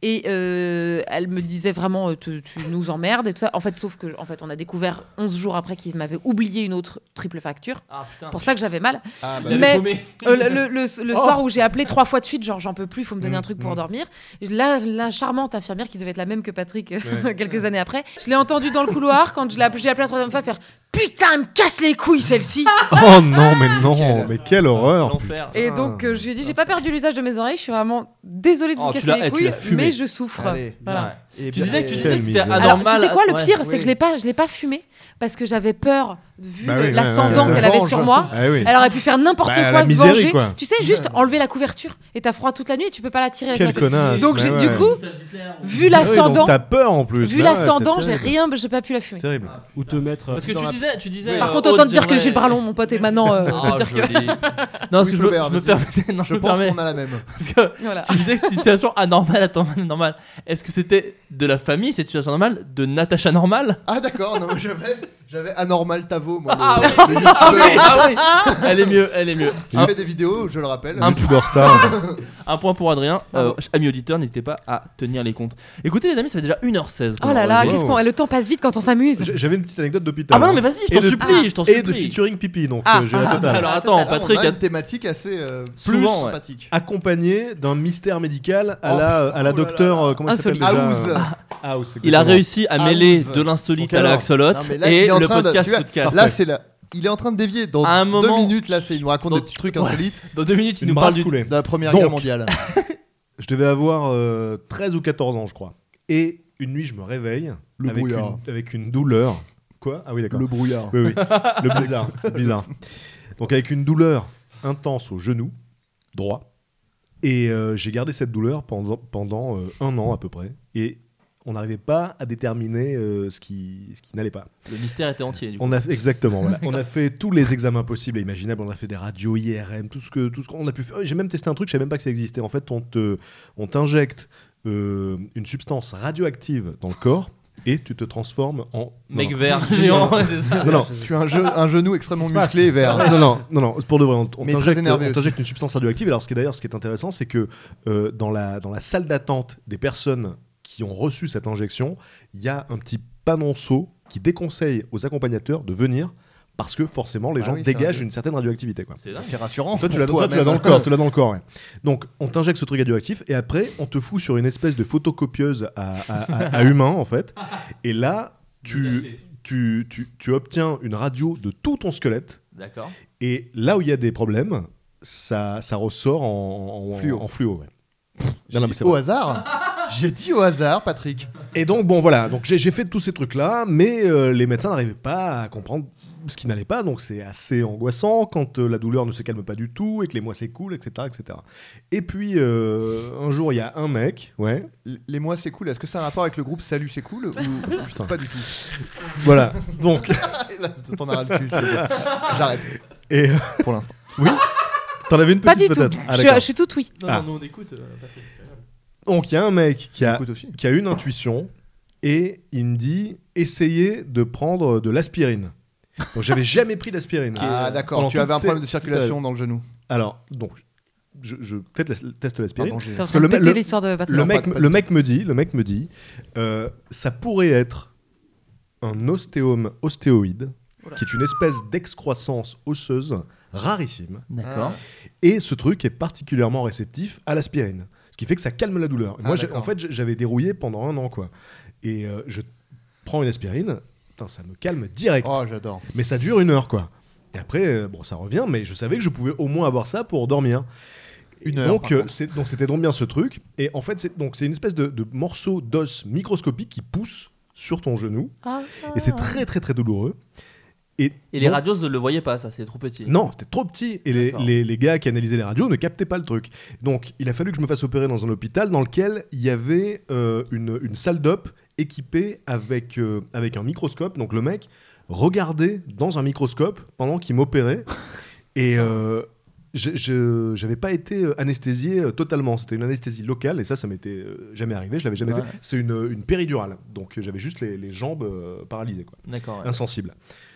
[SPEAKER 4] Et euh, elle me disait vraiment, euh, tu, tu nous emmerdes et tout ça. En fait, sauf que, en fait, on a découvert 11 jours après qu'ils m'avaient oublié une autre triple facture.
[SPEAKER 1] Ah putain.
[SPEAKER 4] Pour ça que j'avais mal.
[SPEAKER 1] Ah, bah,
[SPEAKER 4] Mais-
[SPEAKER 1] le paumé.
[SPEAKER 4] Euh, le le- le- le soir où j'ai appelé trois fois de suite, genre j'en peux plus, il faut me donner
[SPEAKER 2] Mm,
[SPEAKER 4] un truc pour
[SPEAKER 2] mm.
[SPEAKER 4] dormir. La, la charmante infirmière qui devait être la même que Patrick euh, quelques années après, je l'ai entendue dans le couloir quand je l'ai appelé, j'ai appelé la troisième fois faire Putain, elle me casse les couilles celle-ci
[SPEAKER 1] bah,
[SPEAKER 2] Oh non, mais non, mais quelle horreur.
[SPEAKER 1] L'enfer.
[SPEAKER 4] Et donc euh, je lui ai dit J'ai pas perdu l'usage de mes oreilles, je suis vraiment désolée de vous
[SPEAKER 1] Oh, tu
[SPEAKER 4] casser
[SPEAKER 1] l'as- eh,
[SPEAKER 4] les
[SPEAKER 1] tu
[SPEAKER 4] couilles,
[SPEAKER 1] l'as fumé.
[SPEAKER 4] mais je souffre.
[SPEAKER 3] Allez.
[SPEAKER 4] Voilà.
[SPEAKER 1] Ouais.
[SPEAKER 3] Et
[SPEAKER 1] Tu
[SPEAKER 3] bien- eh,
[SPEAKER 1] disais que tu disais
[SPEAKER 2] Quelle
[SPEAKER 1] que c'était
[SPEAKER 2] misère.
[SPEAKER 4] Alors,
[SPEAKER 1] anormal.
[SPEAKER 4] tu sais quoi, le
[SPEAKER 1] Ouais.
[SPEAKER 4] pire, c'est
[SPEAKER 3] Oui.
[SPEAKER 4] que je l'ai pas, je l'ai pas fumé parce que j'avais peur, vu
[SPEAKER 2] Bah
[SPEAKER 4] le-
[SPEAKER 2] oui, ouais,
[SPEAKER 4] l'ascendant
[SPEAKER 2] ouais, ouais.
[SPEAKER 4] qu'elle avait sur
[SPEAKER 3] Venge.
[SPEAKER 4] moi.
[SPEAKER 2] Ah oui.
[SPEAKER 4] Elle aurait pu faire n'importe
[SPEAKER 2] Bah, la
[SPEAKER 4] quoi, se
[SPEAKER 2] misérie,
[SPEAKER 4] venger.
[SPEAKER 2] quoi.
[SPEAKER 4] Tu sais, juste enlever la couverture et t'as froid toute la nuit et tu peux pas la tirer. la
[SPEAKER 2] Quelle
[SPEAKER 4] couverture.
[SPEAKER 2] connasse.
[SPEAKER 4] Donc
[SPEAKER 2] mais
[SPEAKER 4] j'ai-
[SPEAKER 2] ouais.
[SPEAKER 4] du coup, vu
[SPEAKER 2] Ah oui, donc
[SPEAKER 4] l'ascendant,
[SPEAKER 2] T'as peur en plus.
[SPEAKER 4] vu
[SPEAKER 2] Ah ouais, c'est
[SPEAKER 4] l'ascendant, j'ai
[SPEAKER 2] terrible.
[SPEAKER 4] rien, j'ai pas pu la fumer.
[SPEAKER 2] C'est terrible.
[SPEAKER 5] Ou te mettre. euh,
[SPEAKER 1] Parce que
[SPEAKER 3] Dans
[SPEAKER 1] tu
[SPEAKER 3] la-
[SPEAKER 1] disais, tu disais.
[SPEAKER 3] Oui.
[SPEAKER 4] Par
[SPEAKER 1] euh,
[SPEAKER 4] contre, autant
[SPEAKER 1] Aude
[SPEAKER 4] te dire que
[SPEAKER 1] dirait-
[SPEAKER 4] j'ai le bras long, mon pote, et maintenant, euh,
[SPEAKER 1] Ah,
[SPEAKER 4] autant te dire que.
[SPEAKER 1] joli. Non, parce que je me,
[SPEAKER 3] Flaubert,
[SPEAKER 1] je me
[SPEAKER 3] vas-y.
[SPEAKER 1] permettais. Non, je,
[SPEAKER 3] Je
[SPEAKER 1] me
[SPEAKER 3] pense
[SPEAKER 1] permets.
[SPEAKER 3] qu'on a la même.
[SPEAKER 1] Parce que
[SPEAKER 4] Voilà.
[SPEAKER 1] tu disais que c'était une situation anormale. Attends, normale. Est-ce que c'était de la famille, cette situation normale De Natacha normale
[SPEAKER 3] Ah d'accord, non, mais j'avais, j'avais anormal Tavo, moi.
[SPEAKER 1] Ah
[SPEAKER 3] le- le
[SPEAKER 1] Ah oui,
[SPEAKER 3] youtubeur.
[SPEAKER 1] ah oui Elle est mieux, elle est mieux.
[SPEAKER 3] J'ai fait des vidéos, je le rappelle.
[SPEAKER 1] Un-
[SPEAKER 2] YouTubeur star.
[SPEAKER 1] Un point pour Adrien.
[SPEAKER 4] Ah
[SPEAKER 1] Euh, amis auditeurs, n'hésitez pas à tenir les comptes. Écoutez, les amis, ça fait déjà 1h16. qu'on
[SPEAKER 4] Oh là là,
[SPEAKER 1] enregistre.
[SPEAKER 2] Wow.
[SPEAKER 4] qu'est-ce qu'on. Le temps passe vite quand on s'amuse.
[SPEAKER 2] J'ai- J'avais une petite anecdote d'hôpital.
[SPEAKER 1] Ah bah non, mais vas-y, je
[SPEAKER 2] Et
[SPEAKER 1] t'en
[SPEAKER 2] de-
[SPEAKER 1] supplie, je t'en
[SPEAKER 2] Et de
[SPEAKER 1] supplie.
[SPEAKER 2] featuring pipi, donc
[SPEAKER 4] Ah,
[SPEAKER 2] euh, j'ai la
[SPEAKER 4] ah,
[SPEAKER 2] totale.
[SPEAKER 1] Alors attends,
[SPEAKER 3] Ah,
[SPEAKER 1] Patrick,
[SPEAKER 3] on a une thématique assez euh,
[SPEAKER 1] Souvent, ouais.
[SPEAKER 3] sympathique.
[SPEAKER 2] Accompagné d'un mystère médical à
[SPEAKER 3] Oh,
[SPEAKER 2] la,
[SPEAKER 3] putain,
[SPEAKER 2] à la
[SPEAKER 3] oh là
[SPEAKER 2] docteur. euh, Comment elle s'appelle
[SPEAKER 4] Insolite.
[SPEAKER 2] déjà Ah,
[SPEAKER 3] House.
[SPEAKER 2] House,
[SPEAKER 1] il a
[SPEAKER 2] exactement.
[SPEAKER 1] réussi à
[SPEAKER 3] Ah,
[SPEAKER 1] mêler
[SPEAKER 3] ouf.
[SPEAKER 1] de l'insolite
[SPEAKER 2] Donc
[SPEAKER 1] à la
[SPEAKER 2] alors
[SPEAKER 1] axolote
[SPEAKER 3] Non, mais là,
[SPEAKER 1] et
[SPEAKER 3] il est en
[SPEAKER 1] le
[SPEAKER 3] train de-
[SPEAKER 1] podcast
[SPEAKER 3] tu vois,
[SPEAKER 1] podcast.
[SPEAKER 3] Là, c'est là. Il est en train de dévier. Dans
[SPEAKER 1] À un
[SPEAKER 3] deux
[SPEAKER 1] moment-
[SPEAKER 3] minutes, là, c'est il nous raconte
[SPEAKER 1] Dans-
[SPEAKER 3] des petits trucs
[SPEAKER 1] Ouais.
[SPEAKER 3] insolites
[SPEAKER 1] Dans deux minutes, il
[SPEAKER 2] Une
[SPEAKER 1] nous parle
[SPEAKER 2] brasse
[SPEAKER 1] du.
[SPEAKER 2] coulée.
[SPEAKER 3] de la Première
[SPEAKER 2] Donc.
[SPEAKER 3] Guerre mondiale.
[SPEAKER 2] Je devais avoir euh, 13 ou 14 ans, je crois. Et Une nuit, je me réveille
[SPEAKER 3] Le
[SPEAKER 2] avec,
[SPEAKER 3] brouillard.
[SPEAKER 2] une, avec une douleur. Quoi Ah oui, d'accord.
[SPEAKER 3] Le brouillard.
[SPEAKER 2] Oui, oui. Le blizzard. le blizzard. Donc avec une douleur intense au genou droit. Et euh, j'ai gardé cette douleur pendant, pendant euh, un an à peu près. Et on n'arrivait pas à déterminer euh, ce qui, ce qui n'allait pas.
[SPEAKER 1] Le mystère était entier. Du coup.
[SPEAKER 2] On a, exactement. voilà. On a fait tous les examens possibles et imaginables. On a fait des radios, IRM, tout ce que, tout ce qu'on a pu faire. Oh, J'ai même testé un truc, je savais même pas que ça existait. En fait, on te, on t'injecte euh, une substance radioactive dans le corps et tu te transformes en
[SPEAKER 1] Mec vert, géant, c'est ça.
[SPEAKER 2] Non, non,
[SPEAKER 5] euh,
[SPEAKER 3] Tu as un, jeu- un genou extrêmement
[SPEAKER 5] se passe
[SPEAKER 3] musclé et vert.
[SPEAKER 2] non, non, non, non, non, pour de vrai, on, on
[SPEAKER 3] Mais très
[SPEAKER 2] t'injecte
[SPEAKER 3] énervé
[SPEAKER 2] on t'injecte une substance radioactive. Alors, ce qui est d'ailleurs, ce qui est intéressant, c'est que euh, dans, la, dans la salle d'attente des personnes qui ont reçu cette injection, il y a un petit panonceau qui déconseille aux accompagnateurs de venir parce que forcément, les
[SPEAKER 3] Ah
[SPEAKER 2] gens
[SPEAKER 3] oui, c'est
[SPEAKER 2] dégagent
[SPEAKER 3] vrai.
[SPEAKER 2] une certaine radioactivité. Quoi.
[SPEAKER 1] C'est dingue.
[SPEAKER 3] C'est rassurant.
[SPEAKER 2] Toi, tu
[SPEAKER 3] pour
[SPEAKER 2] l'as toi, tu l'as
[SPEAKER 3] même.
[SPEAKER 2] dans le corps. Tu l'as dans le corps ouais. Donc, on t'injecte ce truc radioactif et après, on te fout sur une espèce de photocopieuse à, à- à- à humain, en fait. Et là, tu, tu, tu, tu obtiens une radio de tout ton squelette.
[SPEAKER 1] D'accord.
[SPEAKER 2] Et là où il y a des problèmes, ça, ça ressort en, en-
[SPEAKER 3] Fluo.
[SPEAKER 2] en fluo, ouais.
[SPEAKER 3] J'ai
[SPEAKER 2] Non, non,
[SPEAKER 3] dit
[SPEAKER 2] mais c'est
[SPEAKER 3] au
[SPEAKER 2] vrai.
[SPEAKER 3] hasard. J'ai dit au hasard, Patrick.
[SPEAKER 2] Et donc, bon, voilà, donc j'ai j'ai fait tous ces trucs-là, mais euh, les médecins n'arrivaient pas à comprendre ce qui n'allait pas, donc c'est assez angoissant quand euh, la douleur ne se calme pas du tout et que les mois s'écoulent, etc., etc. Et puis, euh, un jour, il y a un mec, ouais,
[SPEAKER 3] L- Les mois, c'est cool. Est-ce que ça a un rapport avec le groupe Salut, c'est cool ou
[SPEAKER 2] Putain.
[SPEAKER 3] pas du tout
[SPEAKER 2] voilà, donc,
[SPEAKER 3] Et là, T'en as ras le cul. je te le dis. J'arrête
[SPEAKER 2] et euh,
[SPEAKER 3] pour l'instant.
[SPEAKER 2] t'en avais une
[SPEAKER 4] Pas du
[SPEAKER 2] petite
[SPEAKER 4] tout.
[SPEAKER 2] peut-être Ah,
[SPEAKER 4] je,
[SPEAKER 2] d'accord.
[SPEAKER 4] je suis tout oui.
[SPEAKER 1] Non,
[SPEAKER 2] Ah.
[SPEAKER 1] non, non, on écoute. euh, Patrick.
[SPEAKER 2] Donc, il y a un mec qui a
[SPEAKER 3] Écoute aussi.
[SPEAKER 2] qui a une intuition et il me dit essayez de prendre de l'aspirine. Donc j'avais jamais pris d'aspirine.
[SPEAKER 3] Ah d'accord,
[SPEAKER 2] Pendant
[SPEAKER 3] tu avais
[SPEAKER 2] toute
[SPEAKER 3] un problème de
[SPEAKER 2] cette-
[SPEAKER 3] circulation dans le genou.
[SPEAKER 2] euh, Alors donc je, je peut-être la- teste l'aspirine.
[SPEAKER 3] Pardon, j'ai-
[SPEAKER 4] Parce
[SPEAKER 2] que le me- le-
[SPEAKER 4] l'histoire de Patrick.
[SPEAKER 2] Le
[SPEAKER 3] Non,
[SPEAKER 2] mec,
[SPEAKER 3] pas- pas
[SPEAKER 2] le mec me dit, le mec me dit, euh, ça pourrait être un ostéome ostéoïde,
[SPEAKER 1] Oula.
[SPEAKER 2] qui est une espèce d'excroissance osseuse rarissime.
[SPEAKER 1] D'accord.
[SPEAKER 2] Et ce truc est particulièrement réceptif à l'aspirine. Ce qui fait que ça calme la douleur. Et
[SPEAKER 3] Ah,
[SPEAKER 2] moi, j'ai-
[SPEAKER 3] d'accord.
[SPEAKER 2] en fait, j'ai- j'avais dérouillé pendant un an, quoi. Et euh, je prends une aspirine, putain, ça me calme direct.
[SPEAKER 3] Oh, j'adore.
[SPEAKER 2] Mais ça dure une heure, quoi. Et après, euh, bon, ça revient, mais je savais que je pouvais au moins avoir ça pour dormir.
[SPEAKER 3] Une
[SPEAKER 2] Et
[SPEAKER 3] heure,
[SPEAKER 2] Donc,
[SPEAKER 3] par
[SPEAKER 2] euh,
[SPEAKER 3] contre.
[SPEAKER 2] c'est- donc c'était donc bien ce truc. Et en fait, c'est donc c'est une espèce de, de morceau d'os microscopique qui pousse sur ton genou. Et
[SPEAKER 3] Ah.
[SPEAKER 2] c'est très, très, très douloureux. Et,
[SPEAKER 1] Et les
[SPEAKER 2] donc-
[SPEAKER 1] radios ne le voyaient pas, ça, c'est trop petit.
[SPEAKER 2] non, c'était trop petit et les,
[SPEAKER 1] D'accord.
[SPEAKER 2] les- les gars qui analysaient les radios ne captaient pas le truc. Donc il a fallu que je me fasse opérer dans un hôpital dans lequel il y avait euh, une, une salle d'op équipée avec, euh, avec un microscope. Donc le mec regardait dans un microscope pendant qu'il m'opérait. et euh, je- je j'avais pas été euh, anesthésié euh, totalement. C'était une anesthésie locale et ça, ça m'était euh, jamais arrivé. Je l'avais jamais
[SPEAKER 1] Ouais.
[SPEAKER 2] fait. C'est une, une péridurale. Donc euh, j'avais juste les, les jambes euh, paralysées. Quoi
[SPEAKER 1] D'accord. ouais.
[SPEAKER 2] insensible.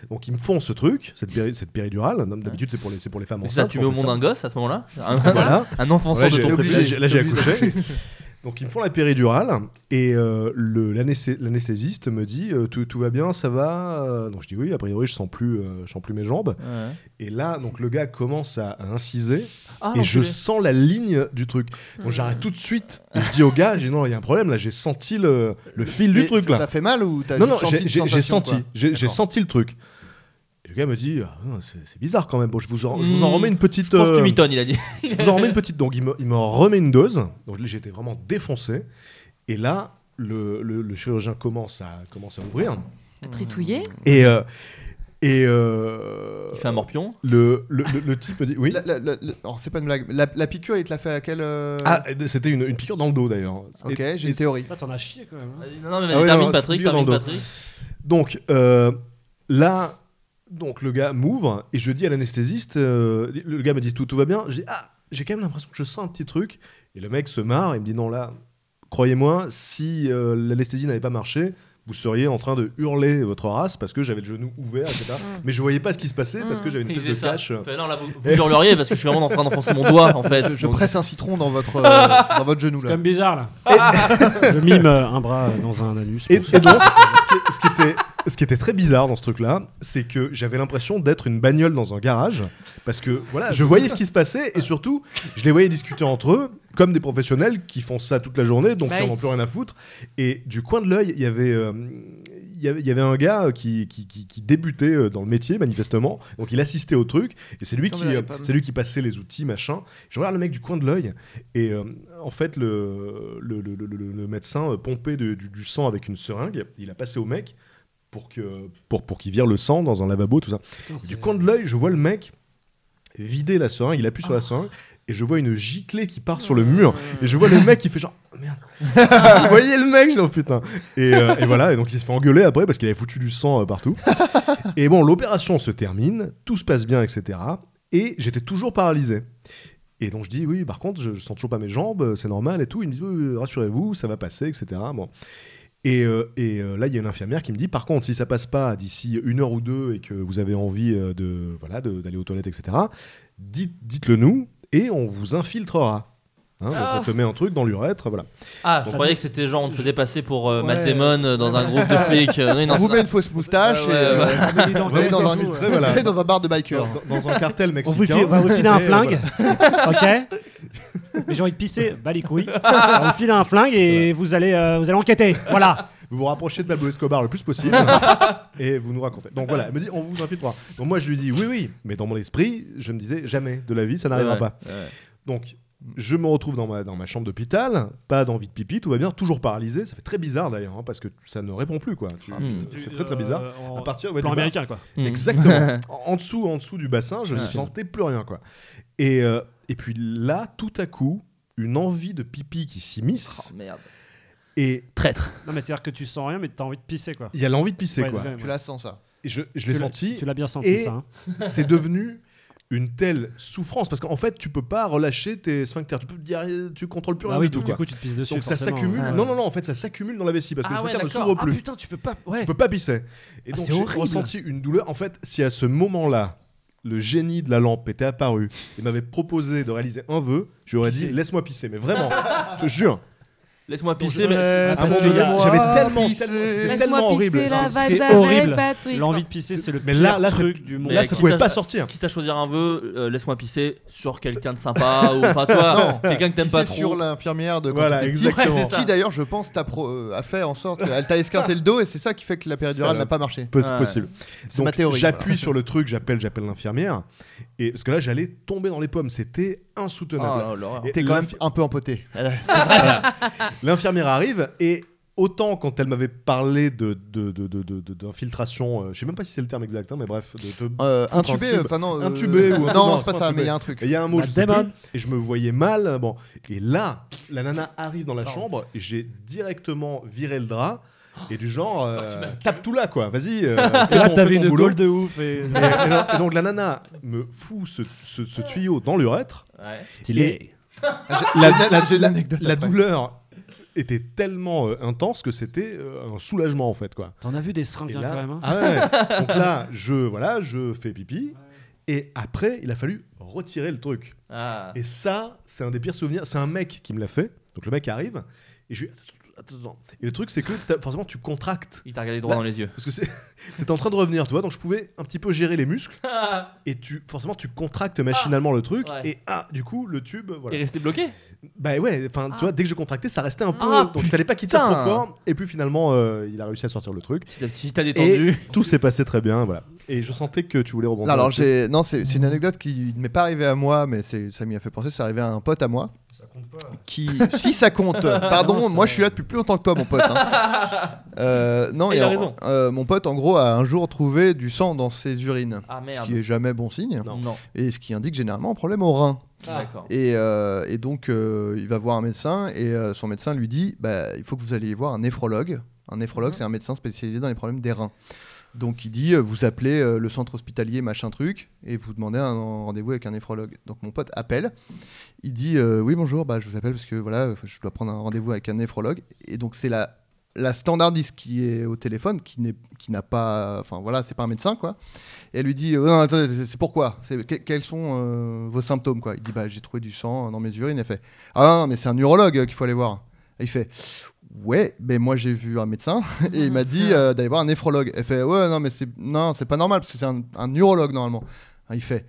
[SPEAKER 2] Donc ils me font ce truc, cette, péri- cette péridurale. D'habitude c'est pour les c'est pour les femmes
[SPEAKER 1] Mais c'est ça,
[SPEAKER 2] enceintes.
[SPEAKER 1] tu
[SPEAKER 2] qu'on
[SPEAKER 1] mets au
[SPEAKER 2] fait
[SPEAKER 1] monde
[SPEAKER 2] ça.
[SPEAKER 1] un gosse à ce moment-là Un,
[SPEAKER 2] Voilà.
[SPEAKER 1] un enfant sort
[SPEAKER 2] Ouais,
[SPEAKER 1] de
[SPEAKER 2] j'ai-
[SPEAKER 1] ton
[SPEAKER 2] là,
[SPEAKER 1] privilège.
[SPEAKER 2] j'ai- là j'ai accouché. Donc ils me font la péridurale et euh, le- l'anesthé- l'anesthésiste me dit euh, tout, tout va bien, ça va. euh, Donc je dis oui, a priori je sens plus euh, je sens plus mes jambes.
[SPEAKER 1] Ouais.
[SPEAKER 2] Et là donc le gars commence à, à inciser
[SPEAKER 1] Ah,
[SPEAKER 2] et je
[SPEAKER 1] l'enculé.
[SPEAKER 2] sens la ligne du truc. Donc j'arrête tout de suite. Et je dis au gars, j'ai dit, non, il y a un problème là, j'ai senti le, le fil
[SPEAKER 3] Mais
[SPEAKER 2] du truc
[SPEAKER 3] ça
[SPEAKER 2] là.
[SPEAKER 3] T'as fait mal ou t'as
[SPEAKER 2] Non,
[SPEAKER 3] juste
[SPEAKER 2] non,
[SPEAKER 3] senti
[SPEAKER 2] j'ai- j'ai
[SPEAKER 3] une
[SPEAKER 2] j'ai
[SPEAKER 3] sensation,
[SPEAKER 2] senti,
[SPEAKER 3] quoi
[SPEAKER 2] j'ai j'ai
[SPEAKER 3] D'accord.
[SPEAKER 2] senti le truc. Et le gars me dit, Ah, non, c'est c'est bizarre quand même. Bon, je vous en, je vous en
[SPEAKER 1] Hmm,
[SPEAKER 2] remets une petite.
[SPEAKER 1] Je pense que tu
[SPEAKER 2] euh,
[SPEAKER 1] m'étonnes, il a dit.
[SPEAKER 2] je vous en remets une petite. Donc il me, il me remet une dose. Donc là, j'étais vraiment défoncé. Et là, le, le- le chirurgien commence à commence à ouvrir.
[SPEAKER 4] Tritouillé.
[SPEAKER 2] Et euh, et euh,
[SPEAKER 1] Il fait un morpion.
[SPEAKER 2] le, le, le- le type me dit, oui.
[SPEAKER 3] La- la- la- la- alors, c'est pas une blague. La, la piqûre, il te l'a fait à quel. euh,
[SPEAKER 2] Ah, c'était une, une piqûre dans le dos d'ailleurs.
[SPEAKER 3] ok,
[SPEAKER 2] Et-
[SPEAKER 3] j'ai
[SPEAKER 2] et
[SPEAKER 3] une théorie.
[SPEAKER 5] Là, t'en as chié quand même. hein.
[SPEAKER 1] Non, non, mais
[SPEAKER 2] Ah
[SPEAKER 1] vas-y,
[SPEAKER 2] ouais,
[SPEAKER 1] termine
[SPEAKER 2] non,
[SPEAKER 1] Patrick,
[SPEAKER 2] c'est dur dans
[SPEAKER 1] termine
[SPEAKER 2] le dos.
[SPEAKER 1] Patrick.
[SPEAKER 2] Donc euh, là, donc le gars m'ouvre et je dis à l'anesthésiste, euh, le gars me dit tout, tout va bien. J'ai ah, j'ai quand même l'impression que je sens un petit truc. Et le mec se marre et me dit non là, croyez-moi, si euh, l'anesthésie n'avait pas marché. Vous seriez en train de hurler votre race parce que j'avais le genou ouvert, etc. Mais je voyais pas ce qui se passait parce que j'avais une
[SPEAKER 1] Il
[SPEAKER 2] espèce
[SPEAKER 1] faisait
[SPEAKER 2] de
[SPEAKER 1] ça.
[SPEAKER 2] cache. euh,
[SPEAKER 1] Fait, non, là, vous, vous hurleriez parce que je suis vraiment en train d'enfoncer mon doigt, en fait.
[SPEAKER 3] Je, je
[SPEAKER 1] Donc,
[SPEAKER 3] presse un citron dans votre, euh, dans votre genou
[SPEAKER 5] C'est
[SPEAKER 3] là.
[SPEAKER 5] quand même bizarre là. je mime euh, un bras euh, dans un anus.
[SPEAKER 2] Ah. Et,
[SPEAKER 5] pour
[SPEAKER 2] et donc, ce qui, ce qui était, ce qui était très bizarre dans ce truc-là, c'est que j'avais l'impression d'être une bagnole dans un garage, parce que voilà, je voyais ce qui se passait, et surtout, je les voyais discuter entre eux, comme des professionnels qui font ça toute la journée, donc
[SPEAKER 4] Bah
[SPEAKER 2] ils
[SPEAKER 4] oui.
[SPEAKER 2] n'en ont plus rien à foutre. Et du coin de l'œil, il y avait, euh, il il y avait- il y avait un gars qui, qui, qui- qui débutait euh, dans le métier, manifestement. Donc, il assistait au truc. Et c'est lui,
[SPEAKER 4] Tombé
[SPEAKER 2] qui,
[SPEAKER 4] dans les
[SPEAKER 2] euh,
[SPEAKER 4] pommes.
[SPEAKER 2] c'est lui qui passait les outils, machin. Je regarde le mec du coin de l'œil. Et euh, en fait, le, le, le- le- le- le médecin euh, pompait du, du- du sang avec une seringue. Il a passé au mec pour qu'il pour, pour qu'il vire le sang dans un lavabo, tout ça. Du coin de l'œil, je vois le mec vider la seringue, il appuie sur la seringue, et je vois une giclée qui part sur le mur. Et je vois le mec qui fait genre, Oh, merde. Vous voyez le mec, genre putain. Et, euh, et voilà, et donc il se fait engueuler après parce qu'il avait foutu du sang euh, partout. Et bon, l'opération se termine, tout se passe bien, etc. Et j'étais toujours paralysé. Et donc je dis, oui, par contre, je, je sens toujours pas mes jambes, euh, c'est normal et tout. Ils me disent, Oui, oui, rassurez-vous, ça va passer, etc. Bon. Et, euh, et, euh, là, il y a une infirmière qui me dit, par contre, si ça passe pas d'ici une heure ou deux et que vous avez envie euh, de voilà de- d'aller aux toilettes, etc., dites- dites-le nous et on vous infiltrera. Hein, donc
[SPEAKER 4] Ah.
[SPEAKER 2] on te met un truc dans l'urètre, voilà.
[SPEAKER 1] Ah, je
[SPEAKER 2] Donc-
[SPEAKER 1] croyais que c'était genre on te faisait passer pour euh, Matt
[SPEAKER 7] Ouais.
[SPEAKER 1] Damon euh, dans un
[SPEAKER 7] Ouais,
[SPEAKER 1] groupe de flics. Euh, oui, non,
[SPEAKER 3] On vous
[SPEAKER 1] c'est-
[SPEAKER 3] met une fausse moustache
[SPEAKER 1] Ouais,
[SPEAKER 3] et
[SPEAKER 1] ouais,
[SPEAKER 3] euh,
[SPEAKER 1] ouais.
[SPEAKER 3] vous allez dans un-
[SPEAKER 2] tout, ouais. Voilà.
[SPEAKER 3] vous allez dans un bar de biker.
[SPEAKER 2] Dans, dans un cartel
[SPEAKER 5] On vous
[SPEAKER 2] mexicain.
[SPEAKER 5] file, on va vous filer
[SPEAKER 2] Et,
[SPEAKER 5] un
[SPEAKER 2] euh,
[SPEAKER 5] flingue, ok Mais j'ai envie de pisser, bah les couilles. On vous file un flingue et vous, allez, euh, vous allez enquêter, voilà.
[SPEAKER 2] vous vous rapprochez de Pablo Escobar le plus possible et vous nous racontez. Donc voilà, elle me dit on vous invite pas. Donc moi je lui dis oui oui, mais dans mon esprit, je me disais jamais de la vie ça n'arrivera
[SPEAKER 1] Ouais,
[SPEAKER 2] pas.
[SPEAKER 1] ouais.
[SPEAKER 2] Donc je me retrouve dans ma, dans ma chambre d'hôpital, pas d'envie de pipi, tout va bien, toujours paralysé, ça fait très bizarre d'ailleurs hein, parce que ça ne répond plus quoi. Tu-
[SPEAKER 1] Ah, putain.
[SPEAKER 2] C'est très très bizarre.
[SPEAKER 5] Euh, en-
[SPEAKER 2] À partir ouais,
[SPEAKER 5] plan
[SPEAKER 2] du bas-
[SPEAKER 5] américain quoi.
[SPEAKER 1] Mm.
[SPEAKER 2] Exactement. en en dessous, en dessous du bassin, je
[SPEAKER 1] Ouais.
[SPEAKER 2] sentais plus rien, quoi. Et, euh, et puis là, tout à coup, une envie de pipi qui
[SPEAKER 1] Oh,
[SPEAKER 2] s'immisce.
[SPEAKER 1] merde.
[SPEAKER 2] Et
[SPEAKER 1] Traître.
[SPEAKER 5] Non mais c'est-à-dire que tu sens rien mais t'as envie de pisser quoi.
[SPEAKER 2] il y a l'envie de pisser,
[SPEAKER 5] Ouais,
[SPEAKER 2] quoi.
[SPEAKER 5] ouais,
[SPEAKER 3] Tu
[SPEAKER 5] ouais.
[SPEAKER 3] la sens ça.
[SPEAKER 2] Et je, je
[SPEAKER 5] Tu
[SPEAKER 2] l'ai
[SPEAKER 5] l'as-
[SPEAKER 2] senti.
[SPEAKER 5] Tu l'as bien senti
[SPEAKER 2] Et-
[SPEAKER 5] ça. hein.
[SPEAKER 2] C'est devenu une telle souffrance. Parce qu'en fait, tu peux pas relâcher tes sphincters. Tu, peux, y arri- tu contrôles plus
[SPEAKER 5] Bah
[SPEAKER 2] rien
[SPEAKER 5] oui
[SPEAKER 2] du tout,
[SPEAKER 5] donc du
[SPEAKER 2] quoi.
[SPEAKER 5] coup tu te pisses dessus.
[SPEAKER 2] Donc ça
[SPEAKER 5] forcément. hein.
[SPEAKER 2] s'accumule.
[SPEAKER 5] Ouais.
[SPEAKER 2] Non, non, non, en fait, ça s'accumule dans la vessie parce que
[SPEAKER 1] Ah
[SPEAKER 2] le
[SPEAKER 1] ouais,
[SPEAKER 2] sphincter ne
[SPEAKER 1] d'accord.
[SPEAKER 2] s'ouvre
[SPEAKER 5] Ah
[SPEAKER 2] plus.
[SPEAKER 5] putain tu peux pas. Ouais.
[SPEAKER 2] Tu peux pas pisser. Et
[SPEAKER 5] Ah,
[SPEAKER 2] donc
[SPEAKER 5] c'est
[SPEAKER 2] j'ai
[SPEAKER 5] horrible.
[SPEAKER 2] ressenti une douleur. En fait, si à ce moment-là, le génie de la lampe était apparu et m'avait proposé de réaliser un vœu, j'aurais dit
[SPEAKER 3] Pisser.
[SPEAKER 2] laisse-moi pisser. Mais vraiment, je te jure.
[SPEAKER 1] Laisse-moi
[SPEAKER 5] Donc, je-
[SPEAKER 1] pisser, mais.
[SPEAKER 5] Ah, parce
[SPEAKER 2] À un
[SPEAKER 5] qu'il y a-
[SPEAKER 2] moment, J'avais tellement,
[SPEAKER 3] pisser.
[SPEAKER 2] tellement, c'était
[SPEAKER 4] Laisse-moi
[SPEAKER 2] tellement horrible.
[SPEAKER 4] pisser la
[SPEAKER 5] C'est
[SPEAKER 4] vase
[SPEAKER 5] horrible.
[SPEAKER 4] avec Patrick.
[SPEAKER 5] L'envie de pisser c'est le
[SPEAKER 2] Mais là,
[SPEAKER 5] pire
[SPEAKER 2] là,
[SPEAKER 5] truc du monde.
[SPEAKER 1] Mais
[SPEAKER 2] Là,
[SPEAKER 1] qui
[SPEAKER 2] ça pouvait
[SPEAKER 1] t'a-
[SPEAKER 5] euh,
[SPEAKER 2] pas sortir.
[SPEAKER 1] Quitte à choisir un vœu, euh, laisse-moi pisser sur quelqu'un de sympa ou enfin toi,
[SPEAKER 3] Non.
[SPEAKER 1] quelqu'un que t'aimes
[SPEAKER 3] Pisser
[SPEAKER 1] pas trop.
[SPEAKER 3] sur l'infirmière de quand
[SPEAKER 2] Voilà,
[SPEAKER 3] t'étais petit,
[SPEAKER 2] exactement.
[SPEAKER 1] Ouais, c'est ça.
[SPEAKER 3] Qui d'ailleurs, je pense, t'a pro- euh, a fait en sorte qu'elle t'a escarté le dos et c'est ça qui fait que la péridurale
[SPEAKER 2] Salope.
[SPEAKER 3] n'a pas marché.
[SPEAKER 2] Peu-
[SPEAKER 1] Ouais.
[SPEAKER 2] possible.
[SPEAKER 3] C'est
[SPEAKER 2] Donc
[SPEAKER 3] ma théorie.
[SPEAKER 2] j'appuie sur le truc, j'appelle, j'appelle l'infirmière. Et parce que là, j'allais tomber dans les pommes. C'était insoutenable.
[SPEAKER 1] Ah, l'horreur.
[SPEAKER 2] Et
[SPEAKER 3] Oh T'es quand même
[SPEAKER 2] l'inf-
[SPEAKER 3] un peu empoté.
[SPEAKER 2] L'infirmière arrive et autant quand elle m'avait parlé de de- de- de- de- de- d'infiltration, euh, je sais même pas si c'est le terme exact, hein, mais bref, de, de-
[SPEAKER 3] Euh,
[SPEAKER 2] Dans le
[SPEAKER 3] intubé,
[SPEAKER 2] tube.
[SPEAKER 3] enfin non. euh,
[SPEAKER 2] Intubé ou un-
[SPEAKER 3] Non,
[SPEAKER 2] non,
[SPEAKER 3] c'est pas
[SPEAKER 2] pas
[SPEAKER 3] ça,
[SPEAKER 2] intubé.
[SPEAKER 3] mais il y a un truc.
[SPEAKER 2] Il y a un mot,
[SPEAKER 5] Matt
[SPEAKER 2] je sais
[SPEAKER 5] Damon.
[SPEAKER 2] plus, et je me voyais mal. Bon, et là, la nana arrive dans la chambre, et j'ai directement viré le drap, et
[SPEAKER 3] Oh,
[SPEAKER 2] du genre, euh, tape tout là, quoi, vas-y. euh, fais
[SPEAKER 5] Là
[SPEAKER 2] ton-
[SPEAKER 5] t'avais
[SPEAKER 2] fais ton
[SPEAKER 5] une
[SPEAKER 2] boulot.
[SPEAKER 5] goal de ouf et.
[SPEAKER 2] Et, et donc- et donc la nana me fout ce, ce- ce tuyau dans l'urètre.
[SPEAKER 1] Ouais.
[SPEAKER 5] Stylé.
[SPEAKER 3] J'ai-
[SPEAKER 2] La,
[SPEAKER 3] j'ai-
[SPEAKER 2] la-
[SPEAKER 3] j'ai
[SPEAKER 2] la-
[SPEAKER 3] l'anecdote
[SPEAKER 2] la
[SPEAKER 3] après.
[SPEAKER 2] douleur était tellement euh, intense que c'était euh, un soulagement en fait quoi.
[SPEAKER 5] T'en as vu des seringues
[SPEAKER 2] Et
[SPEAKER 5] hein,
[SPEAKER 2] là-
[SPEAKER 5] quand même. hein
[SPEAKER 2] ah ouais. Donc là, je voilà, je fais pipi. Et après, il a fallu retirer le truc.
[SPEAKER 1] Ah.
[SPEAKER 2] Et ça, c'est un des pires souvenirs. C'est un mec qui me l'a fait. Donc le mec arrive et je lui attends, attends, attends. Et le truc, c'est que t'as- forcément, tu contractes.
[SPEAKER 1] Il t'a regardé droit
[SPEAKER 2] Là-
[SPEAKER 1] dans les yeux.
[SPEAKER 2] Parce que c'est- c'était en train de revenir, tu vois. Donc je pouvais un petit peu gérer les muscles. Et tu, forcément, tu contractes machinalement le truc.
[SPEAKER 1] Ah. Ouais.
[SPEAKER 2] Et ah, du coup, le tube.
[SPEAKER 1] Il est
[SPEAKER 2] Voilà.
[SPEAKER 1] resté bloqué
[SPEAKER 2] Bah ouais, enfin, tu vois, dès que je contractais, ça restait un peu.
[SPEAKER 1] Ah,
[SPEAKER 2] donc il fallait pas qu'il tire trop
[SPEAKER 1] putain.
[SPEAKER 2] fort. Et puis finalement, euh, il a réussi à sortir le truc.
[SPEAKER 1] Petit à petit, il t'a
[SPEAKER 2] Et
[SPEAKER 1] détendu.
[SPEAKER 2] tout s'est passé très bien, voilà. Et je sentais que tu voulais rebondir.
[SPEAKER 3] Non, alors
[SPEAKER 2] là-dessus.
[SPEAKER 3] j'ai non c'est c'est une anecdote qui ne m'est pas arrivée à moi mais c'est ça m'y a fait penser c'est arrivé à un pote à moi qui si ça compte
[SPEAKER 2] Ah
[SPEAKER 3] pardon
[SPEAKER 5] Non, ça-
[SPEAKER 3] moi je suis là depuis plus longtemps que toi mon pote hein. Euh, non
[SPEAKER 1] Et il
[SPEAKER 3] en-
[SPEAKER 1] a raison.
[SPEAKER 3] euh, mon pote en gros a un jour trouvé du sang dans ses urines
[SPEAKER 1] Ah
[SPEAKER 3] ce
[SPEAKER 1] merde.
[SPEAKER 3] qui est jamais bon signe
[SPEAKER 1] Non.
[SPEAKER 3] et ce qui indique généralement un problème au rein
[SPEAKER 1] D'accord.
[SPEAKER 3] et, euh, et donc euh, il va voir un médecin et euh, son médecin lui dit bah, il faut que vous alliez voir un néphrologue. Un néphrologue,
[SPEAKER 4] Mhm.
[SPEAKER 3] c'est un médecin spécialisé dans les problèmes des reins. Donc il dit euh, vous appelez euh, le centre hospitalier machin truc et vous demandez un rendez-vous avec un néphrologue. Donc mon pote appelle, il dit euh, oui bonjour, bah, je vous appelle parce que voilà euh, je dois prendre un rendez-vous avec un néphrologue et donc c'est la la standardiste qui est au téléphone qui n'est qui n'a pas enfin voilà c'est pas un médecin quoi et elle lui dit euh, non attendez c'est- c'est pourquoi C'est- que- quels sont euh, vos symptômes quoi il dit bah j'ai trouvé du sang dans mes urines elle fait ah non mais c'est un urologue euh, qu'il faut aller voir Et il fait ouais mais moi j'ai vu un médecin et il m'a dit euh, d'aller voir un néphrologue elle fait ouais non mais c'est non c'est pas normal parce que c'est un, un urologue normalement il fait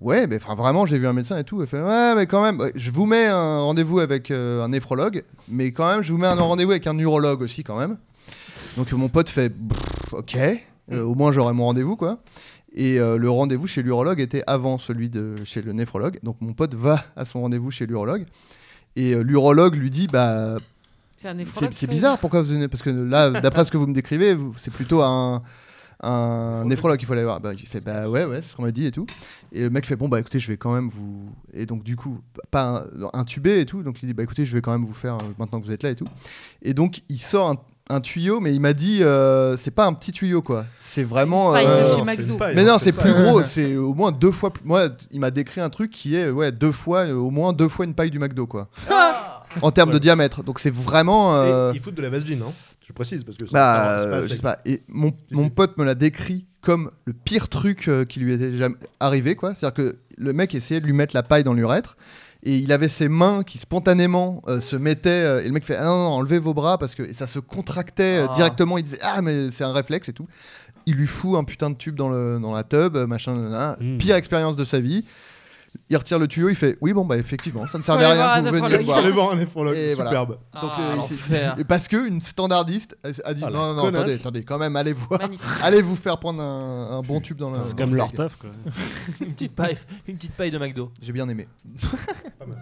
[SPEAKER 3] Ouais, mais enfin vraiment, j'ai vu un médecin et tout. Elle fait Ouais, mais quand même, ouais, je vous mets un rendez-vous avec euh, un néphrologue, mais quand même, je vous mets un rendez-vous avec un urologue aussi, quand même. Donc mon pote fait Brrr, ok, euh, au moins j'aurai mon rendez-vous quoi. Et euh, le rendez-vous chez l'urologue était avant celui de chez le néphrologue. Donc mon pote va à son rendez-vous chez l'urologue. Et euh, l'urologue lui dit bah
[SPEAKER 4] C'est un
[SPEAKER 3] c'est-
[SPEAKER 4] néphrologue.
[SPEAKER 3] c'est
[SPEAKER 4] ça
[SPEAKER 3] bizarre pourquoi vous venez parce que là d'après ce que vous me décrivez vous- c'est plutôt un un néphrologue qu'il faut aller voir. Bah, il fait bah ouais ouais c'est ce qu'on m'a dit et tout. Et le mec fait bon bah écoutez je vais quand même vous et donc du coup pas un- intubé et tout donc il dit bah écoutez je vais quand même vous faire euh, maintenant que vous êtes là et tout. Et donc il sort un, un tuyau mais il m'a dit euh, c'est pas un petit tuyau quoi c'est vraiment
[SPEAKER 4] Paille de
[SPEAKER 3] euh,
[SPEAKER 4] chez McDo.
[SPEAKER 3] mais
[SPEAKER 2] hein,
[SPEAKER 3] non, c'est plus gros, c'est au moins deux fois. plus- Moi, il m'a décrit un truc qui est ouais deux fois, euh, au moins deux fois une paille du McDo quoi. en termes de
[SPEAKER 2] Ouais.
[SPEAKER 3] diamètre, donc c'est vraiment. euh,
[SPEAKER 2] Ils foutent de la vaseline, hein. Je précise parce que ça-
[SPEAKER 3] bah,
[SPEAKER 2] c'est pas
[SPEAKER 3] euh, je
[SPEAKER 2] sec.
[SPEAKER 3] sais pas. Et mon, mon pote me l'a décrit comme le pire truc euh, qui lui était jamais arrivé, quoi. C'est-à-dire que le mec essayait de lui mettre la paille dans l'urètre. Et il avait ses mains qui spontanément euh, se mettaient. euh, et le mec fait Ah non, non, enlevez vos bras parce que et ça se contractait euh,
[SPEAKER 1] Ah.
[SPEAKER 3] directement. Il disait Ah, mais c'est un réflexe et tout. Il lui fout un putain de tube dans, le, dans la tub, euh, machin. nanana.
[SPEAKER 5] Mm.
[SPEAKER 3] Pire expérience de sa vie. Il retire le tuyau, il fait Oui, bon, bah effectivement, ça ne
[SPEAKER 4] Faut
[SPEAKER 3] servait à
[SPEAKER 4] aller voir
[SPEAKER 3] rien.
[SPEAKER 4] un
[SPEAKER 3] Vous venez
[SPEAKER 4] néphrologue.
[SPEAKER 3] voir.
[SPEAKER 2] Allez voir un néphrologue,
[SPEAKER 3] Et voilà.
[SPEAKER 2] superbe.
[SPEAKER 3] Donc,
[SPEAKER 1] Ah,
[SPEAKER 3] euh, il s'est-
[SPEAKER 1] l'enfer.
[SPEAKER 3] et parce qu'une standardiste a a dit
[SPEAKER 2] Ah, la
[SPEAKER 3] non, non, non,
[SPEAKER 2] connasse.
[SPEAKER 3] attendez, attendez, quand même, allez voir,
[SPEAKER 4] Magnifique.
[SPEAKER 3] allez vous faire prendre un, un bon tube dans la.
[SPEAKER 5] C'est
[SPEAKER 3] dans
[SPEAKER 5] comme
[SPEAKER 3] le
[SPEAKER 5] leur
[SPEAKER 3] steak.
[SPEAKER 5] taf quoi.
[SPEAKER 1] une petite paille, une petite paille de McDo.
[SPEAKER 3] J'ai bien aimé.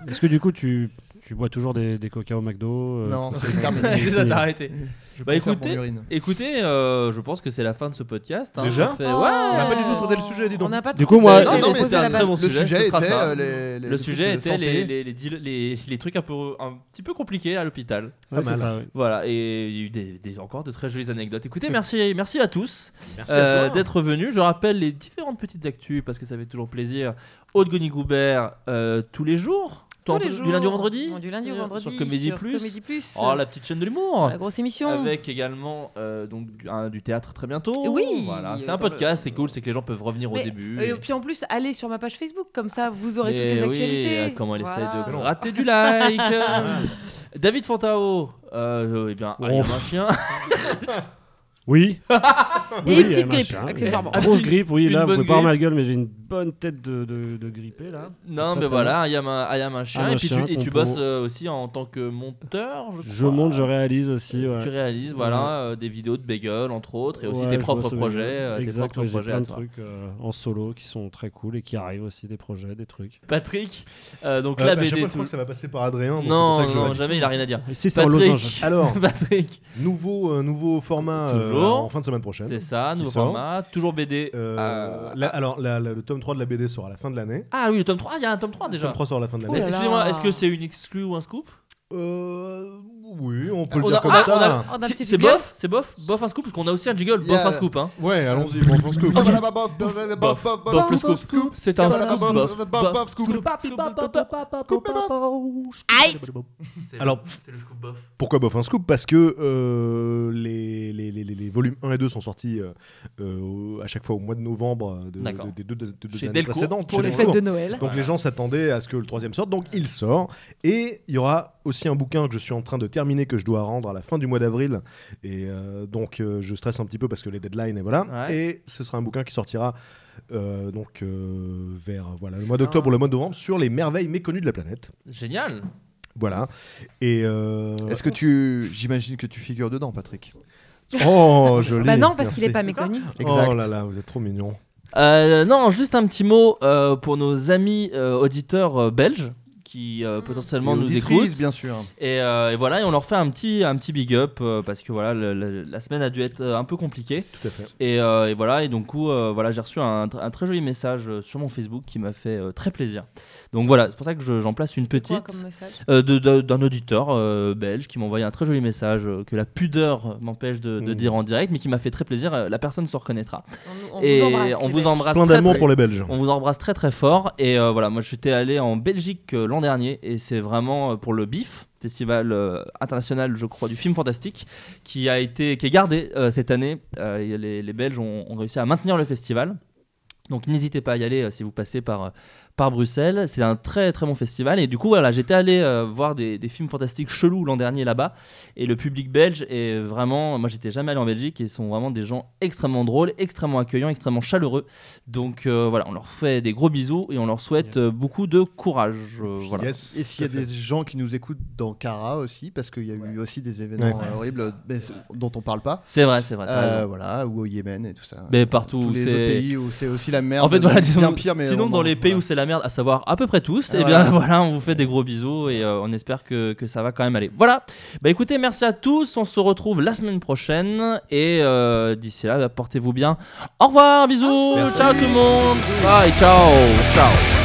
[SPEAKER 5] Est-ce que du coup tu, tu bois toujours des, des coca au McDo euh,
[SPEAKER 3] non,
[SPEAKER 5] quand
[SPEAKER 3] c'est terminé.
[SPEAKER 1] C'est ça, t'as arrêté.
[SPEAKER 3] Je
[SPEAKER 1] Bah,
[SPEAKER 3] pense à mon
[SPEAKER 1] écoutez,
[SPEAKER 3] urine.
[SPEAKER 1] Écoutez, euh, je pense que c'est la fin de ce podcast. hein.
[SPEAKER 2] Déjà
[SPEAKER 1] Ça fait-
[SPEAKER 4] Oh.
[SPEAKER 1] Ouais.
[SPEAKER 2] On n'a pas du tout traité le sujet, dis donc.
[SPEAKER 4] On n'a pas
[SPEAKER 5] Du
[SPEAKER 4] traité
[SPEAKER 5] coup, moi-
[SPEAKER 4] le
[SPEAKER 3] Non,
[SPEAKER 4] sujet,
[SPEAKER 3] non,
[SPEAKER 4] on
[SPEAKER 3] mais
[SPEAKER 4] posait
[SPEAKER 3] c'est
[SPEAKER 1] un
[SPEAKER 4] la
[SPEAKER 1] très
[SPEAKER 4] base.
[SPEAKER 1] bon
[SPEAKER 3] le
[SPEAKER 1] sujet, ce
[SPEAKER 3] sujet
[SPEAKER 1] sera
[SPEAKER 3] était
[SPEAKER 1] ça.
[SPEAKER 3] euh, les, les
[SPEAKER 1] le
[SPEAKER 3] trucs
[SPEAKER 1] sujet
[SPEAKER 3] de
[SPEAKER 1] était
[SPEAKER 3] santé.
[SPEAKER 1] les, les, les deals- les- les trucs un peu, un petit peu compliqués à l'hôpital.
[SPEAKER 5] Ouais, c'est
[SPEAKER 2] mal.
[SPEAKER 5] ça, ouais.
[SPEAKER 1] Voilà, et il y a eu des, des- encore de très jolies anecdotes. Écoutez, merci, merci à tous
[SPEAKER 2] Merci
[SPEAKER 1] euh, d'être venus. Je rappelle les différentes petites actus parce que ça fait toujours plaisir. Aude Gonigoubert, euh, tous les jours Toi,
[SPEAKER 4] Tous
[SPEAKER 1] un peu-
[SPEAKER 4] les jours.
[SPEAKER 1] Du lundi au vendredi
[SPEAKER 4] Bon, Du lundi au vendredi.
[SPEAKER 1] Sur Comédie Plus.
[SPEAKER 4] Comédie Plus.
[SPEAKER 1] Oh, la petite chaîne de l'humour
[SPEAKER 4] La grosse émission.
[SPEAKER 1] avec également euh, donc du, un- du théâtre très bientôt.
[SPEAKER 4] Oui,
[SPEAKER 1] voilà,
[SPEAKER 4] euh,
[SPEAKER 1] c'est un
[SPEAKER 4] dans le-
[SPEAKER 1] podcast, c'est cool, c'est que les gens peuvent revenir au
[SPEAKER 4] Mais, euh,
[SPEAKER 1] début.
[SPEAKER 4] Et puis en plus, allez sur ma page Facebook, comme ça vous aurez
[SPEAKER 1] Mais
[SPEAKER 4] toutes les
[SPEAKER 1] oui,
[SPEAKER 4] actualités.
[SPEAKER 1] ah, comment elle
[SPEAKER 4] Voilà.
[SPEAKER 1] essaie de rater du like
[SPEAKER 2] Euh, bah,
[SPEAKER 1] David Fontao, euh, eh
[SPEAKER 5] Oh.
[SPEAKER 1] bien, il y a un chien.
[SPEAKER 5] Oui.
[SPEAKER 4] Et une
[SPEAKER 5] Oui,
[SPEAKER 4] petite
[SPEAKER 5] machin,
[SPEAKER 4] grippe,
[SPEAKER 5] oui.
[SPEAKER 4] accessoirement.
[SPEAKER 5] Ah, Grosse
[SPEAKER 1] Une-
[SPEAKER 5] grippe, oui,
[SPEAKER 1] une
[SPEAKER 5] là, vous
[SPEAKER 1] bonne
[SPEAKER 5] pouvez pas voir
[SPEAKER 1] grippe.
[SPEAKER 5] ma gueule, mais j'ai une bonne tête de, de, de grippé, là.
[SPEAKER 1] Non,
[SPEAKER 5] Très,
[SPEAKER 1] mais
[SPEAKER 5] très
[SPEAKER 1] voilà, il y a un, il y a un chien.
[SPEAKER 5] Un
[SPEAKER 1] et puis
[SPEAKER 5] chien
[SPEAKER 1] tu, et tu
[SPEAKER 5] qu'on
[SPEAKER 1] bosses
[SPEAKER 5] peut-
[SPEAKER 1] euh, aussi en tant que monteur, je,
[SPEAKER 5] Je
[SPEAKER 1] crois.
[SPEAKER 5] monte, je réalise aussi. ouais.
[SPEAKER 1] Tu réalises voilà, euh, des vidéos de bagel, entre autres, et aussi
[SPEAKER 5] Ouais,
[SPEAKER 1] tes
[SPEAKER 5] je
[SPEAKER 1] propres
[SPEAKER 5] bosse,
[SPEAKER 1] projets.
[SPEAKER 5] ouais.
[SPEAKER 1] euh, tes
[SPEAKER 5] exact,
[SPEAKER 1] propres
[SPEAKER 5] ouais, j'ai
[SPEAKER 1] projets
[SPEAKER 5] plein
[SPEAKER 1] à
[SPEAKER 5] de
[SPEAKER 1] toi.
[SPEAKER 5] trucs euh, en solo qui sont très cool et qui arrivent aussi, des projets, des trucs.
[SPEAKER 1] Patrick, euh, donc
[SPEAKER 2] Euh,
[SPEAKER 1] la
[SPEAKER 2] à
[SPEAKER 5] bah,
[SPEAKER 2] chaque
[SPEAKER 1] BD.
[SPEAKER 2] fois, je
[SPEAKER 1] tout-
[SPEAKER 2] crois que ça va passer par Adrien. donc c'est
[SPEAKER 1] Non,
[SPEAKER 2] pour ça que je
[SPEAKER 1] non,
[SPEAKER 2] vois.
[SPEAKER 1] jamais, il a rien à dire.
[SPEAKER 5] Si c'est en losange.
[SPEAKER 1] Patrick,
[SPEAKER 2] Alors,
[SPEAKER 1] Patrick,
[SPEAKER 2] nouveau, euh, nouveau format euh,
[SPEAKER 1] Toujours.
[SPEAKER 2] en fin de semaine prochaine.
[SPEAKER 1] c'est ça, nouveau
[SPEAKER 2] sort.
[SPEAKER 1] format, toujours BD.
[SPEAKER 2] Euh,
[SPEAKER 1] euh,
[SPEAKER 2] la- alors, la- la- le tome 3 de la BD sort à la fin de l'année.
[SPEAKER 1] Ah oui, le tome 3, il y a un tome 3
[SPEAKER 2] Le
[SPEAKER 1] déjà.
[SPEAKER 2] tome 3 sort à la fin de
[SPEAKER 1] Mais
[SPEAKER 4] Ouh
[SPEAKER 2] l'année.
[SPEAKER 4] là là.
[SPEAKER 1] Excusez-moi, est-ce que c'est une exclue ou un scoop
[SPEAKER 2] Euh, oui, on peut le
[SPEAKER 1] On
[SPEAKER 2] dire
[SPEAKER 1] a-
[SPEAKER 2] comme
[SPEAKER 1] ah,
[SPEAKER 2] ça.
[SPEAKER 1] on a-
[SPEAKER 4] On a un
[SPEAKER 1] Si-
[SPEAKER 4] Oh, petit
[SPEAKER 1] C'est
[SPEAKER 4] jingle.
[SPEAKER 1] bof, c'est bof, bof un scoop, parce qu'on a aussi un jiggle,
[SPEAKER 3] Il y
[SPEAKER 1] bof
[SPEAKER 3] a-
[SPEAKER 1] un scoop. Hein.
[SPEAKER 2] Ouais, allons-y. bon, je pense que.
[SPEAKER 3] Ah, bah, bah, bof, bof, bof, bof, bof,
[SPEAKER 1] Bof le
[SPEAKER 3] bof,
[SPEAKER 1] scoop,
[SPEAKER 3] bof, scoop.
[SPEAKER 1] c'est un
[SPEAKER 3] Ah, bah,
[SPEAKER 1] scoop,
[SPEAKER 3] bah,
[SPEAKER 1] bof,
[SPEAKER 3] bof,
[SPEAKER 1] bof,
[SPEAKER 3] bof, scoop.
[SPEAKER 1] scoop, scoop, bof, bof,
[SPEAKER 3] Scoop, bof.
[SPEAKER 4] Aïe.
[SPEAKER 2] Alors,
[SPEAKER 1] c'est le scoop bof.
[SPEAKER 2] Pourquoi Bof un Scoop Parce que euh, les, les, les, les- les volumes 1 et 2 sont sortis euh, euh, à chaque fois au mois de novembre euh, de-
[SPEAKER 1] D'accord.
[SPEAKER 2] de- des deux, des deux
[SPEAKER 1] Chez
[SPEAKER 2] années
[SPEAKER 1] Delcourt,
[SPEAKER 2] précédentes.
[SPEAKER 4] Pour
[SPEAKER 2] Chez
[SPEAKER 4] les
[SPEAKER 2] Delcourt.
[SPEAKER 4] fêtes de Noël.
[SPEAKER 2] Donc les gens s'attendaient à ce que le troisième sorte, donc il sort. Et il y aura aussi un bouquin que je suis en train de terminer, que je dois rendre à la fin du mois d'avril. Et euh, donc euh, je stresse un petit peu parce que les deadlines et voilà.
[SPEAKER 1] Ouais.
[SPEAKER 2] Et ce sera un bouquin qui sortira euh, donc euh, vers voilà
[SPEAKER 1] Ah.
[SPEAKER 2] le mois d'octobre ou le mois de novembre sur les merveilles méconnues de la planète.
[SPEAKER 1] Génial.
[SPEAKER 2] Voilà. Et euh,
[SPEAKER 3] Est-ce que tu. J'imagine que tu figures dedans, Patrick.
[SPEAKER 2] oh joli.
[SPEAKER 4] Bah non, parce
[SPEAKER 2] merci.
[SPEAKER 4] qu'il n'est pas méconnu.
[SPEAKER 3] Exact.
[SPEAKER 2] Oh là là, vous êtes trop mignon.
[SPEAKER 1] Euh, non, juste un petit mot euh, pour nos amis euh, auditeurs euh, belges qui euh, potentiellement
[SPEAKER 3] Et
[SPEAKER 1] nous
[SPEAKER 3] auditrice,
[SPEAKER 1] écoutent.
[SPEAKER 3] bien sûr.
[SPEAKER 1] Et, euh, et voilà, et on leur fait un petit, un petit big up euh, parce que voilà, le- le- la semaine a dû être euh, un peu compliquée.
[SPEAKER 2] Tout à fait.
[SPEAKER 1] Et, euh, et voilà, et donc coup, euh, voilà, j'ai reçu un, tr- un très joli message euh, sur mon Facebook qui m'a fait euh, très plaisir. Donc voilà, c'est pour ça que je- j'en place une
[SPEAKER 4] Quoi
[SPEAKER 1] petite
[SPEAKER 4] comme message
[SPEAKER 1] euh, de- de- d'un auditeur euh, belge qui m'a envoyé un très joli message euh, que la pudeur m'empêche de, de
[SPEAKER 2] Mmh.
[SPEAKER 1] dire en direct, mais qui m'a fait très plaisir. Euh, La personne se reconnaîtra.
[SPEAKER 4] On nous- on
[SPEAKER 1] et
[SPEAKER 4] vous embrasse.
[SPEAKER 1] on
[SPEAKER 4] les
[SPEAKER 1] vous
[SPEAKER 4] Belges.
[SPEAKER 1] embrasse
[SPEAKER 2] Plein
[SPEAKER 1] Ah, très,
[SPEAKER 2] d'amour
[SPEAKER 1] très-
[SPEAKER 2] pour les Belges.
[SPEAKER 1] on vous embrasse très très fort. Et euh, voilà, moi j'étais allé en Belgique euh, l'an dernier et c'est vraiment euh, pour le BIF, Festival euh, international, je crois, du film fantastique, qui a été, qui est gardé euh, cette année. Euh, et les, les Belges ont, ont réussi à maintenir le festival. Donc n'hésitez pas à y aller euh, si vous passez par, euh, par Bruxelles. C'est un très très bon festival. Et du coup, voilà, j'étais allé euh, voir des, des films fantastiques chelous l'an dernier là-bas. Et le public belge est vraiment. Moi, j'étais jamais allé en Belgique et ils sont vraiment des gens extrêmement drôles, extrêmement accueillants, extrêmement chaleureux. Donc euh, voilà, on leur fait des gros bisous et on leur souhaite euh, beaucoup de courage. euh, voilà.
[SPEAKER 2] Yes.
[SPEAKER 3] Et s'il y a des gens qui nous écoutent dans Cara aussi, parce qu'il y a eu aussi des événements
[SPEAKER 2] Ouais.
[SPEAKER 3] euh, horribles mais c- dont on parle pas,
[SPEAKER 1] C'est vrai, c'est vrai. t'as
[SPEAKER 3] euh,
[SPEAKER 1] raison.
[SPEAKER 3] voilà, ou au Yémen et tout ça.
[SPEAKER 1] Mais partout
[SPEAKER 3] Tous
[SPEAKER 1] où
[SPEAKER 3] les
[SPEAKER 1] c'est.
[SPEAKER 3] autres pays où c'est aussi la merde.
[SPEAKER 1] En fait, voilà,
[SPEAKER 3] donc
[SPEAKER 1] disons-
[SPEAKER 3] bien pire, mais
[SPEAKER 1] sinon
[SPEAKER 3] on
[SPEAKER 1] dans
[SPEAKER 3] en-
[SPEAKER 1] les pays où
[SPEAKER 3] voilà.
[SPEAKER 1] c'est la merde, à savoir à peu près tous, et
[SPEAKER 3] Voilà.
[SPEAKER 1] bien voilà, on vous fait des gros bisous et euh, on espère que, que ça va quand même aller. Voilà, bah écoutez, merci à tous, on se retrouve la semaine prochaine et euh, d'ici là, bah, portez-vous bien. Au revoir, bisous, ciao tout le monde, bye, ciao, ciao.